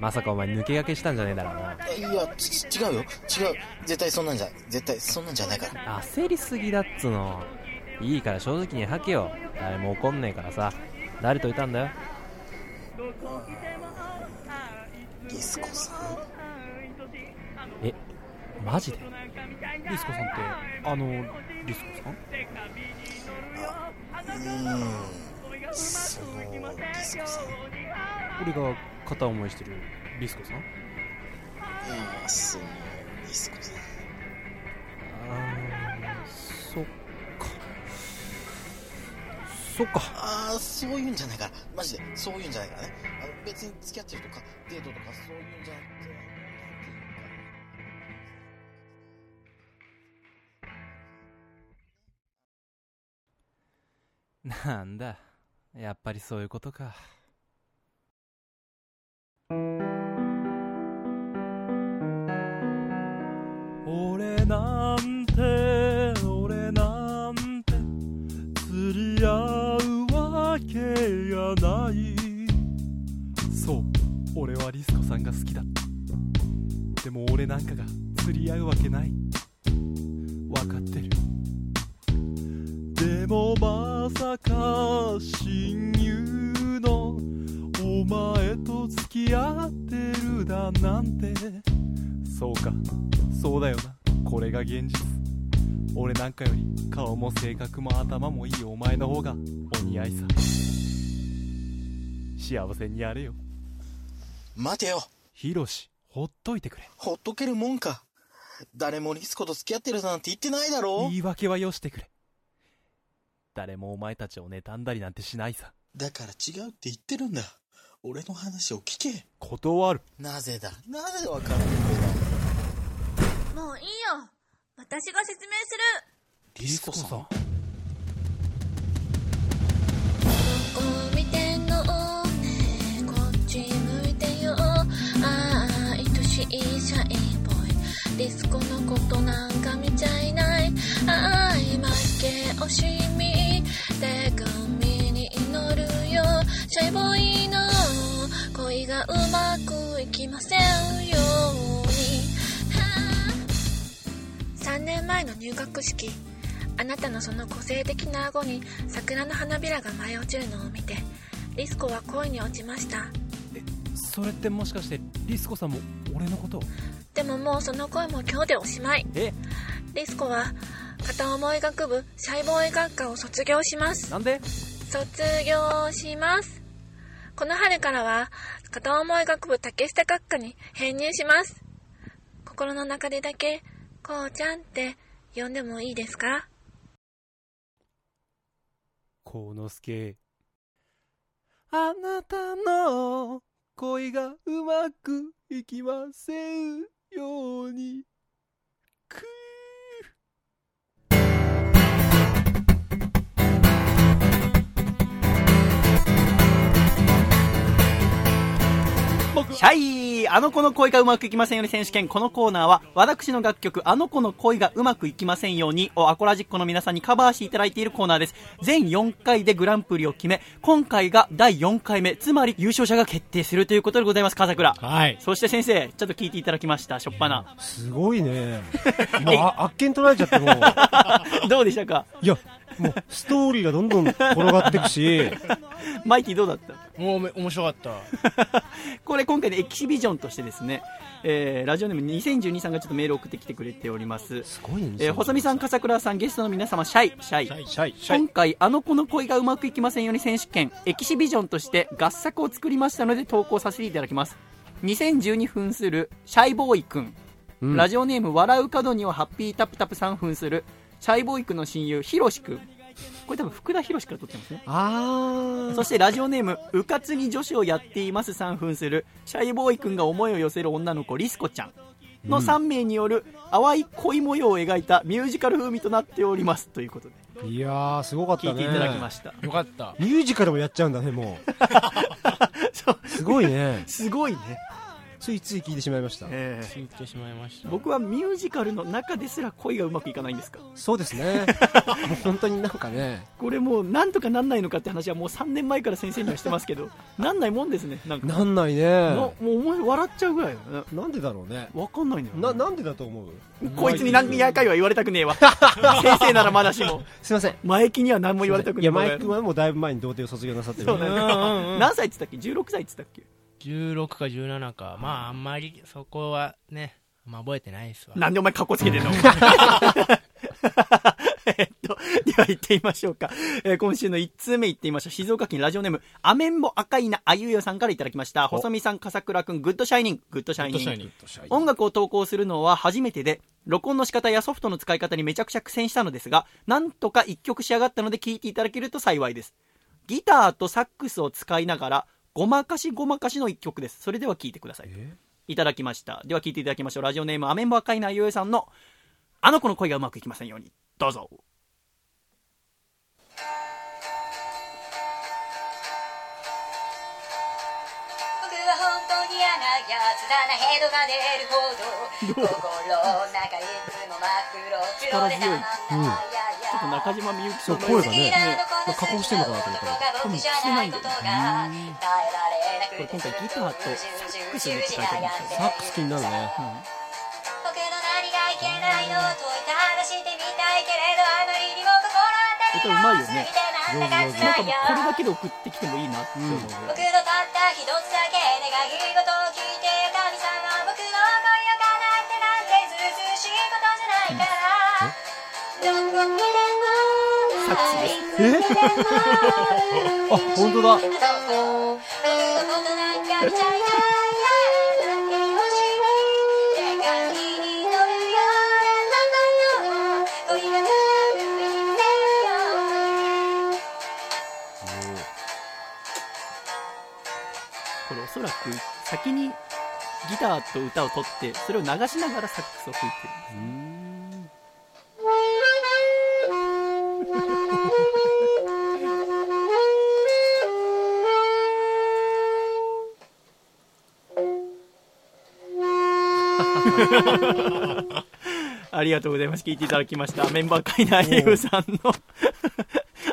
Speaker 8: まさかお前抜け駆けしたんじゃねえだろうない
Speaker 9: やち違うよ違う絶対そんなんじゃ絶対そんなんじゃないから
Speaker 8: 焦りすぎだっつのいいから正直に吐けよ誰も怒んねえからさ誰といたんだよ
Speaker 9: リスコさん
Speaker 8: えマジで
Speaker 7: リスコさんってあのリスコさん
Speaker 9: うーんそのリスコさん
Speaker 8: 俺が片思いしてるリスコさん
Speaker 9: うんそのリスコさん
Speaker 8: あそっかそっか
Speaker 9: ああそういうんじゃないからマジでそういうんじゃないからねあの別に付き合ってるとかデートとかそういうんじゃなくてなんていうか
Speaker 8: なんだやっぱりそういうことか俺なんて俺なんて釣り合うわけがないそう俺はリスコさんが好きだったでも俺なんかが釣り合うわけないわかってるでもまさか親友のお前と付き合ってるだなんてそうかそうだよなこれが現実俺なんかより顔も性格も頭もいいお前の方がお似合いさ幸せにやれよ
Speaker 9: 待てよ
Speaker 8: ヒロシほっといてくれ
Speaker 9: ほっとけるもんか誰もリスコと付き合ってるなんて言ってないだろ
Speaker 8: 言い訳はよしてくれ誰もお前たちを妬んだりなんてしないさ
Speaker 9: だから違うって言ってるんだ俺の話を聞け
Speaker 8: 断る
Speaker 9: なぜだなぜわからないんだ
Speaker 10: もういいよ私が説明する
Speaker 9: リスコさん
Speaker 10: どこ見てんのねえこっち向いてよああ愛しいシャイボーイディスコのことなんか見ちゃいないああ今け惜しみ手紙に祈るよシャイボーイの恋がうまくいきませんようにはあ3年前の入学式あなたのその個性的な顎に桜の花びらが舞い落ちるのを見てリスコは恋に落ちました
Speaker 8: それってもしかしてリスコさんも俺のことを
Speaker 10: でももうその恋も今日でおしまい
Speaker 8: え
Speaker 10: リスコは片思い学部シャイボーイ学科を卒業します
Speaker 8: なんで
Speaker 10: 卒業しますこの春からは片思い学部竹下学科に編入します心の中でだけこうちゃんって呼んでもいいですか
Speaker 8: 幸之助あなたの恋がうまくいきませんようにく
Speaker 11: 僕
Speaker 1: シャイあの子の恋がうまくいきませんように選手権このコーナーは私の楽曲あの子の恋がうまくいきませんようにをアコラジックの皆さんにカバーしていただいているコーナーです全4回でグランプリを決め今回が第4回目つまり優勝者が決定するということでございます笠倉
Speaker 11: はい。
Speaker 1: そして先生ちょっと聞いていただきましたしょっぱな
Speaker 3: すごい <laughs> ね。もう、ああっけん取られちゃっても
Speaker 1: <laughs>
Speaker 3: う、
Speaker 1: どうでしたか
Speaker 3: いや、もう、ストーリーがどんどん転がっていくし、
Speaker 1: マイティどうだった
Speaker 4: もうめ面白かった
Speaker 1: これ今回のエキシビジョンとしてですね、えーラジオネーム2012さんがちょっとメールを送ってきてくれております
Speaker 3: すごいね。
Speaker 1: えー、細見さん、笠倉さん、ゲストの皆様、シャイ、シャイ。
Speaker 11: シャイ
Speaker 3: シャイ。
Speaker 1: 今回、あの子の恋がうまくいきませんように選手権、エキシビジョンとして合作を作りましたので投稿させていただきます。2012分する、シャイボーイくん。
Speaker 3: うん
Speaker 1: ラジオネーム、笑う角にはハッピータプタプ3分する、シャイボーイくんの親友、ヒロシくん。これ多分、福田ヒロシから撮ってますね。
Speaker 3: <laughs> あ
Speaker 1: そしてラジオネーム、うかつに女子をやっています3分する、シャイボーイくんが思いを寄せる女の子、リスコちゃんの3名による淡い恋模様を描いたミュージカル風味となっております。ということで、
Speaker 3: ー。いやー、すごかったね。
Speaker 1: 聞いていただきました。
Speaker 4: よかった
Speaker 3: ミュージカルもやっちゃうんだね、も
Speaker 1: そう。
Speaker 3: う。すごいね
Speaker 1: <laughs> すごいね。
Speaker 3: ついつい聞いてしまいました。
Speaker 1: え
Speaker 4: 信じてしまいました
Speaker 1: 僕はミュージカルの中ですら恋がうまくいかないんですか
Speaker 3: そうですね。もう本当になんかね、
Speaker 1: これもうなんとかなんないのかって話はもう3年前から先生にはしてますけどなんないもんですねなんか
Speaker 3: なんない
Speaker 1: の
Speaker 3: ね。
Speaker 1: もうお前笑っちゃうぐらいだよね
Speaker 3: なんでだろうね。
Speaker 1: わかんないんだよね
Speaker 3: な、なんでだと思う
Speaker 1: こいつに何やかいは言われたく <laughs> ねえわ先生ならまだしも
Speaker 3: すいません。
Speaker 1: 前木には何も言われたくね
Speaker 3: い
Speaker 1: え
Speaker 3: や、マイクはもうだいぶ前に童貞を卒業なさってる
Speaker 1: そうなんだ何歳っつったっけ16歳っつったっけ
Speaker 4: 16か17かまああんまりそこはね、まあ、覚えてないですわ
Speaker 1: なんでお前かっこつけてんのえっと、では行ってみましょうか。えー今週の1通目行ってみましょう。静岡県ラジオネーム、アメンボ赤いなあゆよさんからいただきました。細見さん、笠倉くん、グッドシャイニング、グッドシャイニング。
Speaker 11: に。
Speaker 1: 音楽を投稿するのは初めてで、録音の仕方やソフトの使い方にめちゃくちゃ苦戦したのですが、なんとか一曲仕上がったので聴いていただけると幸いです。ギターとサックスを使いながら、ごまかしごまかしの一曲です。それでは聴いてください。いただきました。では聴いていただきましょう。ラジオネーム、アメンボ赤いなゆえさんの、あの子の恋がうまくいきませんように。どうぞ。
Speaker 10: 僕は本当に嫌なやつだなヘドが出るほど心の中いつも真っ黒黒でたまんないやいや
Speaker 1: ちょっと中島みゆきさ
Speaker 3: そうん
Speaker 1: の
Speaker 3: 声がねまあ加
Speaker 10: 好きなの
Speaker 3: 工してんのかなと思ったら
Speaker 10: 男が僕じゃないことが耐えられな
Speaker 1: こ
Speaker 10: くて
Speaker 1: れ今回ギターとサックスの使い方なんです
Speaker 3: サックス気になるね
Speaker 10: 僕の何がいけないのといたらしてみたいけれどあまりにも心当たりが多すぎてなんだか
Speaker 1: なん
Speaker 10: つ
Speaker 1: かもう
Speaker 10: ら
Speaker 1: こ
Speaker 10: い
Speaker 1: れだけで
Speaker 10: よ
Speaker 1: 送ってきてもいいなって思うぐらい
Speaker 10: 僕 <laughs> のたった一つだけ願い事を聞いてよ神様僕の恋を叶ってなんてずうずうしいことじゃないからどこにでもいつで
Speaker 3: あ本当だ
Speaker 10: もどこことなんかじゃない何もしない世界に乗るようなのよ恋が来るんだよ
Speaker 1: これおそらく先にギターと歌を取ってそれを流しながらサックスを吹いてるありがとうございます聞いていただきましたメンバー会内優さんの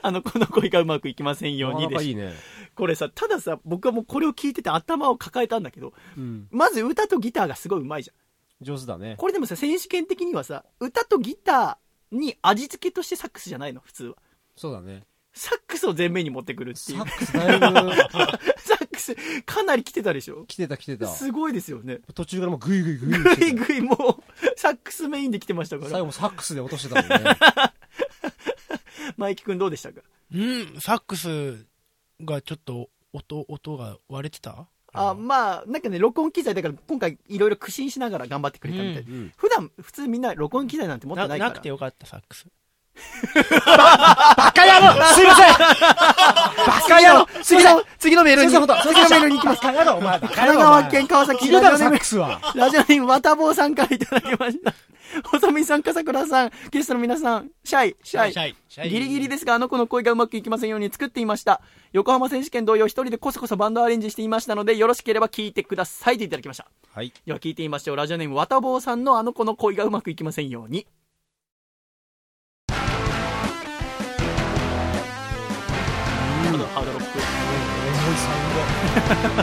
Speaker 1: あのこの恋がうまくいきませんよう
Speaker 3: なか
Speaker 1: に
Speaker 3: な
Speaker 1: で
Speaker 3: か
Speaker 1: す
Speaker 3: いいね
Speaker 1: これさたださ僕はもうこれを聞いてて頭を抱えたんだけど
Speaker 3: うん
Speaker 1: まず歌とギターがすごいうまいじゃん
Speaker 3: 上手だね
Speaker 1: これでもさ、選手権的にはさ、歌とギターに味付けとしてサックスじゃないの、普通は。
Speaker 3: そうだね
Speaker 1: サックスを前面に持ってくるって
Speaker 3: サ
Speaker 1: いう。
Speaker 3: ックスだ
Speaker 1: <laughs>
Speaker 3: いぶ
Speaker 1: サックス、かなり来てたでしょ
Speaker 3: 来てた来てた
Speaker 1: すごいですよね。
Speaker 3: 途中からもうグイグイグイグ
Speaker 1: ぐ
Speaker 3: イ来て
Speaker 1: いぐいもう、サックスメインで来てましたか
Speaker 3: た最後
Speaker 1: ら。
Speaker 3: もサックスで落としてたもんね
Speaker 1: マイキ君どうでしたか
Speaker 4: うんサックスがちょっと音音が割れてた
Speaker 1: あ、まあ、なんかね、録音機材だから今回いろいろ苦心しながら頑張ってくれたみたい。
Speaker 4: う
Speaker 3: うん
Speaker 1: 普段、普通みんな録音機材なんて持ってな
Speaker 4: ない
Speaker 1: から。
Speaker 4: なくてよかったサックス
Speaker 3: バカ野郎すいませんバカ野郎すいません
Speaker 1: 次のメール
Speaker 3: 先
Speaker 1: に。
Speaker 3: 生のこと
Speaker 1: 次のメールに行きます。
Speaker 3: すバカ野郎お前バ
Speaker 1: 神奈川県川崎市
Speaker 3: いる
Speaker 1: ラ
Speaker 3: だ
Speaker 1: ジオネー
Speaker 3: ろサッ
Speaker 1: ム
Speaker 3: クスは
Speaker 1: ラジオネーム、わたぼうさんからいただきました。細見さん、笠倉さん、ゲストの皆さん、シャイ、シャイ。
Speaker 2: シャイシャイ
Speaker 1: ギリギリですが、あの子の恋がうまくいきませんように作っていました。横浜選手権同様、一人でこそこそバンドアレンジしていましたので、よろしければ聞いてくださいといただきました。
Speaker 12: はい。
Speaker 1: では聞いてみましょう。ラジオネーム、わたぼうさんのあの子の恋がうまくいきませんように。ハードロ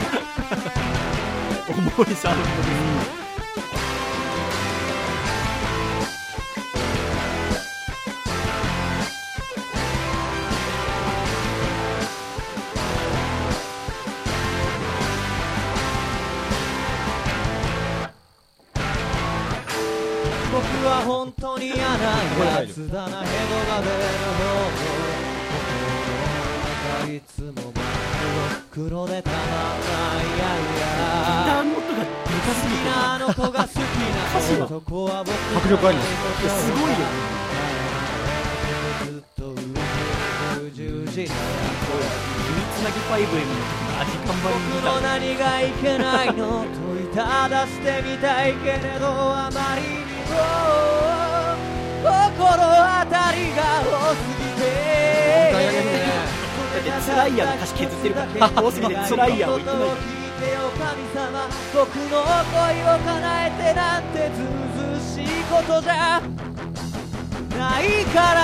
Speaker 1: ック。 <laughs> 重いサウンド。重いサウン
Speaker 7: 僕は本当に嫌なやつだなヘドが出るの僕の中いつも真っ黒黒でたまんないやいや好きなあの子が好きな男は僕
Speaker 3: 迫力あります
Speaker 7: すごいよずっと上に十字架
Speaker 1: つなぎ 5M の時の味看板に
Speaker 7: 僕の何がいけないの問いただしてみたいけれどあまりにも心当たりが多すぎて
Speaker 1: だって辛いやの歌詞削ってるから多すぎて辛いやを言ってない
Speaker 7: 神様僕の恋を叶えてなんてずうずうしいことじゃないから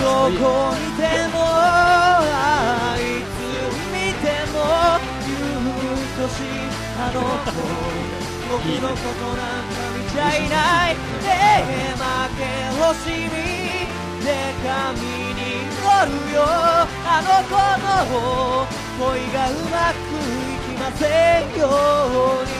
Speaker 7: どこにでもあいつ見ても言うとしあの子僕のことなんか見ちゃいないねえ負け惜しみで髪に乗るよあの子の恋がうまくいきませんように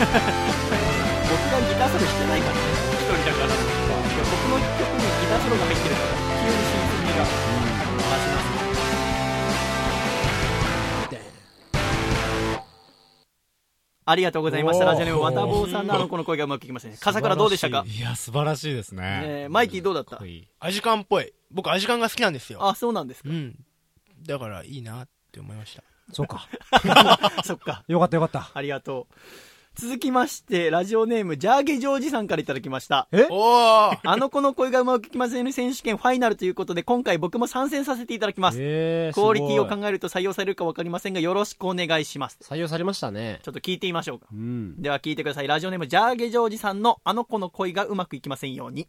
Speaker 1: 僕がギターソロしてないから一人だからいや僕の曲にギターソロが入ってるから急に新鮮味が増しますありがとうございましたラジオネームわたぼうさんのあの子の声がうまくいきませんね笠倉どうでしたか
Speaker 2: いや、素晴らしいです
Speaker 1: ね
Speaker 2: ね。
Speaker 1: えマイキーどうだった
Speaker 4: アジカンっぽい。僕、アジカンが好きなんですよ。
Speaker 1: あ、そうなんです
Speaker 4: か。うん。だから、いいなって思いました。
Speaker 3: そうか
Speaker 1: そっか <laughs>
Speaker 3: よかったよかった
Speaker 1: ありがとう続きましてラジオネームジャーゲジョージさんからいただきました
Speaker 3: え
Speaker 4: お
Speaker 1: あの子の恋がうまくいきません選手権ファイナルということで今回僕も参戦させていただきます
Speaker 12: えー
Speaker 1: クオリティを
Speaker 12: すごい
Speaker 1: 考えると採用されるか分かりませんがよろしくお願いします
Speaker 12: 採用されましたね
Speaker 1: ちょっと聞いてみましょうか
Speaker 12: うん
Speaker 1: では聞いてくださいラジオネームジャーゲジョージさんのあの子の恋がうまくいきませんように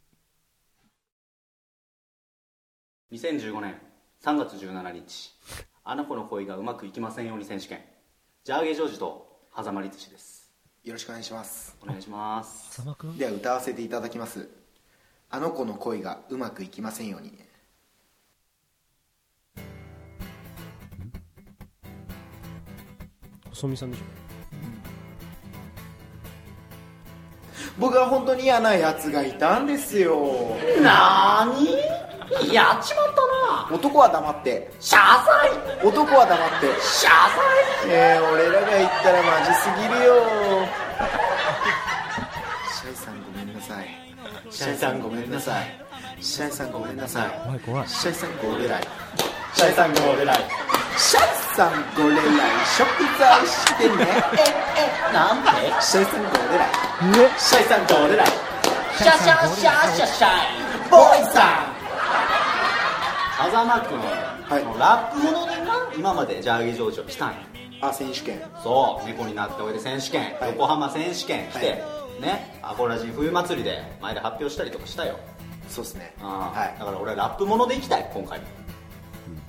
Speaker 13: 2015年3月17日あの子の恋がうまくいきませんように選手権ジャーゲージョージと狭間律師です
Speaker 9: よろしくお願いします
Speaker 13: お願いします
Speaker 9: 狭間くんでは歌わせていただきますあの子の恋がうまくいきませんように
Speaker 3: 細見さんでしょ
Speaker 9: 僕は本当に嫌なやつがいたんですよ
Speaker 5: な
Speaker 9: ーにやっちまったな男は黙って謝罪男は黙って謝罪ねえ俺らが言ったらマジすぎるよシャイさんごめんなさいシャイさんごめんなさいシャイさんごめんなさい
Speaker 3: お前怖い
Speaker 9: シャイさんごれらいシャイさんごれらいシャイさんごれらい食材してねええなんでシャイさんごれらいシャイさんごれらい
Speaker 5: シャシャシャシャシャイ
Speaker 9: ボーイさ
Speaker 5: ん
Speaker 13: 狭間君、もうラップものでな今までジャーゲージョージを来たんや
Speaker 9: あ選手権
Speaker 13: そう猫になっておいで選手権、横浜選手権来て、ねアコラジ冬祭りで前で発表したりとかしたよ
Speaker 9: そうっすね
Speaker 13: はい、だから俺はラップものでいきたい今回も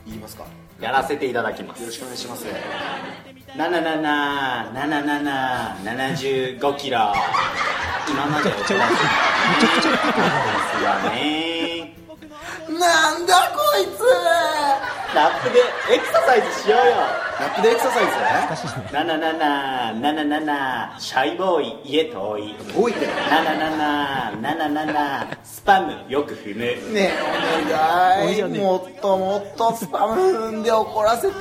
Speaker 9: 言いますか
Speaker 13: やらせていただきます
Speaker 9: よろしくお願いします
Speaker 13: なななななななな75キロ今までおとなしいですよね
Speaker 9: なんだこいつ
Speaker 13: ラップでエクササイズしようよ
Speaker 9: ラップでエクササイズね
Speaker 13: ななななななななシャイボーイ家遠い
Speaker 9: 遠いって
Speaker 13: ななななななななスパムよく踏む
Speaker 9: ね
Speaker 13: 俺
Speaker 9: え
Speaker 13: じゃ
Speaker 9: お願
Speaker 13: ね
Speaker 9: い
Speaker 13: え
Speaker 9: もっともっとスパム踏んで怒らせて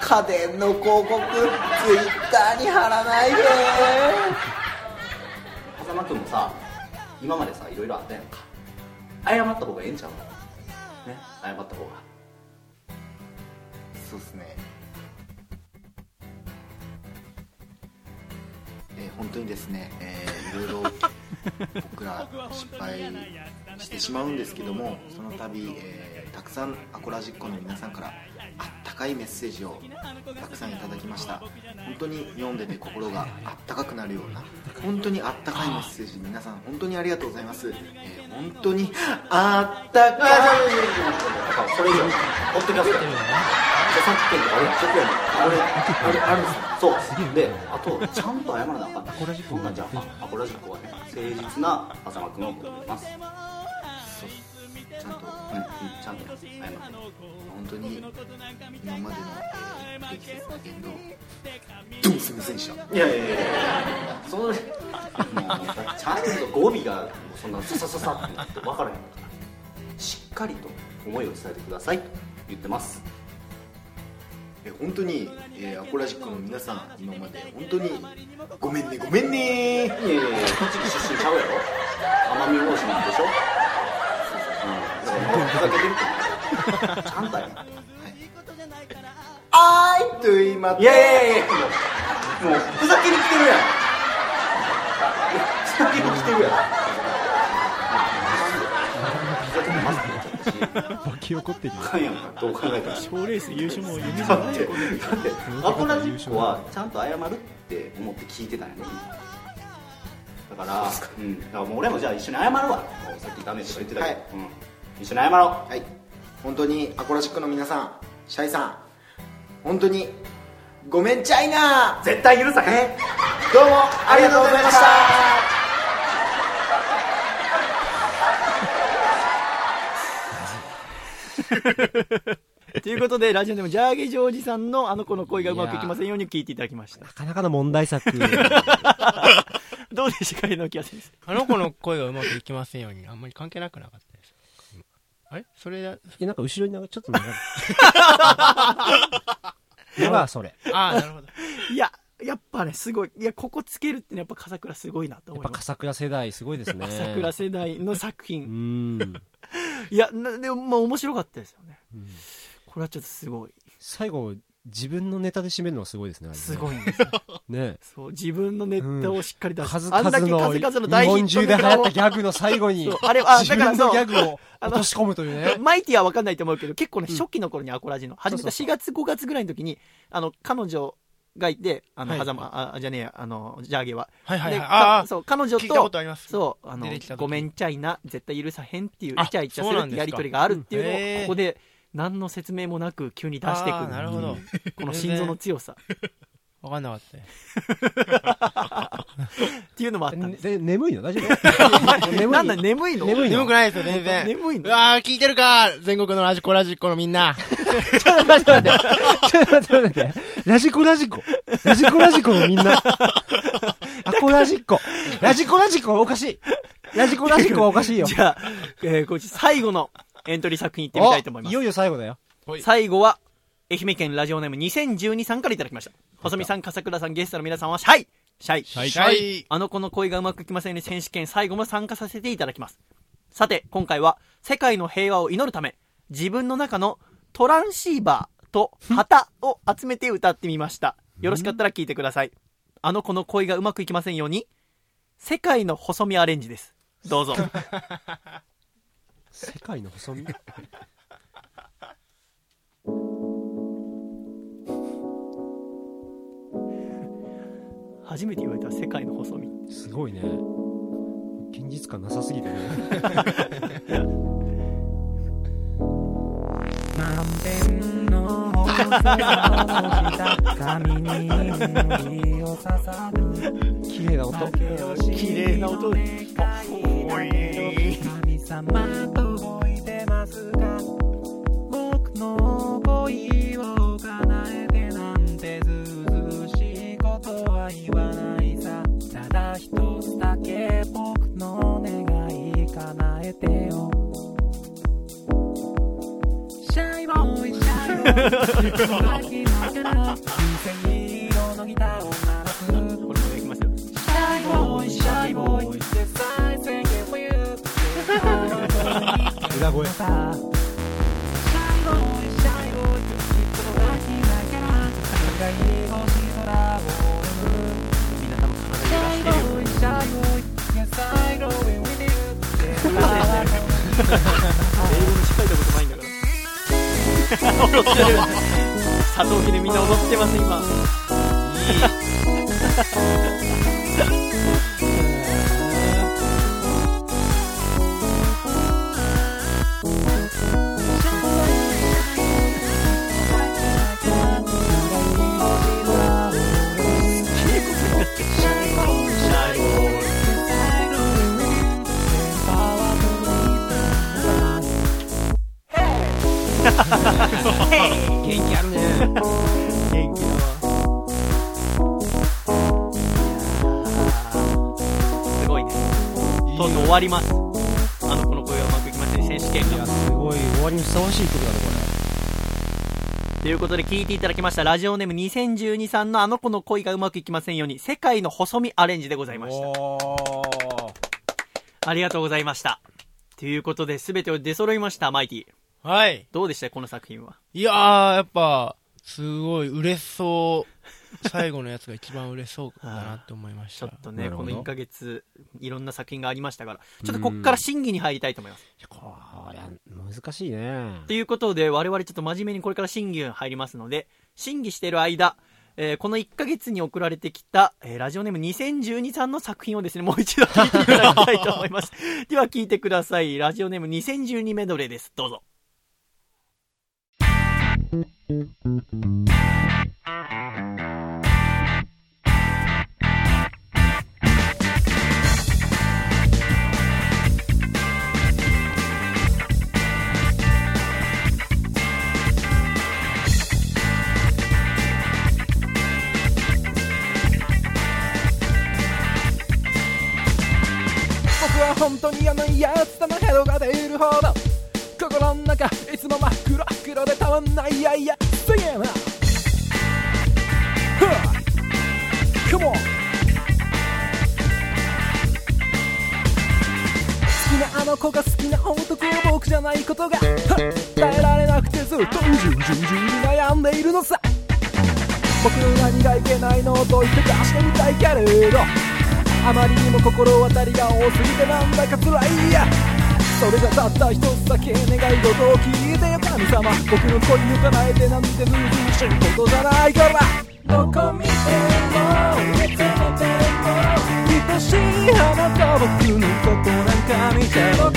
Speaker 9: 家電の広告ツイッターに貼らないで
Speaker 13: 狭風間君もさ今までさいろいろあったやんか謝った方がええんちゃうね謝った方が
Speaker 9: そうっすねえー本当にですね、えーいろいろ僕ら失敗してしまうんですけどもその度、えーたくさんアコラジッコの皆さんからあったかいメッセージをたくさんいただきました本当に読んでて心があったかくなるような本当にあったかいメッセージ皆さん本当にありがとうございます、えー本当にあったかいそれ以上
Speaker 13: ポッドキャスト著作権とか俺ちょっとやねんあれあれあるんですよそうであとちゃんと謝らなあかんアコラジックじゃあアコラジックはね誠実な風間君を求めます
Speaker 9: ちゃんと、うんうん、ちゃんと謝って本当に今までの、えー、不適切な言動どうすみませんでした
Speaker 13: いやいやいやそのちゃんと語尾がもうそんなササササってなって分からへんからしっかりと思いを伝えてくださいと言ってます
Speaker 9: えー本当に、えーアコラジックの皆さん今まで本当にごめんねごめんねいや
Speaker 13: いやいや栃木出身ちゃうやろ奄美大島なんでしょうんだからもうふざけてるってちゃんとやる
Speaker 9: あーいと言いま
Speaker 13: いやいやいやもうもうふざけに来てるやんふざけに来てるやんふざけてますって言っちゃったし
Speaker 12: 湧き起こってるよ
Speaker 13: あかんやんかどう考えても
Speaker 12: 賞レース優勝も夢じ
Speaker 13: だ
Speaker 12: ゃ
Speaker 13: っ
Speaker 12: ない
Speaker 13: て
Speaker 12: よ
Speaker 13: だってアコラジッコはちゃんと謝るって思って聞いてたんやねだからうん、だからもう俺もじゃあ一緒に謝るわもうさっきダメージとか言ってたけど、うん、一緒に謝ろう
Speaker 9: はい本当にアコラジックの皆さんシャイさん本当にごめんチャイナ
Speaker 13: 絶対許さへん
Speaker 9: どうもありがとうございました
Speaker 1: ということで、ラジオでもジャーゲジョージさんのあの子の恋がうまくいきませんように聞いていただきま
Speaker 3: <laughs>
Speaker 1: した。
Speaker 3: なかなかの問題
Speaker 1: <laughs>
Speaker 3: 作。
Speaker 1: どうでしたか、榎木先生。
Speaker 4: あの子の声がうまくいきませんように、あんまり関係なくなかっ
Speaker 1: <laughs>
Speaker 4: たです。あれそれだ。
Speaker 3: え、なんか後ろになんかちょっと流れて
Speaker 1: <laughs>
Speaker 3: では、それ。
Speaker 4: ああ、なるほど。
Speaker 1: いや、やっぱね、すごい。いや、ここつけるってね、やっぱ笠倉すごいなと思います。
Speaker 3: 笠倉世代、すごいですね。
Speaker 1: 笠倉世代の作
Speaker 3: う
Speaker 1: 品。
Speaker 3: ーん。
Speaker 1: いや、なでも、まあ面白かったですよね。これはちょっとすごい。
Speaker 3: 最後、自分のネタで締めるのはすごいですね。あれね
Speaker 1: すごいんですよ。
Speaker 3: ね。
Speaker 1: そう、自分のネットをしっかり出す。
Speaker 3: 数
Speaker 1: あ
Speaker 3: 々
Speaker 1: んだけ
Speaker 3: の、
Speaker 1: 数
Speaker 3: 日
Speaker 1: 々の大ヒ
Speaker 3: 本
Speaker 1: ット
Speaker 3: 中
Speaker 1: ネ
Speaker 3: で流
Speaker 1: タ
Speaker 3: 行
Speaker 1: を
Speaker 3: ったギャグの最後に
Speaker 1: そう、あれあ
Speaker 3: 自分
Speaker 1: だから
Speaker 3: の
Speaker 1: そう
Speaker 3: ギャグを
Speaker 1: あ
Speaker 3: 落
Speaker 1: の
Speaker 3: とし込むというね。
Speaker 1: マイティは分かんないと思うけど、結構ね、
Speaker 3: うん
Speaker 1: 初期の頃にアコラジの、始めた
Speaker 3: そう
Speaker 1: 4月、5月ぐらいの時に、あの、彼女がいて、あの、
Speaker 4: はい
Speaker 1: 狭間、あ、じゃねえや、あの、ジャーゲは。
Speaker 4: はいはいはい
Speaker 1: で
Speaker 4: ああ
Speaker 1: かそう、彼女と、
Speaker 4: 聞いたことあります
Speaker 1: そう、あの
Speaker 4: 出てきた、時
Speaker 1: ごめんちゃいな、絶対許さへんっていう、
Speaker 4: あ
Speaker 1: イチャイチャす
Speaker 4: そう
Speaker 1: る
Speaker 4: な
Speaker 1: っ
Speaker 4: ん
Speaker 1: て
Speaker 4: で
Speaker 1: や
Speaker 4: すか
Speaker 1: りとりがあるっていうの
Speaker 4: うんへ
Speaker 1: を、
Speaker 4: え
Speaker 1: ここで、何の説明もなく急に出してく
Speaker 4: あーなるほ
Speaker 1: う
Speaker 4: ど
Speaker 1: んこの心臓の強さ。
Speaker 4: わかんなかったね。
Speaker 1: っていうのもあったんです。
Speaker 3: で、眠いの大丈
Speaker 1: <laughs>
Speaker 3: 夫眠い
Speaker 1: なんだ、眠いの
Speaker 3: 眠い
Speaker 4: 眠
Speaker 3: の
Speaker 4: くないですよ、全然。
Speaker 1: 眠いの
Speaker 4: うわー、聞いてるか全国のラジコラジコのみんな。
Speaker 3: ちょっと待って待って。ちょっと待って待って。ラジコラジコ。ラジコラジコのみん
Speaker 1: <laughs>
Speaker 3: な。アコラジッコ。ラジコラジコはおかしい。ラジコラジコはおかしいよ。
Speaker 1: じゃあ、えーこっち最後のエントリー作品いってみたいと思いま
Speaker 3: お
Speaker 1: す
Speaker 3: い。よいよ最後だよ。
Speaker 1: 最後は、愛媛県ラジオネーム2012さんからいただきました。細見さん、笠倉さん、ゲストの皆さんは、シャイシャイシ
Speaker 2: ャイ
Speaker 1: あの子の恋がうまくいきませんね選手権最後も参加させていただきます。さて、今回は、世界の平和を祈るため、自分の中のトランシーバーと旗を集めて歌ってみました。よろしかったら聞いてください。あの子の恋がうまくいきませんように、世界の細身アレンジです。どうぞ。
Speaker 3: 世界の細身
Speaker 1: 初めて言われた世界の細身。
Speaker 3: すごいね。現実感なさすぎてね。
Speaker 7: 満天の星が閉じた髪に耳を刺さる
Speaker 3: 綺麗な音。
Speaker 7: 綺麗な音です神様届いてますか僕の恋を叶えてなんてずうずうしいことは言わないさただ一つだけ僕の願い叶えてよシャイボーイシャイボーイ今から2000色のギターを鳴らす
Speaker 1: これもできますよ。
Speaker 7: シャイボーイシャイボーイ
Speaker 3: 裏声
Speaker 1: <laughs> 踊ってる佐藤記でみんな踊ってます今元
Speaker 3: 元気あるね
Speaker 1: 気だわすごいねとうとう終わりますあのこの声はうまくいきましたね選手権が
Speaker 3: すごい終わりにふさわしい曲だね
Speaker 1: ということで聞いていただきましたラジオネーム2012さんのあの子の恋がうまくいきませんように世界の細身アレンジでございましたありがとうございましたということで全てを出揃いましたマイティ
Speaker 4: はい
Speaker 1: どうでしたこの作品はい
Speaker 4: やー、やっぱ、すごい、売れそう。最後のやつが一番売れそうだなって思いま
Speaker 1: <laughs>
Speaker 4: した。ちょっ
Speaker 1: とね、この1ヶ月、いろんな作品がありましたから、ちょっとこっから審議に入りたいと思います。
Speaker 3: 難しいね
Speaker 1: ということで、我々ちょっと真面目にこれから審議に入りますので、審議している間、えーこの1ヶ月に送られてきた、えーラジオネーム2012さんの作品をですね、もう一度聞いていただきたいと思い
Speaker 3: <laughs>
Speaker 1: ます。では聞いてください。ラジオネーム2012メドレーです。どうぞ。
Speaker 8: 僕は本当に嫌なやつだなヘドが出るほど心の中いつも真っ黒黒でたまんないいやいやすげえな Come on 好きなあの子が好きな男僕じゃないことがはっ耐えられなくてずっとうじうじうじうじ悩んでいるのさ僕の何がいけないのと言って出してみたいけれどあまりにも心当たりが多すぎてなんだか辛いやそれじゃたった一つだけ願い事を聞いてよ神様僕の恋に叶えてなんてずうずうしいことじゃないからどこ見てもいつまでも愛しい花と僕のことなんか見てどこ見て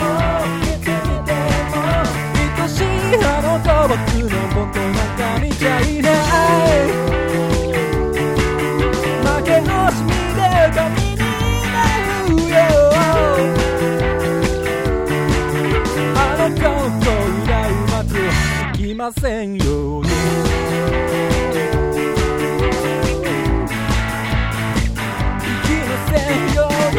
Speaker 8: もいつ見ても愛しい花と僕のことなんか見ちゃいない負け惜しみで神になるよあの子の恋がうまくいきませんようにいきませんように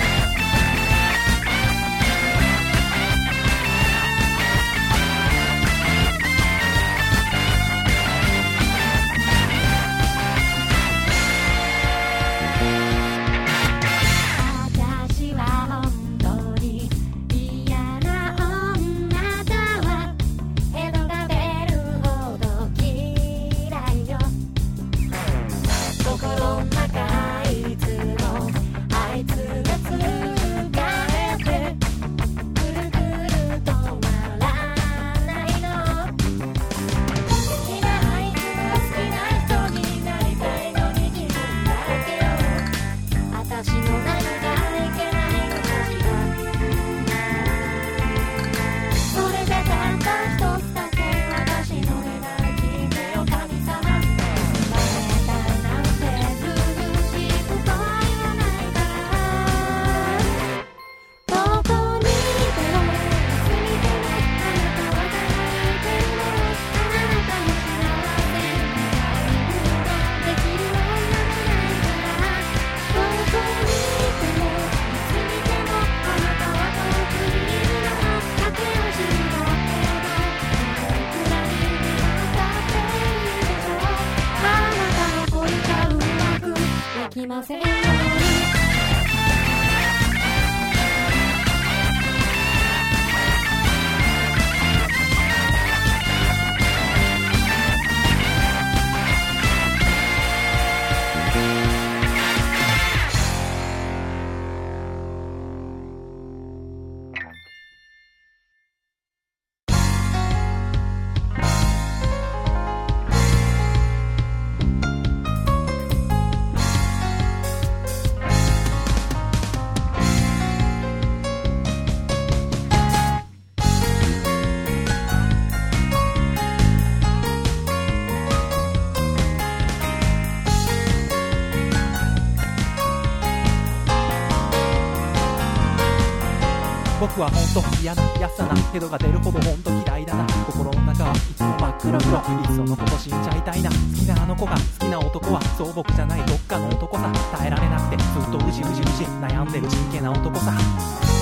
Speaker 7: 僕は本当嫌なやつだなけどが出るほど本当嫌いだな心の中はいつも真っ暗黒いっそのこと死んじゃいたいな好きなあの子が好きな男はそう僕じゃないどっかの男さ耐えられなくてずっとうじうじうじ悩んでる人気な男さ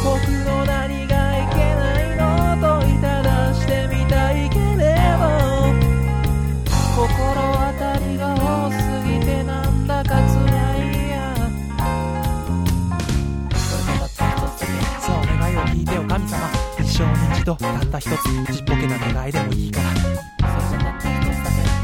Speaker 7: 僕の何がいけないのと問いただしてみたいけれど心当たりが多すぎてなんだか辛いやさあお願いを聞いてよ神様一生に一度たった一つちっぽけな願いでもいいから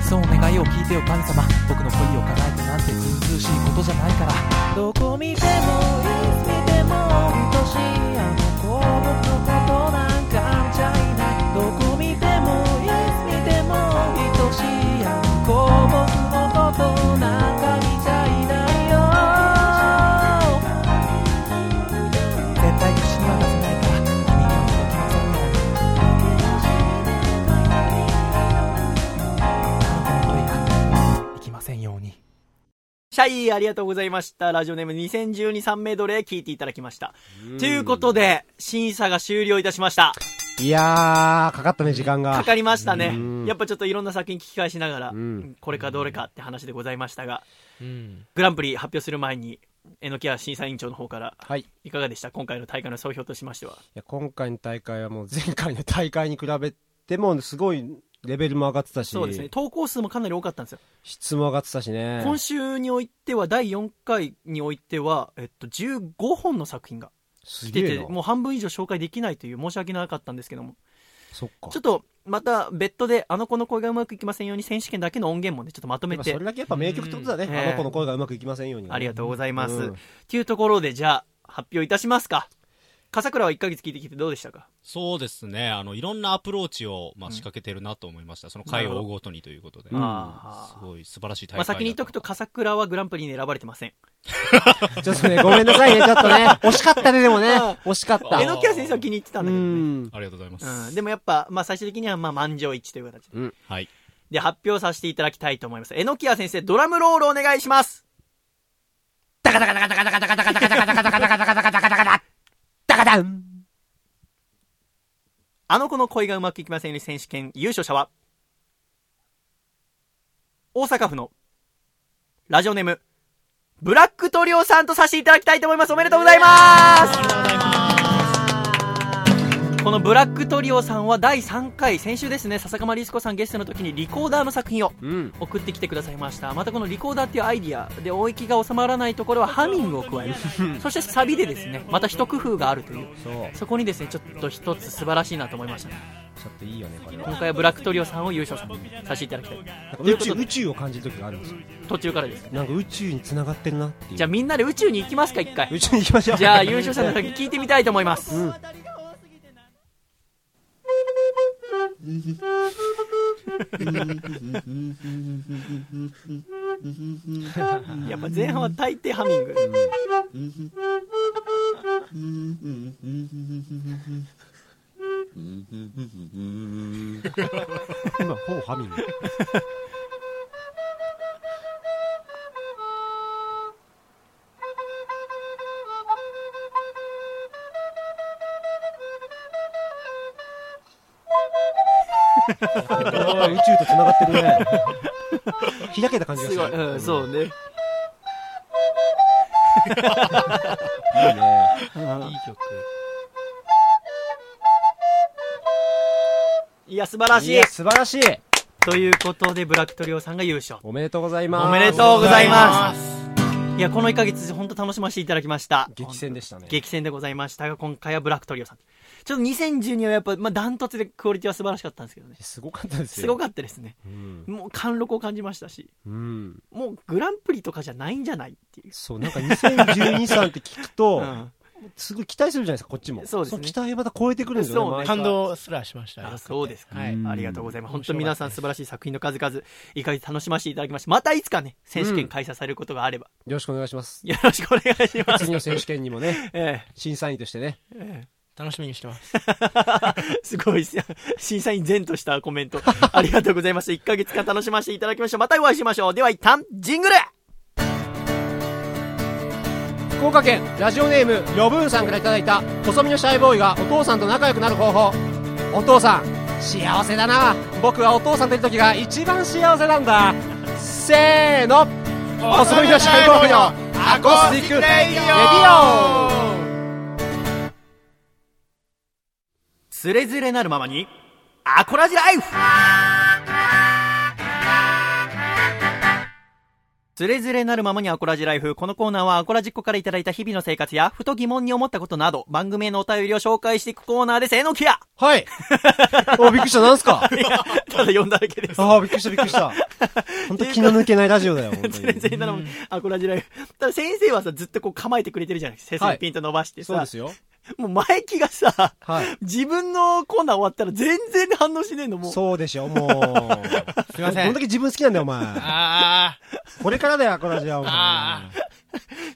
Speaker 7: そうお願いを聞いてよ神様僕の恋を叶えてなんてずうずうしいことじゃないからどこ見てもいつ見ても愛しいあの子僕のことなんかじゃいないどこ見てもいつ見ても愛しいあの子僕のことなんか見ちゃいないよ絶対に死には出せないから君には届きませんよあの子の恋がいきませんように
Speaker 1: シャイありがとうございました。ラジオネーム2012三名ドレ聞いていただきました。ということで、審査が終了いたしました。
Speaker 3: いやー、かかったね、時間が。
Speaker 1: かかりました
Speaker 3: う
Speaker 1: ね。
Speaker 3: ん
Speaker 1: やっぱちょっといろんな作品聞き返しながら、
Speaker 3: ん
Speaker 1: これかどれかって話でございましたが、
Speaker 4: うん
Speaker 1: グランプリ発表する前に、えのきや審査委員長の方から、
Speaker 3: い。
Speaker 1: かがでした今回の大会の総評としましては。
Speaker 3: いや今回の大会はもう前回の大会に比べてもすごいレベルも上がってたし、
Speaker 1: そうですね。投稿数もかなり多かったんですよ。
Speaker 3: 質も上がってたしね。
Speaker 1: 今週においては、第4回においては、えっと、15本の作品が
Speaker 3: す
Speaker 1: 来
Speaker 3: げ
Speaker 1: て
Speaker 3: え
Speaker 1: て、
Speaker 3: な。
Speaker 1: もう半分以上紹介できないという申し訳なかったんですけども。
Speaker 3: そっか。
Speaker 1: ちょっと、また別途で、あの子の声がうまくいきませんように選手権だけの音源もね、ちょっとまとめ
Speaker 3: まあ
Speaker 1: て
Speaker 3: それ。だけやっぱ名曲ってことだね。
Speaker 1: うんええ
Speaker 3: あの子の声がうまくいきませんようにね、
Speaker 1: ありがとうございます。
Speaker 3: うん
Speaker 1: っていうところで、じゃあ、発表いたしますか。笠倉は1ヶ月聞いてきてどうでしたか
Speaker 2: そうですね。あの、いろんなアプローチを、まあ、仕掛けてるなと思いました。その回を追うごとにということで。
Speaker 1: なるほどあ
Speaker 2: すごい素晴らしい大会
Speaker 1: まあ、
Speaker 2: だと。
Speaker 1: 先に言っとくと、笠倉はグランプリに選ばれてません。
Speaker 3: ちょっとね、ごめんなさいね、ちょっ
Speaker 1: <laughs>
Speaker 3: とね。惜しかったね、でもね。惜しかった。
Speaker 1: えのきは先生は気に入ってたんだけどね。
Speaker 2: ありがとうございます。
Speaker 1: うん、でもやっぱ、まあ、最終的には、まあ、満場一致という形で。
Speaker 2: はい。
Speaker 1: で、発表させていただきたいと思います。えのきや先生、ドラムロールお願いします。ダカダカダカダカダカダカダカダカダカダカダカダカダカダンあの子の恋がうまくいきませんように選手権優勝者は、大阪府の、ラジオネーム、ブラックトリオさんとさせていただきたいと思います。おめでとうございますこのブラックトリオさんは第3回、先週ですね、笹釜リスコさんゲストの時にリコーダーの作品を
Speaker 3: うん。
Speaker 1: 送ってきてくださいました。またこのリコーダーっていうアイディアで音域が収まらないところはハミングを
Speaker 3: <laughs>
Speaker 1: 加える。そしてサビでですね、また一工夫があるという。
Speaker 3: そう。
Speaker 1: そこにですね、ちょっと一つ素晴らしいなと思いましたね。
Speaker 3: ちょっといいよね、これ
Speaker 1: 今
Speaker 3: は。
Speaker 1: 回はブラックトリオさんを優勝させていただきたい。
Speaker 3: なんか宇宙、宇宙を感じる時があるんですよ。
Speaker 1: 途中からです。
Speaker 3: なんか宇宙に繋がってるなっていう。
Speaker 1: じゃあみんなで宇宙に行きますか、一回。
Speaker 3: 宇宙に行きましょう。
Speaker 1: じゃあ優勝者の先聞いてみたいと思います。
Speaker 3: うん
Speaker 1: <laughs> やっぱ前半は大抵ハミング。
Speaker 3: 今、ほぼハミング。これは宇宙と繋がってるね。開けた感じがす
Speaker 1: すごい、
Speaker 3: る。
Speaker 1: うん、そうね。
Speaker 3: いいね。
Speaker 4: いい曲
Speaker 1: いや、素晴らし
Speaker 3: い
Speaker 1: い
Speaker 3: や素晴らしい。
Speaker 1: ということで、ブラックトリオさんが優勝。
Speaker 3: おめでとうございます。
Speaker 1: おめでとうございます。いや、この1ヶ月、本当楽しませていただきました。
Speaker 3: 激戦でしたね
Speaker 1: 激戦でございましたが、今回はブラックトリオさん。ちょっと2012はやっぱ、まあ、ダントツでクオリティは素晴らしかったんですけどね。
Speaker 3: すごかったですよ
Speaker 1: すごかったですね。
Speaker 3: うん
Speaker 1: もう貫禄を感じましたし、
Speaker 3: うん。
Speaker 1: もうグランプリとかじゃないんじゃないっていう。
Speaker 3: そう、なんか2012さんって聞くと、
Speaker 1: うん
Speaker 3: すごい期待するじゃないですか、こっちも。
Speaker 1: そうですね
Speaker 3: の期待がまた超えてくるんですよね。毎回
Speaker 4: 感動すらしましたよ
Speaker 1: あそうですか、
Speaker 4: はい
Speaker 1: ありがとうございます。本当に皆さん素晴らしい作品の数々、いかに楽しませていただきました。またいつかね、選手権開催されることがあれば、
Speaker 3: よろしくお願いします。
Speaker 1: よろしくお願いし <laughs> ます。
Speaker 3: 次の選手権にも <laughs> ね、
Speaker 1: え
Speaker 3: 審査員としてね。
Speaker 1: え
Speaker 4: 楽しみにしてます。
Speaker 1: すごいっすよ、審査員善としたコメント。ありがとうございました。1ヶ月間楽しませていただきました。またお会いしましょう。では一旦、ジングル
Speaker 3: 福岡県ラジオネームロブーンさんからいただいた細身のシャイボーイがお父さんと仲良くなる方法お父さん幸せだな僕はお父さんといる時が一番幸せなんだせーの細身のシャイボーイのアコースティックレディオ
Speaker 1: つれづれなるままに、アコラジライフつれづれなるままにアコラジライフ。このコーナーはアコラジっ子からいただいた日々の生活や、ふと疑問に思ったことなど、番組へのお便りを紹介していくコーナーです。えのきや <laughs>
Speaker 3: <laughs> はい。お、びっくりした、なんす <laughs> か
Speaker 1: いや、ただ呼んだだけです。
Speaker 3: ああびっくりしたびっくりした本当気の抜けないラジオだよ本当
Speaker 1: つれ
Speaker 3: に
Speaker 1: づれなるままにアコラジライフ。ただ先生はさ、ずっとこう構えてくれてるじゃない先生
Speaker 3: は
Speaker 1: に
Speaker 3: い
Speaker 1: ピンと伸ばしてさ。
Speaker 3: そうですよ
Speaker 1: もう前木がさ、
Speaker 3: はい
Speaker 1: 自分のコーナー終わったら全然反応しねえの、もう。
Speaker 3: そうでしょ
Speaker 1: <laughs>
Speaker 3: もうすい
Speaker 1: ません
Speaker 3: こんだけ自分好きなんだよお前
Speaker 1: <laughs>
Speaker 4: あ
Speaker 3: これからだよアコラジオお前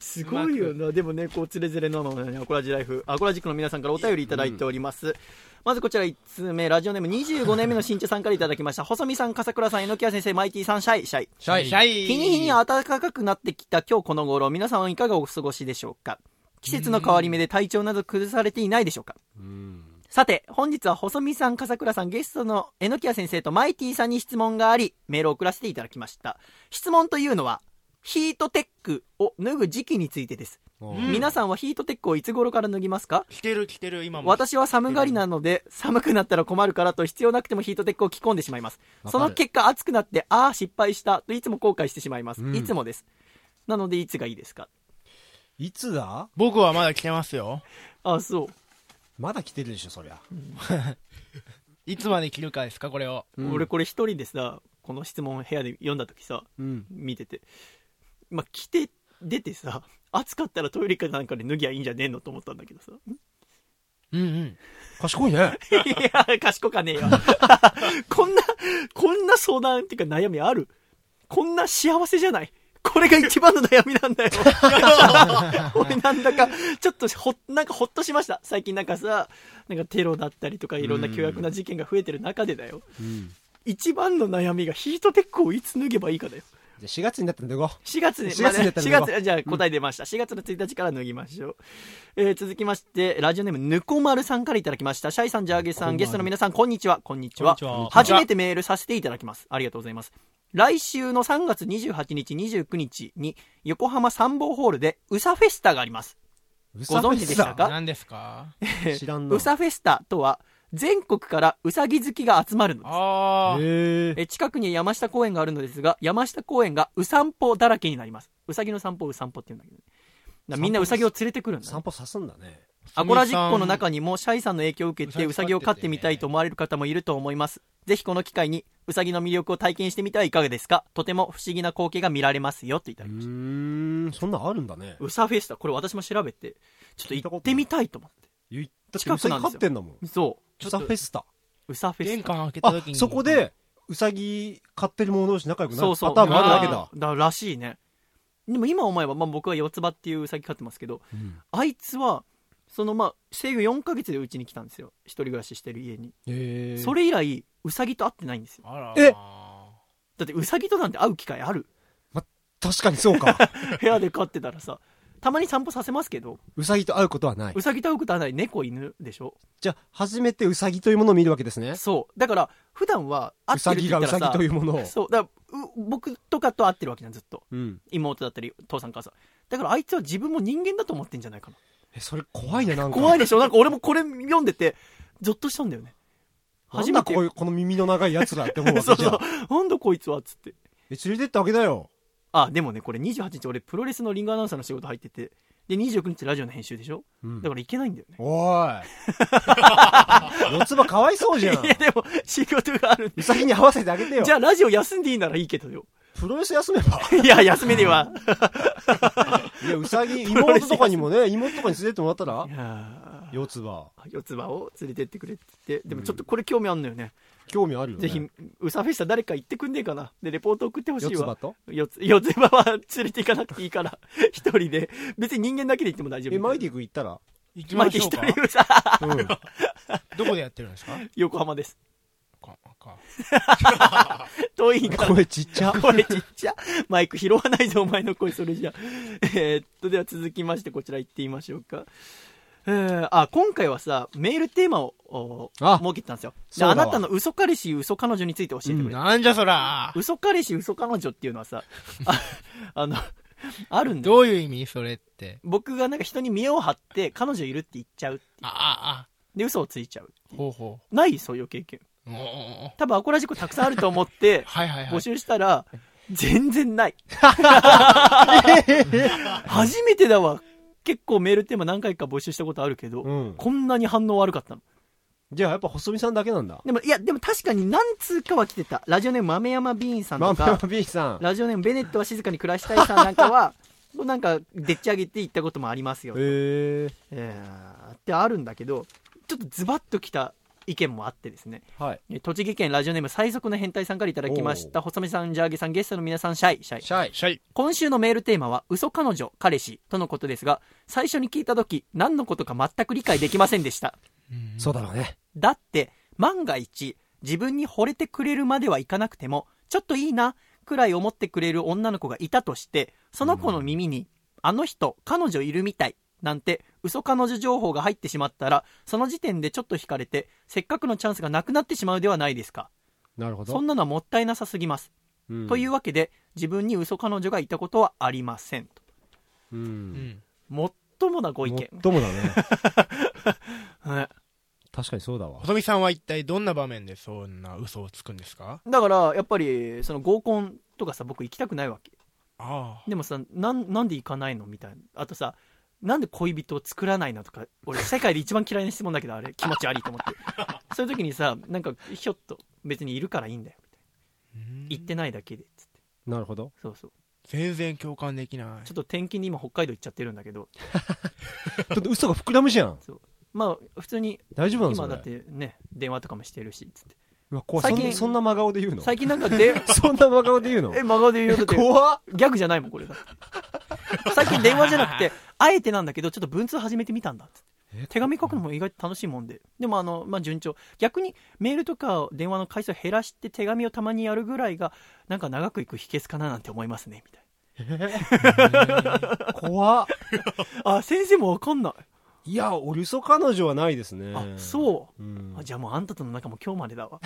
Speaker 1: すごいよな。でもね、こう、つれづれなのね、アコラジライフ、アコラジックの皆さんからお便りいただいております。まずこちら1通目、ラジオネーム25年目の新茶さんからいただきました。細見さん、笠倉さん、榎谷先生、マイティさん、シャイ、シャイ。
Speaker 3: シャイシャイ
Speaker 1: 日に日に暖かくなってきた今日この頃、皆さんはいかがお過ごしでしょうか季節の変わり目で体調など崩されていないでしょうかさて、本日は細見さん、笠倉さん、ゲストの榎谷先生とマイティさんに質問があり、メールを送らせていただきました。質問というのは、ヒートテックを脱ぐ時期についてです。
Speaker 4: うん
Speaker 1: 皆さんはヒートテックをいつ頃から脱ぎますか
Speaker 4: 着てる着てる今も。
Speaker 1: 私は寒がりなので、寒くなったら困るからと必要なくてもヒートテックを着込んでしまいます。
Speaker 4: わか
Speaker 1: そ
Speaker 4: る
Speaker 1: の結果暑くなって、ああ、失敗したといつも後悔してしまいます。
Speaker 4: うん
Speaker 1: いつもです。なので、いつがいいですか
Speaker 3: いつだ
Speaker 4: 僕はまだ着てますよ。
Speaker 1: あ、そう。
Speaker 3: まだ来てるでしょそりゃ
Speaker 4: いつまで着るかですか、これを。
Speaker 1: 俺これ一人でさ、この質問を部屋で読んだ時さ、
Speaker 3: うん
Speaker 1: 見てて、まあ、着て、出てさ、暑かったらトイレかなんかで脱ぎゃいいんじゃねえのと思ったんだけどさ。
Speaker 4: うんうん。
Speaker 3: 賢いね
Speaker 1: いや、賢かねえよ。こんな、こんな相談っていうか悩みあるこんな幸せじゃないこれが一番の悩みなんだよ。俺なんだか、ちょっとほ、なんかほっとしました。最近なんかさ、なんかテロだったりとかいろんな凶悪な事件が増えてる中でだよ。一番の悩みがヒートテックをいつ脱げばいいかだよ。
Speaker 3: じゃあ4月になったら脱ごう
Speaker 1: 4月に、
Speaker 3: 4月になったら
Speaker 1: 4
Speaker 3: 脱ごう
Speaker 1: 月、じゃあ答え出ました。4月の1日から脱ぎましょう。えー続きまして、ラジオネーム、ぬこまるさんからいただきました。シャイさん、ジャーゲさん、ゲストの皆さん、こんにちは。こんにちは。
Speaker 4: こんにちは
Speaker 1: 初めてメールさせていただきます。ありがとうございます。来週の3月28日、29日に、横浜三本ホールで、うさフェスタがあります。ご存知でしたか
Speaker 4: 何ですか
Speaker 3: 知らんな
Speaker 1: うさフェスタとは、全国からうさぎ好きが集まるのです。え近くに山下公園があるのですが、山下公園がう散歩だらけになります。うさぎの散歩をう散歩って言うんだけど、ね、だからみんなうさぎを連れてくるんだ、ね。
Speaker 3: 散歩さすんだね
Speaker 1: アコラジッコの中にもシャイさんの影響を受けてうさぎを飼ってみたいと思われる方もいると思います。ぜひこの機会にうさぎの魅力を体験してみてはいかがですかとても不思議な光景が見られますよっていただきました。
Speaker 3: うんそんなんあるんだね
Speaker 1: うさフェスタ、これ私も調べて、ちょっと行ってみたいと思って。
Speaker 3: 行った
Speaker 1: 近くなんですよ。
Speaker 3: うさぎ飼ってんだもん
Speaker 1: そう。
Speaker 3: うさフェスタ
Speaker 1: うさフェスタ。
Speaker 4: 玄関開けた
Speaker 3: あ
Speaker 4: 時に。
Speaker 3: そこでうさぎ飼ってる者同士仲良くなる
Speaker 1: そうそう。
Speaker 3: パターンもあるわけだ
Speaker 1: あーらしいね。でも今思えば、まあ僕は四つ葉っていうウサギ飼ってますけど、あいつは、そのまあ、生後4ヶ月でうちに来たんですよ。一人暮らししてる家に。
Speaker 3: へ
Speaker 1: それ以来、ウサギと会ってないんですよ。
Speaker 3: え
Speaker 1: だってウサギとなんて会う機会あ
Speaker 3: <laughs>
Speaker 1: る
Speaker 3: 確かにそう
Speaker 1: <laughs>
Speaker 3: か
Speaker 1: 部屋で飼ってたらさ。たまに散歩させますけど、
Speaker 3: うさぎと会うことはない
Speaker 1: ウサギと会うことはない猫犬でしょ
Speaker 3: じゃあ初めてうさぎというものを見るわけですね
Speaker 1: そう。だから、普段は会ってるって言ったらさ
Speaker 3: ウサギがウサギというもの
Speaker 1: <laughs>
Speaker 3: を
Speaker 1: そう。だからう僕とかと会ってるわけじゃん、ずっと。
Speaker 3: うん
Speaker 1: 妹だったり、父さん母さん。だからあいつは自分も人間だと思ってんじゃないかな。
Speaker 3: えそれ怖いねなんか
Speaker 1: 怖いで
Speaker 3: し
Speaker 1: しょなんか俺もこれ読んでて、ゾッとしたんだよね。初
Speaker 3: 初め
Speaker 1: め
Speaker 3: て
Speaker 1: て。 <laughs>
Speaker 3: こういうこの耳の長いやつらって思うわけじゃん
Speaker 1: そうそう。なんだこいつはっつって。
Speaker 3: え連れてったわけだよ
Speaker 1: あでもねこれ28日俺プロレスのリングアナウンサーの仕事入っててで29日ラジオの編集でしょ、
Speaker 3: うん
Speaker 1: だからいけないんだよね <laughs>
Speaker 3: おい四つ葉かわいそうじゃん
Speaker 1: いやでも仕事がある
Speaker 3: うさぎに合わせてあげてよ
Speaker 1: じゃあラジオ休んでいいならいいけどよ <laughs>
Speaker 3: プロレス休めば
Speaker 1: いや休めねえわ
Speaker 3: いやう
Speaker 1: <laughs>
Speaker 3: さぎ妹とかにもね妹とかに連れてってもらったら四つ葉
Speaker 1: 四つ葉を連れてってくれって言ってでもちょっとこれ興味あんのよね、
Speaker 3: 興味あるよね
Speaker 1: ぜひうさフェスタ誰か行ってくんねえかなでレポート送ってほしいわ
Speaker 3: 四つ葉と
Speaker 1: 四つ <laughs> 四つ葉は連れて行かなくていいから <laughs> 一人で別に人間だけで行っても大丈夫
Speaker 3: えマイティ君行ったら
Speaker 1: 行
Speaker 4: きましょうか
Speaker 1: <laughs> マイティ一人うさ、
Speaker 3: うん
Speaker 4: どこでやってるんですか
Speaker 1: <laughs> 横浜です
Speaker 4: かか
Speaker 1: 遠いから
Speaker 3: 声ちっ
Speaker 1: <laughs>
Speaker 3: ちゃ
Speaker 1: 声ちっちゃマイク拾わないぞお前の声それじゃ <laughs> えーっとでは続きましてこちら行ってみましょうかえーあ今回はさメールテーマをお設けてたんですよで
Speaker 4: そうだ
Speaker 1: あ
Speaker 4: わ
Speaker 1: なたの嘘彼氏嘘彼女について教えてくれ、
Speaker 4: なんじゃそら
Speaker 1: 嘘彼氏嘘彼女っていうのはさ
Speaker 4: <laughs>
Speaker 1: ああのあるんだ
Speaker 4: どういう意味それって
Speaker 1: 僕がなんか人に見栄を張って彼女いるって言っちゃうっていうで嘘をついちゃう
Speaker 4: ほうほ
Speaker 1: ないそういう経験
Speaker 4: うおー
Speaker 1: 多分アコラジコたくさんあると思って
Speaker 4: はいはいはい
Speaker 1: 募集したら全然
Speaker 4: <laughs>
Speaker 1: ない初めてだわ結構メールテーマ何回か募集したことあるけど、こんなに反応悪かったの
Speaker 3: じゃあやっぱ細見さんだけなんだ
Speaker 1: でもいやでも確かに何通かは来てたラジオネーム豆山ビーンさん
Speaker 3: マ
Speaker 1: と
Speaker 3: ン
Speaker 1: か
Speaker 3: マン B さん
Speaker 1: ラジオネームベネットは静かに暮らしたいさんなんか
Speaker 4: <laughs>
Speaker 1: はなんかでっち上げて行ったこともありますよ
Speaker 3: へ
Speaker 1: えーってあるんだけどちょっとズバッときた意見もあってですね
Speaker 3: はい
Speaker 1: え栃木県ラジオネーム最速の変態さんからいただきました細見さんジャーゲさんゲストの皆さんシャイシャイ今週のメールテーマは嘘彼女彼氏とのことですが最初に聞いた時何のことか全く理解できませんでした
Speaker 3: そうだろうね
Speaker 1: だって万が一自分に惚れてくれるまではいかなくてもちょっといいなくらい思ってくれる女の子がいたとしてその子の耳に「あの人彼女いるみたい」なんて嘘彼女情報が入ってしまったらその時点でちょっと惹かれてせっかくのチャンスがなくなってしまうではないですか
Speaker 3: なるほど
Speaker 1: そんなのはもったいなさすぎます、
Speaker 3: うん
Speaker 1: というわけで自分に嘘彼女がいたことはありませんと
Speaker 3: うん
Speaker 1: もっともなご意見
Speaker 3: ど
Speaker 1: <laughs>
Speaker 3: うもだね
Speaker 1: はい
Speaker 3: 確かにそうだわ
Speaker 4: 細見さんは一体どんな場面でそんな嘘をつくんですか
Speaker 1: だからやっぱりその合コンとかさ僕行きたくないわけ
Speaker 4: あ
Speaker 1: でもさなんなんで行かないのみたいなあとさなんで恋人を作らないのとか俺世界で一番嫌いな質問だけどあれ気持ち悪いと思ってそういう時にさなんかひょっと別にいるからいいんだよみたいな行ってないだけでつって
Speaker 3: なるほど
Speaker 1: そうそう
Speaker 4: 全然共感できない
Speaker 1: ちょっと転勤に今北海道行っちゃってるんだけど
Speaker 3: だって嘘が膨らむじゃん
Speaker 1: まあ普通に
Speaker 3: 大丈夫なのそ
Speaker 1: 今
Speaker 3: れ
Speaker 1: だってね電話とかもしてるしつって
Speaker 3: うわ怖いそんなそんな真顔で言うの
Speaker 1: 最近なんかで
Speaker 3: そんな真顔で言うの
Speaker 1: え真顔で言うよだって
Speaker 3: 怖
Speaker 1: ギャグじゃないもんこれだって最近電話じゃなくてあえてなんだけどちょっと文通始めてみたんだっつって手紙書くのも意外と楽しいもんででもあの、まあ、順調逆にメールとか電話の回数を減らして手紙をたまにやるぐらいがなんか長くいく秘訣かななんて思いますねみたい
Speaker 3: 怖っ
Speaker 1: なあ先生もわかんない
Speaker 3: いや俺嘘彼女はないですね
Speaker 1: あそう、あじゃあもうあんたとの仲も今日までだわ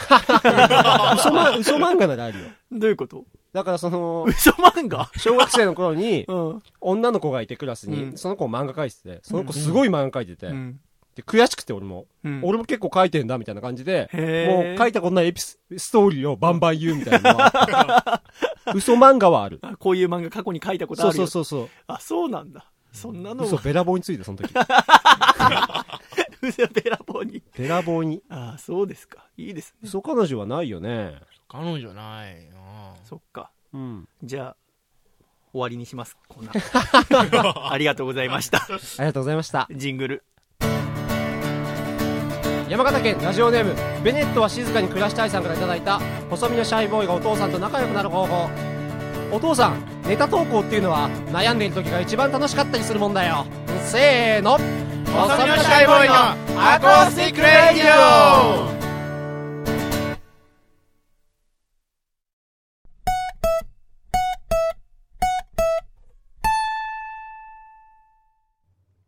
Speaker 3: 嘘ま嘘漫画ならあるよ
Speaker 1: どういうこと
Speaker 3: だからその
Speaker 1: 嘘漫画
Speaker 3: 小学生の頃に、
Speaker 1: うん
Speaker 3: 女の子がいてクラスに、
Speaker 1: うん
Speaker 3: その子漫画描いててその子すごい漫画描いてて、
Speaker 1: うん
Speaker 3: で悔しくて俺も、
Speaker 1: うん
Speaker 3: 俺も結構描いてんだみたいな感じで
Speaker 1: へー
Speaker 3: もう描いたことないエピスストーリーをバンバン言うみたいなの
Speaker 1: <laughs>
Speaker 3: は嘘漫画はある
Speaker 1: あこういう漫画過去に書いたことあるよ
Speaker 3: そうそうそうそう
Speaker 1: あそうなんだそんなの
Speaker 3: 嘘べらぼうについてそ
Speaker 1: <laughs>
Speaker 3: の時
Speaker 1: 嘘べらぼうに
Speaker 3: べらぼうに
Speaker 1: ああそうですかいいですね
Speaker 3: 嘘彼女はないよね
Speaker 4: 彼女ないな
Speaker 1: そっか
Speaker 3: うん
Speaker 1: じゃあ終わりにしますこんなありがとうございました
Speaker 3: ありがとうございました
Speaker 1: ジングル
Speaker 3: 山形県ラジオネームベネットは静かに暮らしたいさんからいただいた細身のシャイボーイがお父さんと仲良くなる方法お父さんネタ投稿っていうのは悩んでいる時が一番楽しかったりするもんだよせーの
Speaker 7: 細身のシャイボーイのアコースティックレディオ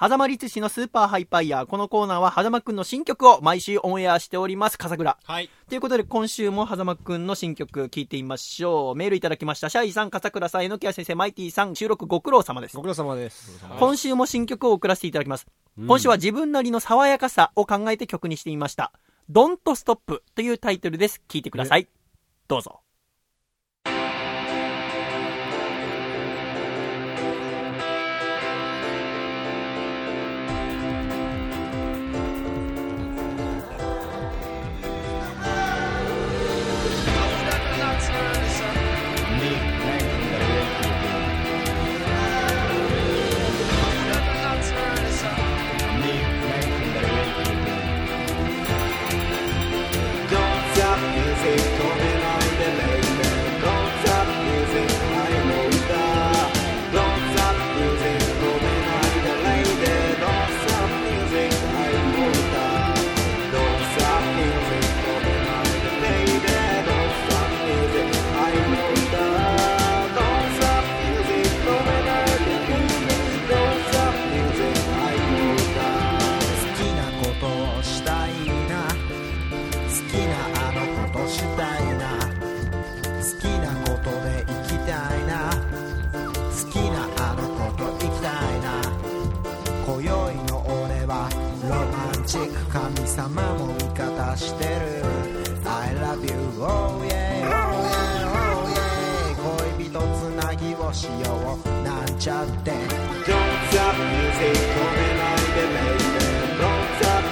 Speaker 1: 狭間律師のスーパーハイパイヤー。このコーナーは狭間くんの新曲を毎週オンエアしております。笠倉。
Speaker 14: はい。
Speaker 1: ということで、今週も狭間くんの新曲聞いてみましょう。メールいただきました。シャイさん、笠倉さん、榎谷先生、マイティさん、収録ご苦労様です。
Speaker 3: ご苦労様です。
Speaker 1: 今週も新曲を送らせていただきます。今週は自分なりの爽やかさを考えて曲にしてみました。ドンとストップというタイトルです。聞いてください。どうぞ。
Speaker 7: 好きなことをしたいな好きなあのことしたいな好きなことで生きたいな好きなあのこと生きたいな今宵の俺はロマンチック神様も味方してる I love you oh yeah oh yeah oh yeah 恋人つなぎをしようなんちゃって Don't stop music 止めないで baby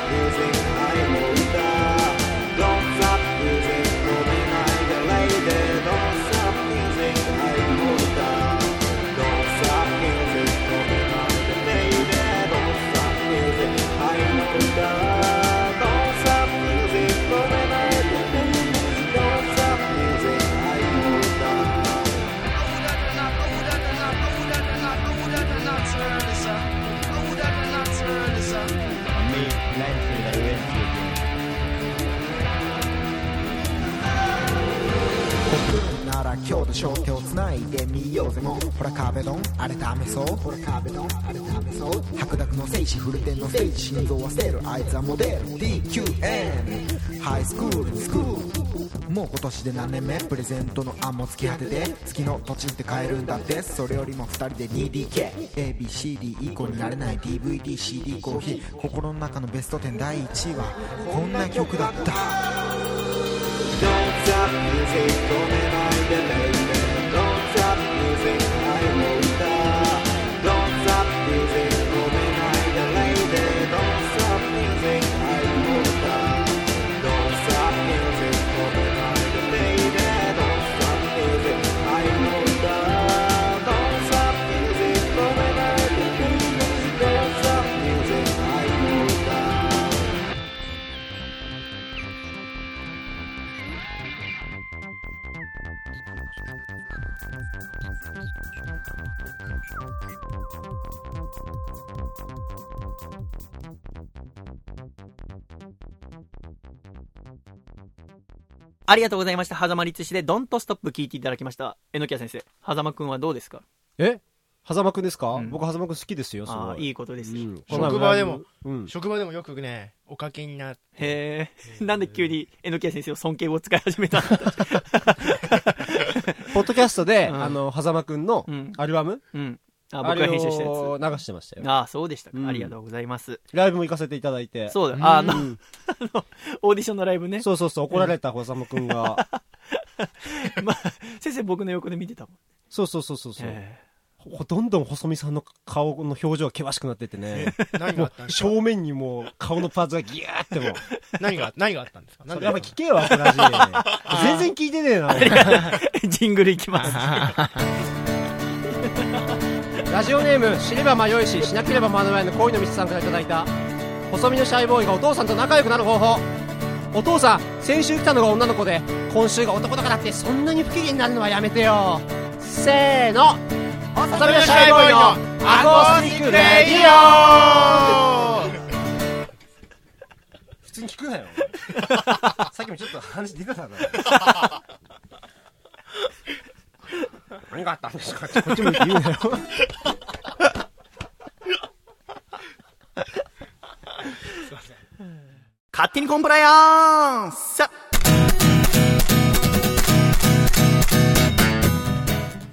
Speaker 7: 僕なら今日で勝手をつないでみようぜもうほら壁ドンあれダメそうほら壁ドンあれダメそう白濁の聖地フルテンの聖地心臓は捨てるあいつはモデル DQN ハイスクールスクールもう今年で何年目プレゼントの案も付き果てて月の土地って買えるんだってそれよりも2人で 2DKABCD 以降になれない DVDCD コーヒー心の中のベスト10第1位はこんな曲だった
Speaker 1: ありがとうございました。狭間律師でドンとストップ聞いていただきました。榎谷先生、狭間くんはどうですか
Speaker 3: え狭間くんですか、僕狭間くん好きですよ、す
Speaker 1: あ
Speaker 3: ご
Speaker 1: あ、
Speaker 3: い。
Speaker 1: いいことです。
Speaker 4: 職場でも、
Speaker 3: うん
Speaker 4: 職場でもよくね、おかけになって、
Speaker 1: へえ、なんで急に榎谷先生を尊敬を使い始
Speaker 3: <laughs>
Speaker 1: めた
Speaker 3: ポッドキャストで、
Speaker 1: うん
Speaker 3: あの、狭間くんのアルバム、
Speaker 1: うん。あ、僕が編集したや
Speaker 3: あれを流してました
Speaker 1: つ。
Speaker 3: よ。
Speaker 1: ああ、そうでしたか。ありがとうございます。
Speaker 3: ライブも行かせていただいて。
Speaker 1: そうだ、ああ
Speaker 3: ん
Speaker 1: の、あの、オーディションのライブね。
Speaker 3: そうそうそう、怒られた狭間く
Speaker 1: <laughs>
Speaker 3: んが。
Speaker 1: まあ、先生僕の横で見てたもん。
Speaker 3: そうそうそうそうそう。
Speaker 1: え
Speaker 3: ほどんどん細見さんの顔の表情が険しくなってってね。
Speaker 4: <laughs> 何が
Speaker 3: も
Speaker 4: あったん
Speaker 3: う
Speaker 4: ですか
Speaker 3: 正面にもう顔のパーツがギューってもう。
Speaker 4: 何が、何があったんですか
Speaker 3: そ
Speaker 4: 何
Speaker 3: れ
Speaker 4: が
Speaker 3: やっぱ聞けよ、アコラジ。 <laughs> 全然聞いてねえな、俺
Speaker 1: <laughs> ジングルいきます。
Speaker 3: ラジオネーム知れば迷いししなければ学ばないの恋の道さんからいただいた細身のシャイボーイがお父さんと仲良くなる方法お父さん先週来たのが女の子で今週が男だからってそんなに不機嫌になるのはやめてよせーの細身のシャイボーイのアコースティックレディオ普通に聞くなよ <laughs> さっきもちょっと話出てたな何があったんですかってこっちも言うなよ
Speaker 1: 勝手にコンプライアンス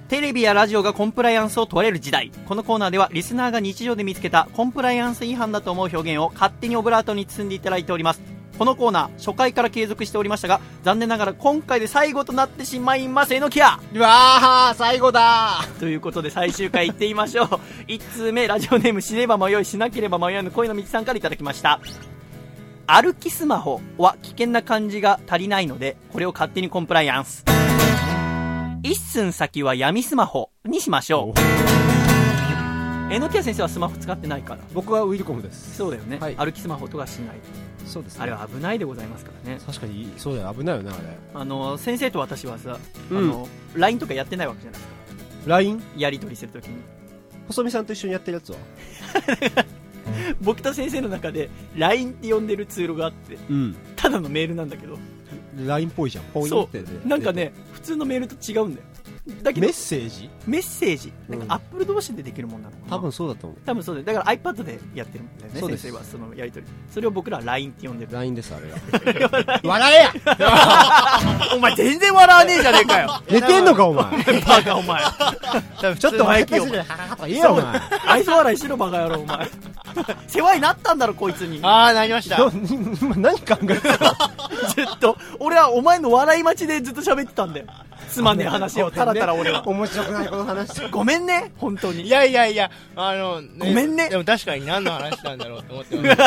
Speaker 1: テレビやラジオがコンプライアンスを問われる時代このコーナーではリスナーが日常で見つけたコンプライアンス違反だと思う表現を勝手にオブラートに包んでいただいておりますこのコーナー初回から継続しておりましたが残念ながら今回で最後となってしまいますえのきや
Speaker 3: うわー最後だ
Speaker 1: ということで最終回いってみましょう1通目ラジオネーム死ねば迷いしなければ迷いの恋の道さんからいただきました歩きスマホは危険な感じが足りないのでこれを勝手にコンプライアンス一寸先は闇スマホにしましょうえのきや先生はスマホ使ってないから
Speaker 3: 僕はウィルコムです
Speaker 1: そうだよね、歩きスマホとかしない
Speaker 3: そうですね
Speaker 1: あれは危ないでございますからね
Speaker 3: 確かにそうだよ危ないよねあれ
Speaker 1: あの先生と私はさ、
Speaker 3: うん
Speaker 1: あの LINE とかやってないわけじゃないですか
Speaker 3: LINE
Speaker 1: やり取りするときに
Speaker 3: 細見さんと一緒にやってるやつは
Speaker 1: 僕と先生の中で LINE って呼んでる通路があって
Speaker 3: うん
Speaker 1: ただのメールなんだけど
Speaker 3: LINE っぽいじゃんポイン
Speaker 1: そ
Speaker 3: ってね
Speaker 1: うなんかね普通のメールと違うんだよだけど
Speaker 3: メッセージ
Speaker 1: メッセージなん
Speaker 3: うん
Speaker 1: かアップル同士でできるもんなのかな
Speaker 3: 多分そうだと思う
Speaker 1: 多分そうだよだから iPad でやってるんだよね
Speaker 3: そうで
Speaker 1: 先
Speaker 3: す
Speaker 1: 生はそのやり取りそれを僕らは LINE って呼んでる
Speaker 3: LINE ですあれが
Speaker 1: 笑えやお前全然笑わねえじゃねえかよ
Speaker 3: <laughs> 寝てんのかお前
Speaker 1: <laughs>
Speaker 3: <laughs>
Speaker 1: バカお前ちょっと早きよ
Speaker 3: 言えよお前
Speaker 1: 愛想笑いしろバカ野郎お前 <laughs> 世話になったんだろこいつに
Speaker 4: ああなりました
Speaker 3: ど今何考えてた
Speaker 1: ずっと俺はお前の笑い待ちでずっと喋ってたんだよつまんねえ話をたらたら俺は
Speaker 3: 面白くないこと話して
Speaker 1: ごめんね本当に
Speaker 4: いやいやいや、あの、ね
Speaker 1: ごめんね
Speaker 4: でも確かに何の話なんだろうと思ってます。
Speaker 3: じ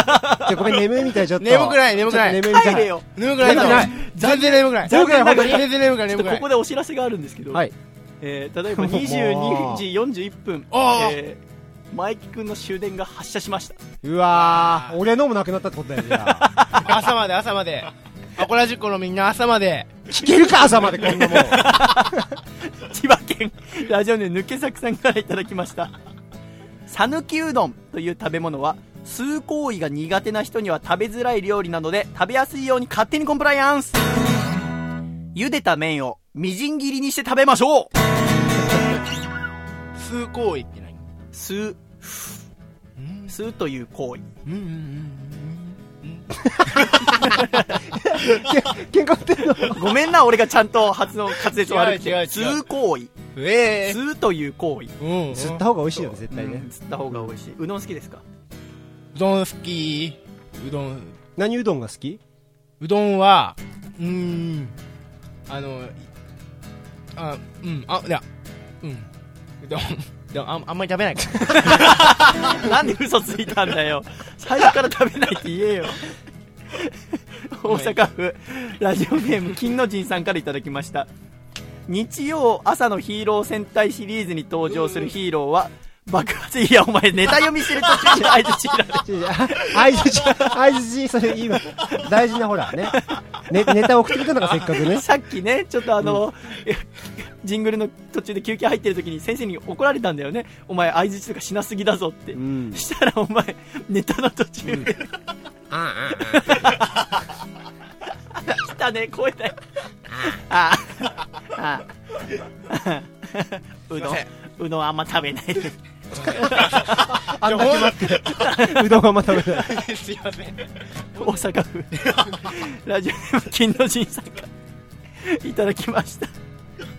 Speaker 3: ゃごめん眠いみたいちょっと
Speaker 4: 眠くない、眠くない。
Speaker 3: ちょっと
Speaker 4: 眠
Speaker 3: 眠いみ
Speaker 1: 帰
Speaker 3: た
Speaker 1: れ
Speaker 3: い
Speaker 1: よ
Speaker 4: くない
Speaker 3: 眠くない。
Speaker 4: 全然眠くない。
Speaker 1: 残念ながら
Speaker 4: 全然眠くない、
Speaker 1: ちょっ
Speaker 4: 眠
Speaker 1: と
Speaker 4: くな
Speaker 1: こ
Speaker 4: い
Speaker 1: こ。でお知らせがあるんですけど、
Speaker 3: はい
Speaker 1: えー、例え
Speaker 4: <laughs>
Speaker 1: ば22時41分、
Speaker 4: あー
Speaker 1: えー、マイキ君の終電が発車しました <laughs>
Speaker 3: うわー俺のもなくなったってことだよじゃあ
Speaker 4: 朝まで、朝まで。アコラジッコのみんな朝まで。
Speaker 3: <laughs> 聞けるか朝までこんなもん
Speaker 1: 千葉県ラジオネーム抜け作さんからいただきました <laughs> 讃岐うどんという食べ物は通行為が苦手な人には食べづらい料理なので食べやすいように勝手にコンプライアンス茹でた麺をみじん切りにして食べましょう
Speaker 4: 通行為って何
Speaker 1: 吸う吸うという行為
Speaker 4: うんうんうん
Speaker 3: 喧嘩売って <laughs> んの
Speaker 1: ごめんな俺がちゃんと発音滑舌悪くて
Speaker 4: 違う違う違う
Speaker 1: 吸う行為
Speaker 4: うん。ええ。
Speaker 1: 吸うという行為
Speaker 4: うん。
Speaker 3: 吸った方が美味しいよね絶対
Speaker 1: う
Speaker 3: ね
Speaker 1: ん吸った方が美味しいうどん好きですか <laughs>
Speaker 4: うどん好き。うどん、
Speaker 3: 何うどんが好 <laughs> き
Speaker 4: うどんは、うーん。あの、いあ、うん、あ、いや、うん。うどん、うどんあんあんまり食べないから。
Speaker 1: なんで嘘ついたんだよ最初から食べないって言えよ大阪府ラジオネーム金の神さんからいただきました日曜朝のヒーロー戦隊シリーズに登場するヒーローは爆発いやお前ネタ読みしてる途中で相槌いられ
Speaker 3: 相づち相づちそれ今大事なほらねねネタ送ってくれたの <laughs> がせっかくね
Speaker 1: <laughs> さっきね、ちょっとあの、ジングルの途中で休憩入ってる時に先生に怒られたんだよね。お前、相づちとかしなすぎだぞって。
Speaker 3: うん
Speaker 1: したらお前、ネタの途中で、来たね、声だよ。ああ、ああ、うどん、うどんあんま食べない。
Speaker 3: あんだけ待ってうどんはまた食べない
Speaker 4: すいません。
Speaker 1: 大阪府、ラジオネーム金の神さんからいただきました。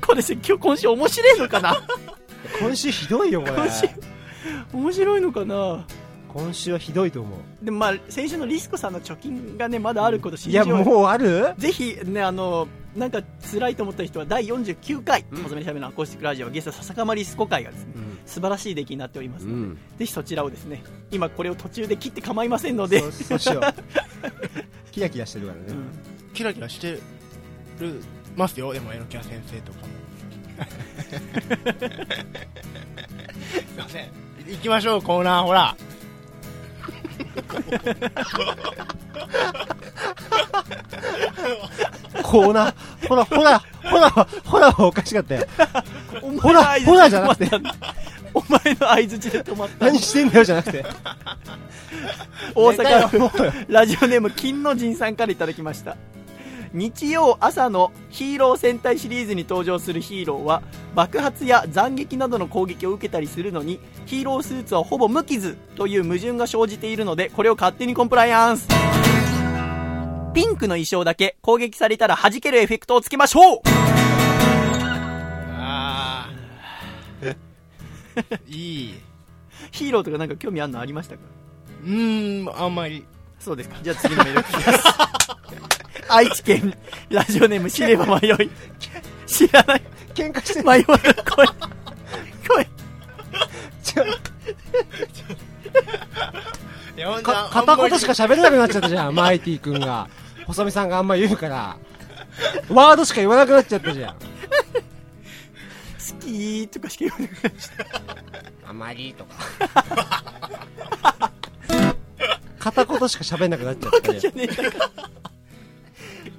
Speaker 1: これ、今日今週面白いのかな
Speaker 3: <laughs> 今週ひどいよこれ
Speaker 1: 今週、 <laughs> 面白いのかな
Speaker 3: 今週はひどいと思う
Speaker 1: でもまあ先週のリスコさんの貯金がねまだあること信
Speaker 3: い
Speaker 1: じよ
Speaker 3: や
Speaker 1: うよ
Speaker 3: もうある
Speaker 1: ぜひねあのなんか辛いと思った人は第49回「細めにしゃべるのアコースティックラジオ」ゲスト笹かまリスコ会がですね、
Speaker 3: うん
Speaker 1: 素晴らしい出来になっておりますので、
Speaker 3: うん
Speaker 1: ぜひそちらをですね今これを途中で切って構いませんので
Speaker 3: そうそうしよう <laughs> キラキラしてるからね、
Speaker 4: キラキラしてるますよでもエロキャ先生 <laughs> とかもすいません行きましょうコーナーほら
Speaker 3: こうなほらほらほらほらはおかしかったよ
Speaker 1: お前の
Speaker 3: ほら
Speaker 1: 相槌
Speaker 3: ほらじゃなくて
Speaker 1: で止まったお前の相づちで止まった
Speaker 3: 何してんだよじゃなく <laughs> て
Speaker 1: 大阪
Speaker 3: もう
Speaker 1: 府
Speaker 3: よ
Speaker 1: ラジオネーム金の神さんからいただきました日曜朝のヒーロー戦隊シリーズに登場するヒーローは爆発や斬撃などの攻撃を受けたりするのにヒーロースーツはほぼ無傷という矛盾が生じているのでこれを勝手にコンプライアンスピンクの衣装だけ攻撃されたら弾けるエフェクトをつけましょう
Speaker 4: ああいい
Speaker 1: ヒーローとかなんか興味あるのありましたか
Speaker 4: うーんあんまり
Speaker 1: そうですかじゃあ次のメール来ま
Speaker 3: <laughs>
Speaker 1: す愛知県ラジオネーム知れば迷い知らない
Speaker 3: 喧嘩して
Speaker 1: 迷わぬ声声
Speaker 3: ちょ
Speaker 4: 山本さ
Speaker 3: か
Speaker 4: ん
Speaker 3: 片
Speaker 4: あんま
Speaker 3: 言
Speaker 4: り
Speaker 3: しか喋れなくなっちゃったじゃんマイティ君が細見さんがあんま言うからワードしか言わなくなっちゃったじゃん
Speaker 1: 好きとかしか言わなくなっちゃった
Speaker 3: あまりとか <laughs> 片言しか喋んなくなっちゃった
Speaker 1: じ
Speaker 3: じ
Speaker 1: ゃねえんだから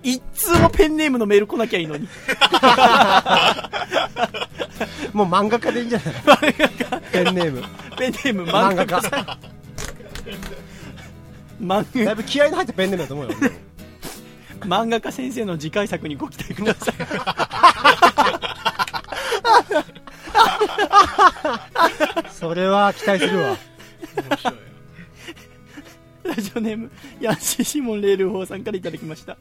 Speaker 1: 一通もペンネームのメール来なきゃいいのに
Speaker 3: ゃんもう漫画家でいいんじゃないペンネーム
Speaker 1: ペンネーム漫
Speaker 3: 漫
Speaker 1: 画
Speaker 3: 画
Speaker 1: 家
Speaker 3: 家
Speaker 1: 漫画
Speaker 3: だいぶ気合いの入ったペンネームだと思うよ俺
Speaker 1: 漫画家先生の次回作にご期待ください
Speaker 3: それは期待するわ
Speaker 1: ラジオネームヤンシーシモンレールホーさんからいただきました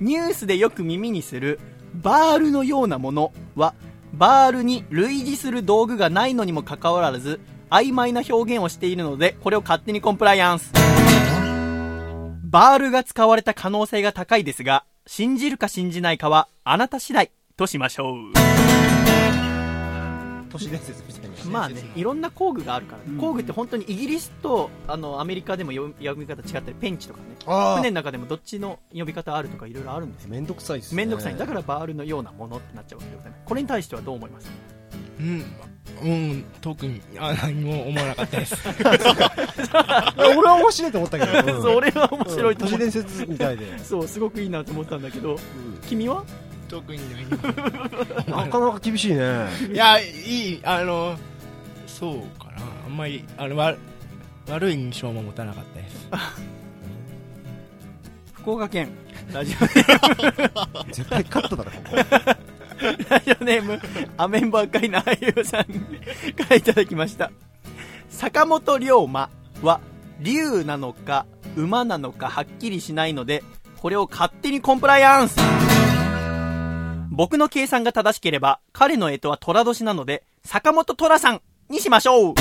Speaker 1: ニュースでよく耳にするバールのようなものはバールに類似する道具がないのにもかかわらず曖昧な表現をしているのでこれを勝手にコンプライアンスバールが使われた可能性が高いですが信じるか信じないかはあなた次第としましょう
Speaker 3: 都市伝説みたいな
Speaker 1: まあね、いろんな工具があるから、ね工具って本当にイギリスとあのアメリカでも読み読み方違ったりペンチとかね
Speaker 3: あー
Speaker 1: 船の中でもどっちの呼び方あるとかいろいろあるんですよ
Speaker 3: めんどくさいっすね
Speaker 1: 面倒くさいだからバールのようなものってなっちゃうわけでございますこれに対してはどう思います
Speaker 4: うんうん特にあ何も思わなかったです
Speaker 3: 俺は面白いと思ったけど、
Speaker 1: そう俺は面白いと思
Speaker 3: 都市
Speaker 1: う
Speaker 3: 伝説みたいで
Speaker 1: そうすごくいいなと思ったんだけど、君は
Speaker 4: <laughs> 特に何
Speaker 3: なかなか厳しいね
Speaker 4: もいやいいあのそうかなあんまりあのわ悪い印象も持たなかったです
Speaker 1: 福岡県ラジ
Speaker 3: 絶対カットだろここ
Speaker 1: オラジオネームアメンボ赤いな俳優さんからいただきました坂本龍馬は龍なのか馬なのかはっきりしないのでこれを勝手にコンプライアンス僕の計算が正しければ彼の干支は寅年なので坂本寅さんにしましょう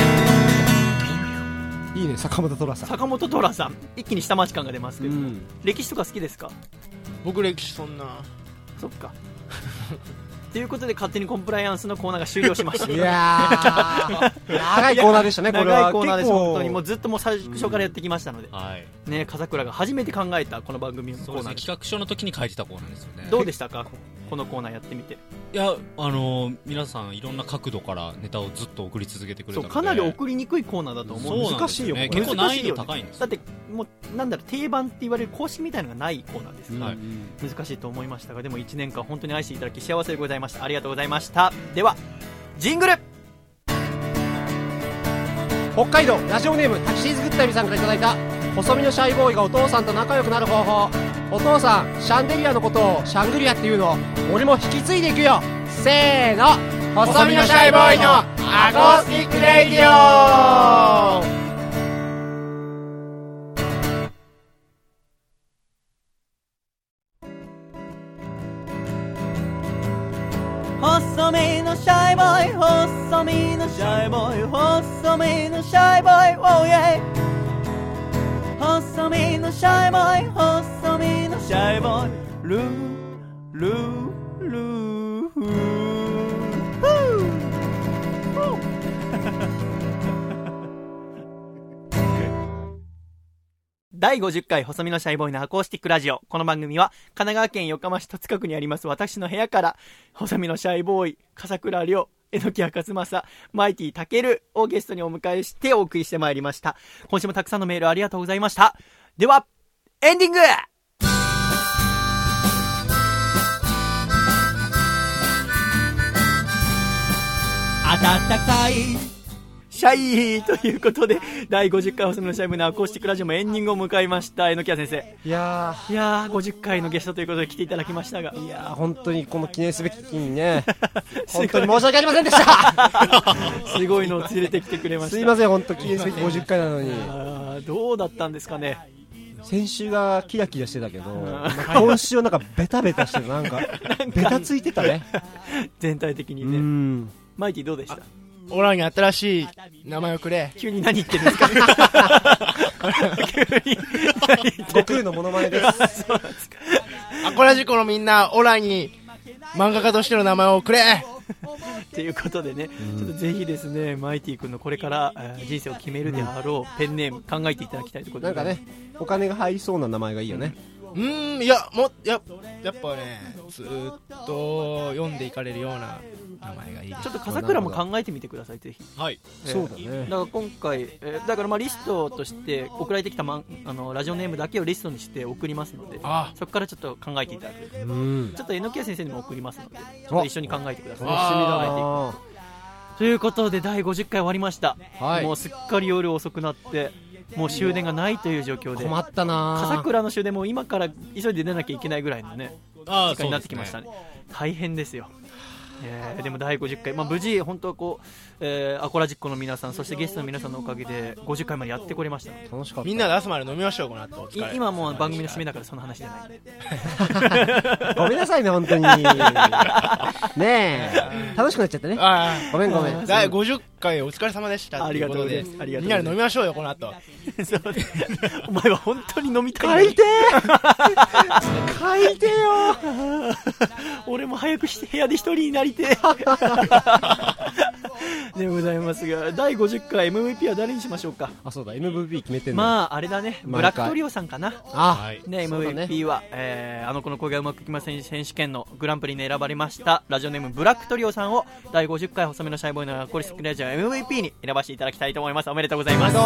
Speaker 3: いいね坂本虎さん
Speaker 1: 坂本寅さん一気に下町感が出ますけど、
Speaker 3: うん
Speaker 1: 歴史とか好きですか
Speaker 4: 僕歴史そんな
Speaker 1: そっか <laughs> ということで勝手にコンプライアンスのコーナーが終了しました
Speaker 3: いやー長いコーナーでしたねこれは
Speaker 1: 長いコーナーです
Speaker 3: 結構
Speaker 1: 本当にもうずっともう最初からやってきましたので、
Speaker 2: はい。
Speaker 1: ね笠倉が初めて考えたこの番組のコ
Speaker 2: そうで
Speaker 1: ー
Speaker 2: す
Speaker 1: ナ
Speaker 2: ね、
Speaker 1: ーで
Speaker 2: 企画書の時に書いてたコーナーですよね。
Speaker 1: どうでしたか <laughs> このコーナーやってみて
Speaker 2: いや、あのー皆さんいろんな角度からネタをずっと送り続けてくれ
Speaker 1: そ
Speaker 2: た
Speaker 1: う
Speaker 2: ので。
Speaker 1: かなり送りにくいコーナーだと思うんです
Speaker 2: そうなんですよね
Speaker 1: 難しいよ
Speaker 2: 結構難易度高いんです
Speaker 1: だ
Speaker 2: よ
Speaker 1: ってもうなんだろう定番って言われる公式みたいのがないコーナーですから、
Speaker 2: はい
Speaker 1: 難しいと思いましたがでも1年間本当に愛していただき幸せでございましたありがとうございましたではジングル
Speaker 3: 北海道ラジオネームタキシーズグッタイミさんからいただいた細身のシャイボーイがお父さんと仲良くなる方法お父さんシャンデリアのことをシャングリアっていうのを俺も引き継いでいくよせーの細身のシャイボーイのアコースティックレイディオ
Speaker 6: 細身のシャイボーイ細身のシャイボーイ細身のシャイボーイ oh yeah 細身のシャイボーイ細身のシャイボーイルールールーフーフー
Speaker 1: 第50回細身のシャイボーイのアコースティックラジオ。この番組は、神奈川県横浜市戸塚区にあります私の部屋から、細身のシャイボーイ、笠倉涼、えのきやかつまさ、マイティたけるをゲストにお迎えしてお送りしてまいりました。今週もたくさんのメールありがとうございました。では、エンディング
Speaker 6: 暖かい
Speaker 1: シャイということで、第50回細身のシャイボーイのアコースティックラジオもエンディングを迎えました。えのきや先生。
Speaker 3: いや
Speaker 1: いやー、50回のゲストということで来ていただきましたが。
Speaker 3: ーいやー本当にこの記念すべき日に <laughs> ね本当に申し訳ありませんでした <laughs>
Speaker 1: すごいのを連れてきてくれました。
Speaker 3: すいません本当記念すべき50回なのに
Speaker 1: あーどうだったんですかね。
Speaker 3: 先週がキラキラしてたけど、今週はなんかベタベタしてる <laughs> なんかベタついてたね
Speaker 1: 全体的にねマイティどうでした
Speaker 4: オラに新しい名前をくれ
Speaker 1: 急に何言ってるんです
Speaker 3: <laughs>
Speaker 1: か急に何言ってる
Speaker 3: 悟空のモノマネです
Speaker 1: <laughs> そうなんですか
Speaker 4: アコラジコのみんなオラに漫画家としての名前をくれ
Speaker 1: ということでね、ちょっとぜひですねマイティ君のこれから、えー人生を決めるであろうペンネーム考えていただきたいところ
Speaker 3: な
Speaker 1: で
Speaker 3: んかねお金が入りそうな名前がいいよね
Speaker 4: うーんいやもややっぱねずーっと読んでいかれるような名前がいい
Speaker 1: ちょっと笠倉も考えてみてくださいぜひ
Speaker 2: はい
Speaker 1: えー
Speaker 3: そうだね
Speaker 1: だから今回、えーだからまあリストとして送られてきたマンあのラジオネームだけをリストにして送りますのでそこからちょっと考えていただく
Speaker 3: うん
Speaker 1: ちょっと NK 先生にも送りますのでちょっと一緒に考えてください
Speaker 3: 楽しみだ
Speaker 1: はい
Speaker 3: な
Speaker 1: ということで第50回終わりました、
Speaker 3: はい
Speaker 1: もうすっかり夜遅くなってもう終電がないという状況で
Speaker 3: 困ったな
Speaker 1: 笠倉の終電も今から急いで出なきゃいけないぐらいのね時
Speaker 2: あー
Speaker 1: 間になってきましたね大変ですよえーでも第50回、まあ、無事、本当はこう、えーアコラジッコの皆さん、そしてゲストの皆さんのおかげで50回までやってこれましたので
Speaker 3: 楽しかった
Speaker 4: みんなで朝まで飲みましょうこの後お疲れ
Speaker 1: い今もう番組の締めだからその話じゃないんで
Speaker 3: ごめんなさいね本 <laughs> 当にねえ楽しくなっちゃったね
Speaker 4: あー
Speaker 3: ごめんごめん
Speaker 4: 第50回お疲れ様でした
Speaker 1: ありがとうございます
Speaker 4: ということ
Speaker 1: ありがとう
Speaker 4: み
Speaker 1: ござます
Speaker 4: んないで飲みましょうよこの後
Speaker 1: そう <laughs> お前は本当に飲みたいのに
Speaker 3: 帰りてー帰りてーよ
Speaker 1: <laughs> 俺も早くして部屋で一人になりて
Speaker 3: <laughs>
Speaker 1: えでございますが第50回 MVP は誰にしましょうか
Speaker 3: あそうだ MVP 決めてんの
Speaker 1: まああれだねブラックトリオさんかな
Speaker 3: あ
Speaker 1: ね
Speaker 3: そうだね
Speaker 1: MVP は、えーあの子の声がうまくいきません選手権のグランプリに選ばれましたラジオネームブラックトリオさんを第50回細めのシャイボーイのコリスクラジオ MVP に選ばせていただきたいと思いますおめでとうございますい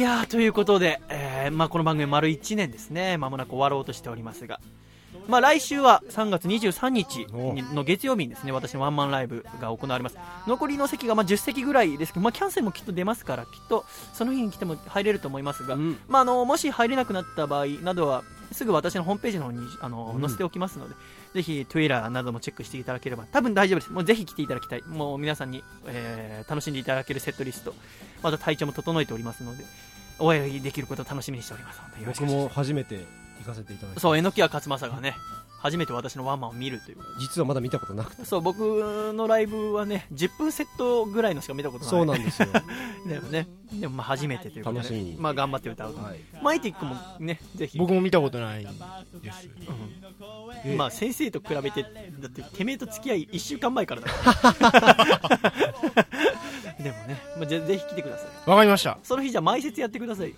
Speaker 1: やーということで、えーまあ、この番組丸1年ですねまもなく終わろうとしておりますが、まあ、来週は3月23日にの月曜日にですね私のワンマンライブが行われます残りの席がまあ10席ぐらいですけど、まあ、キャンセルもきっと出ますからきっとその日に来ても入れると思いますが、まあ、あのもし入れなくなった場合などはすぐ私のホームページの方にあの載せておきますので、ぜひ Twitter などもチェックしていただければ多分大丈夫ですもうぜひ来ていただきたいもう皆さんに、えー楽しんでいただけるセットリストまた体調も整えておりますのでお会いできることを楽しみにしておりますのでよろしく
Speaker 3: 僕
Speaker 1: お願いし
Speaker 3: も初めて行かせていただ
Speaker 1: ま
Speaker 3: い
Speaker 1: す
Speaker 3: て
Speaker 1: そう榎谷勝正がね初めて私のワンマンを見るということで
Speaker 3: 実はまだ見たことなくて
Speaker 1: そう僕のライブはね10分セットぐらいのしか見たことない
Speaker 3: そうなんです <laughs> よ
Speaker 1: だよねでもまあ初めてということで
Speaker 3: 楽しみに
Speaker 1: まあ、頑張って歌うと、マイティックもねぜひ
Speaker 4: 僕も見たことないです
Speaker 1: うんまあ先生と比べてだっててめえと付き合い1週間前からだ <laughs> からでもね、まあ、ぜぜひ来てください
Speaker 4: わかりました
Speaker 1: その日じゃあ前説やってくださいよ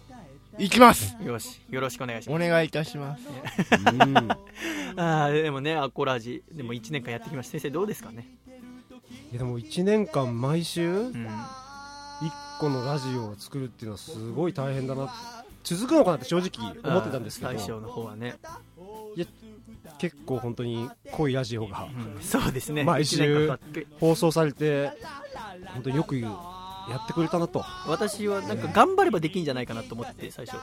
Speaker 4: 行きます
Speaker 1: よしよろしくお願いします
Speaker 4: お願いいたします
Speaker 1: あーでもねアコラジでも1年間やってきました先生どうですかね、
Speaker 3: いやでも1年間毎週
Speaker 1: うん、
Speaker 3: 1個のラジオを作るっていうのはすごい大変だな続くのかなって正直思ってたんですけ
Speaker 1: あー最
Speaker 3: ど
Speaker 1: 初の方はね、
Speaker 3: 結構本当に濃いラジオが
Speaker 1: うんそうですね
Speaker 3: 毎
Speaker 1: 一年
Speaker 3: 週
Speaker 1: 間経って
Speaker 3: 放送されて本当によくやってくれたなと
Speaker 1: 私はなんか頑張ればできんじゃないかなと思ってて最初、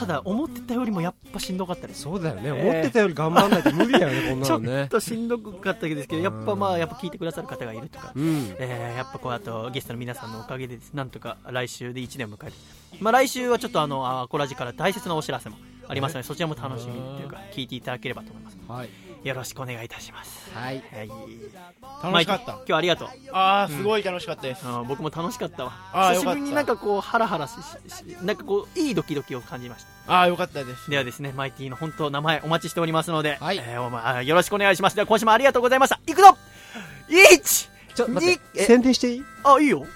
Speaker 1: ただ思ってたよりもやっぱしんどかったです
Speaker 3: そうだよね
Speaker 1: えー
Speaker 3: 思ってたより頑張んないと無理だよねこんな
Speaker 1: ちょ
Speaker 3: の
Speaker 1: っ
Speaker 3: ね
Speaker 1: としんどかったですけどやっぱまあやっぱ聞いてくださる方がいるとか、
Speaker 3: うん
Speaker 1: えーやっぱこうあとゲストの皆さんのおかげでですなんとか来週で1年を迎える、まあ、来週はちょっとあのアコラジから大切なお知らせもありますのでそちらも楽しみにというか聞いていただければと思います
Speaker 3: はい
Speaker 1: よろしくお願いいたします
Speaker 3: はい
Speaker 1: はい
Speaker 4: 楽しかった
Speaker 1: マイク今日はありがとう
Speaker 4: ああすごい楽しかったです
Speaker 1: あー僕も楽しかったわ
Speaker 4: あー
Speaker 1: 久しぶりに
Speaker 4: よ
Speaker 1: な
Speaker 4: か
Speaker 1: ん
Speaker 4: った
Speaker 1: かこうハラハラししなんかこういいドキドキを感じました
Speaker 4: ああよかったです
Speaker 1: ではですねマイティの本当名前お待ちしておりますので、
Speaker 3: はい
Speaker 1: えーお前あーよろしくお願いしますでは今週もありがとうございましたいくぞ1
Speaker 3: ちょっと待っ
Speaker 1: え
Speaker 3: て宣伝していい
Speaker 1: あいいよ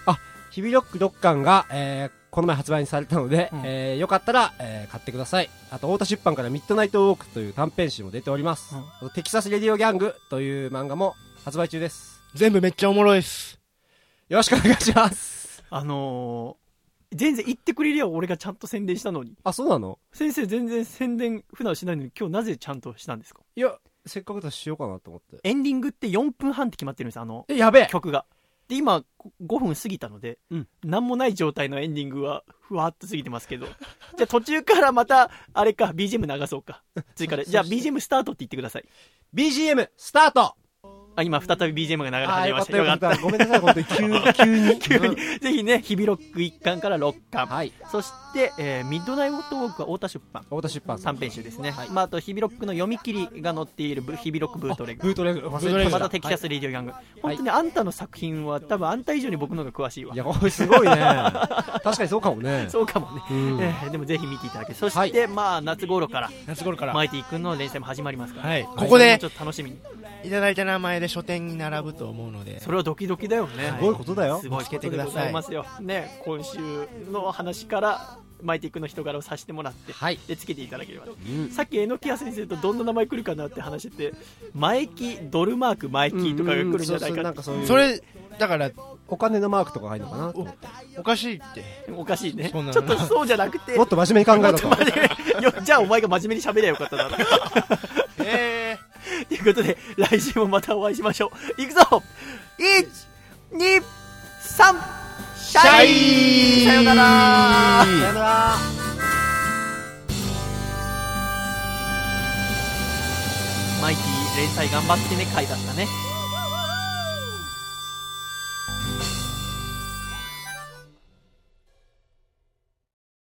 Speaker 3: 日々ロックドッカンが、えーこの前発売されたので、えーよかったら、えー買ってくださいあと太田出版から「ミッドナイトウォーク」という短編集も出ております、
Speaker 1: うん
Speaker 3: あとテキサス・レディオ・ギャングという漫画も発売中です
Speaker 4: 全部めっちゃおもろいです
Speaker 3: よろしくお願いします
Speaker 1: あのー全然言ってくれりゃ俺がちゃんと宣伝したのに
Speaker 3: あそうなの
Speaker 1: 先生全然宣伝普段しないのに今日なぜちゃんとしたんですか
Speaker 3: いやせっかくだししようかなと思って
Speaker 1: エンディングって4分半って決まってるんですあの
Speaker 3: えやべえ
Speaker 1: <laughs> 曲がで今こ5分過ぎたので、
Speaker 3: うん
Speaker 1: 何もない状態のエンディングはふわっと過ぎてますけどじゃあ途中からまたあれか BGM 流そうか追加でじゃあ BGM スタートって言ってください
Speaker 3: BGM スタート
Speaker 1: あ、今、再び BGM が流れ始めました。
Speaker 3: あーよかったよかったごめんなさい本当に急 <laughs> 急に
Speaker 1: 急に。 <laughs> ぜひね、日々ロック1巻から6巻。そして、えーミッドナイトウォークは太田出版。
Speaker 3: 太田出版。
Speaker 1: 3編集ですね。まあ、あと、日々ロックの読み切りが載っているブ、日々ロックブートレグ。
Speaker 3: ブートレグ忘れてました
Speaker 1: またテキサスレディオヤング。本当にあんたの作品は、多分あんた以上に僕の方が詳しいわ。
Speaker 3: いや、おいすごい <laughs> ね。確かにそうかもね。
Speaker 1: <laughs> そうかもね、
Speaker 3: うん
Speaker 1: えーでもぜひ見ていただけそして、まあ夏頃から
Speaker 4: 夏頃から
Speaker 1: マイティ君の連載も始まりますから、
Speaker 4: はいここで
Speaker 1: ちょっと楽しみに
Speaker 4: いただいた名前で書店に並ぶと思うので
Speaker 1: それはドキドキだよね
Speaker 4: すごいことだよ
Speaker 1: すごい
Speaker 4: つけてくださ
Speaker 1: こ
Speaker 4: い
Speaker 1: とでござますよね今週の話からマイティ君の人柄をさせてもらって、でつけていただければと、さっき榎谷先生とどんな名前来るかなって話しててマイキドルマークマイキとかが来るんじゃないかって、
Speaker 3: うんうんそうそうなんかそういう
Speaker 4: だから
Speaker 3: お金のマークとか入るのかな
Speaker 4: おかしいって
Speaker 1: おかしいねち
Speaker 4: そ
Speaker 1: ょ
Speaker 4: んな
Speaker 1: っ
Speaker 4: の
Speaker 1: とそうじゃなくて
Speaker 3: もっと真面目に考えろと
Speaker 1: もっと真面目によじゃあお前が真面目に喋りゃよかったな
Speaker 4: え
Speaker 1: えということで来週もまたお会いしましょういくぞ123シャイさよなら
Speaker 7: さよなら
Speaker 1: マイティ連載頑張ってね回だったね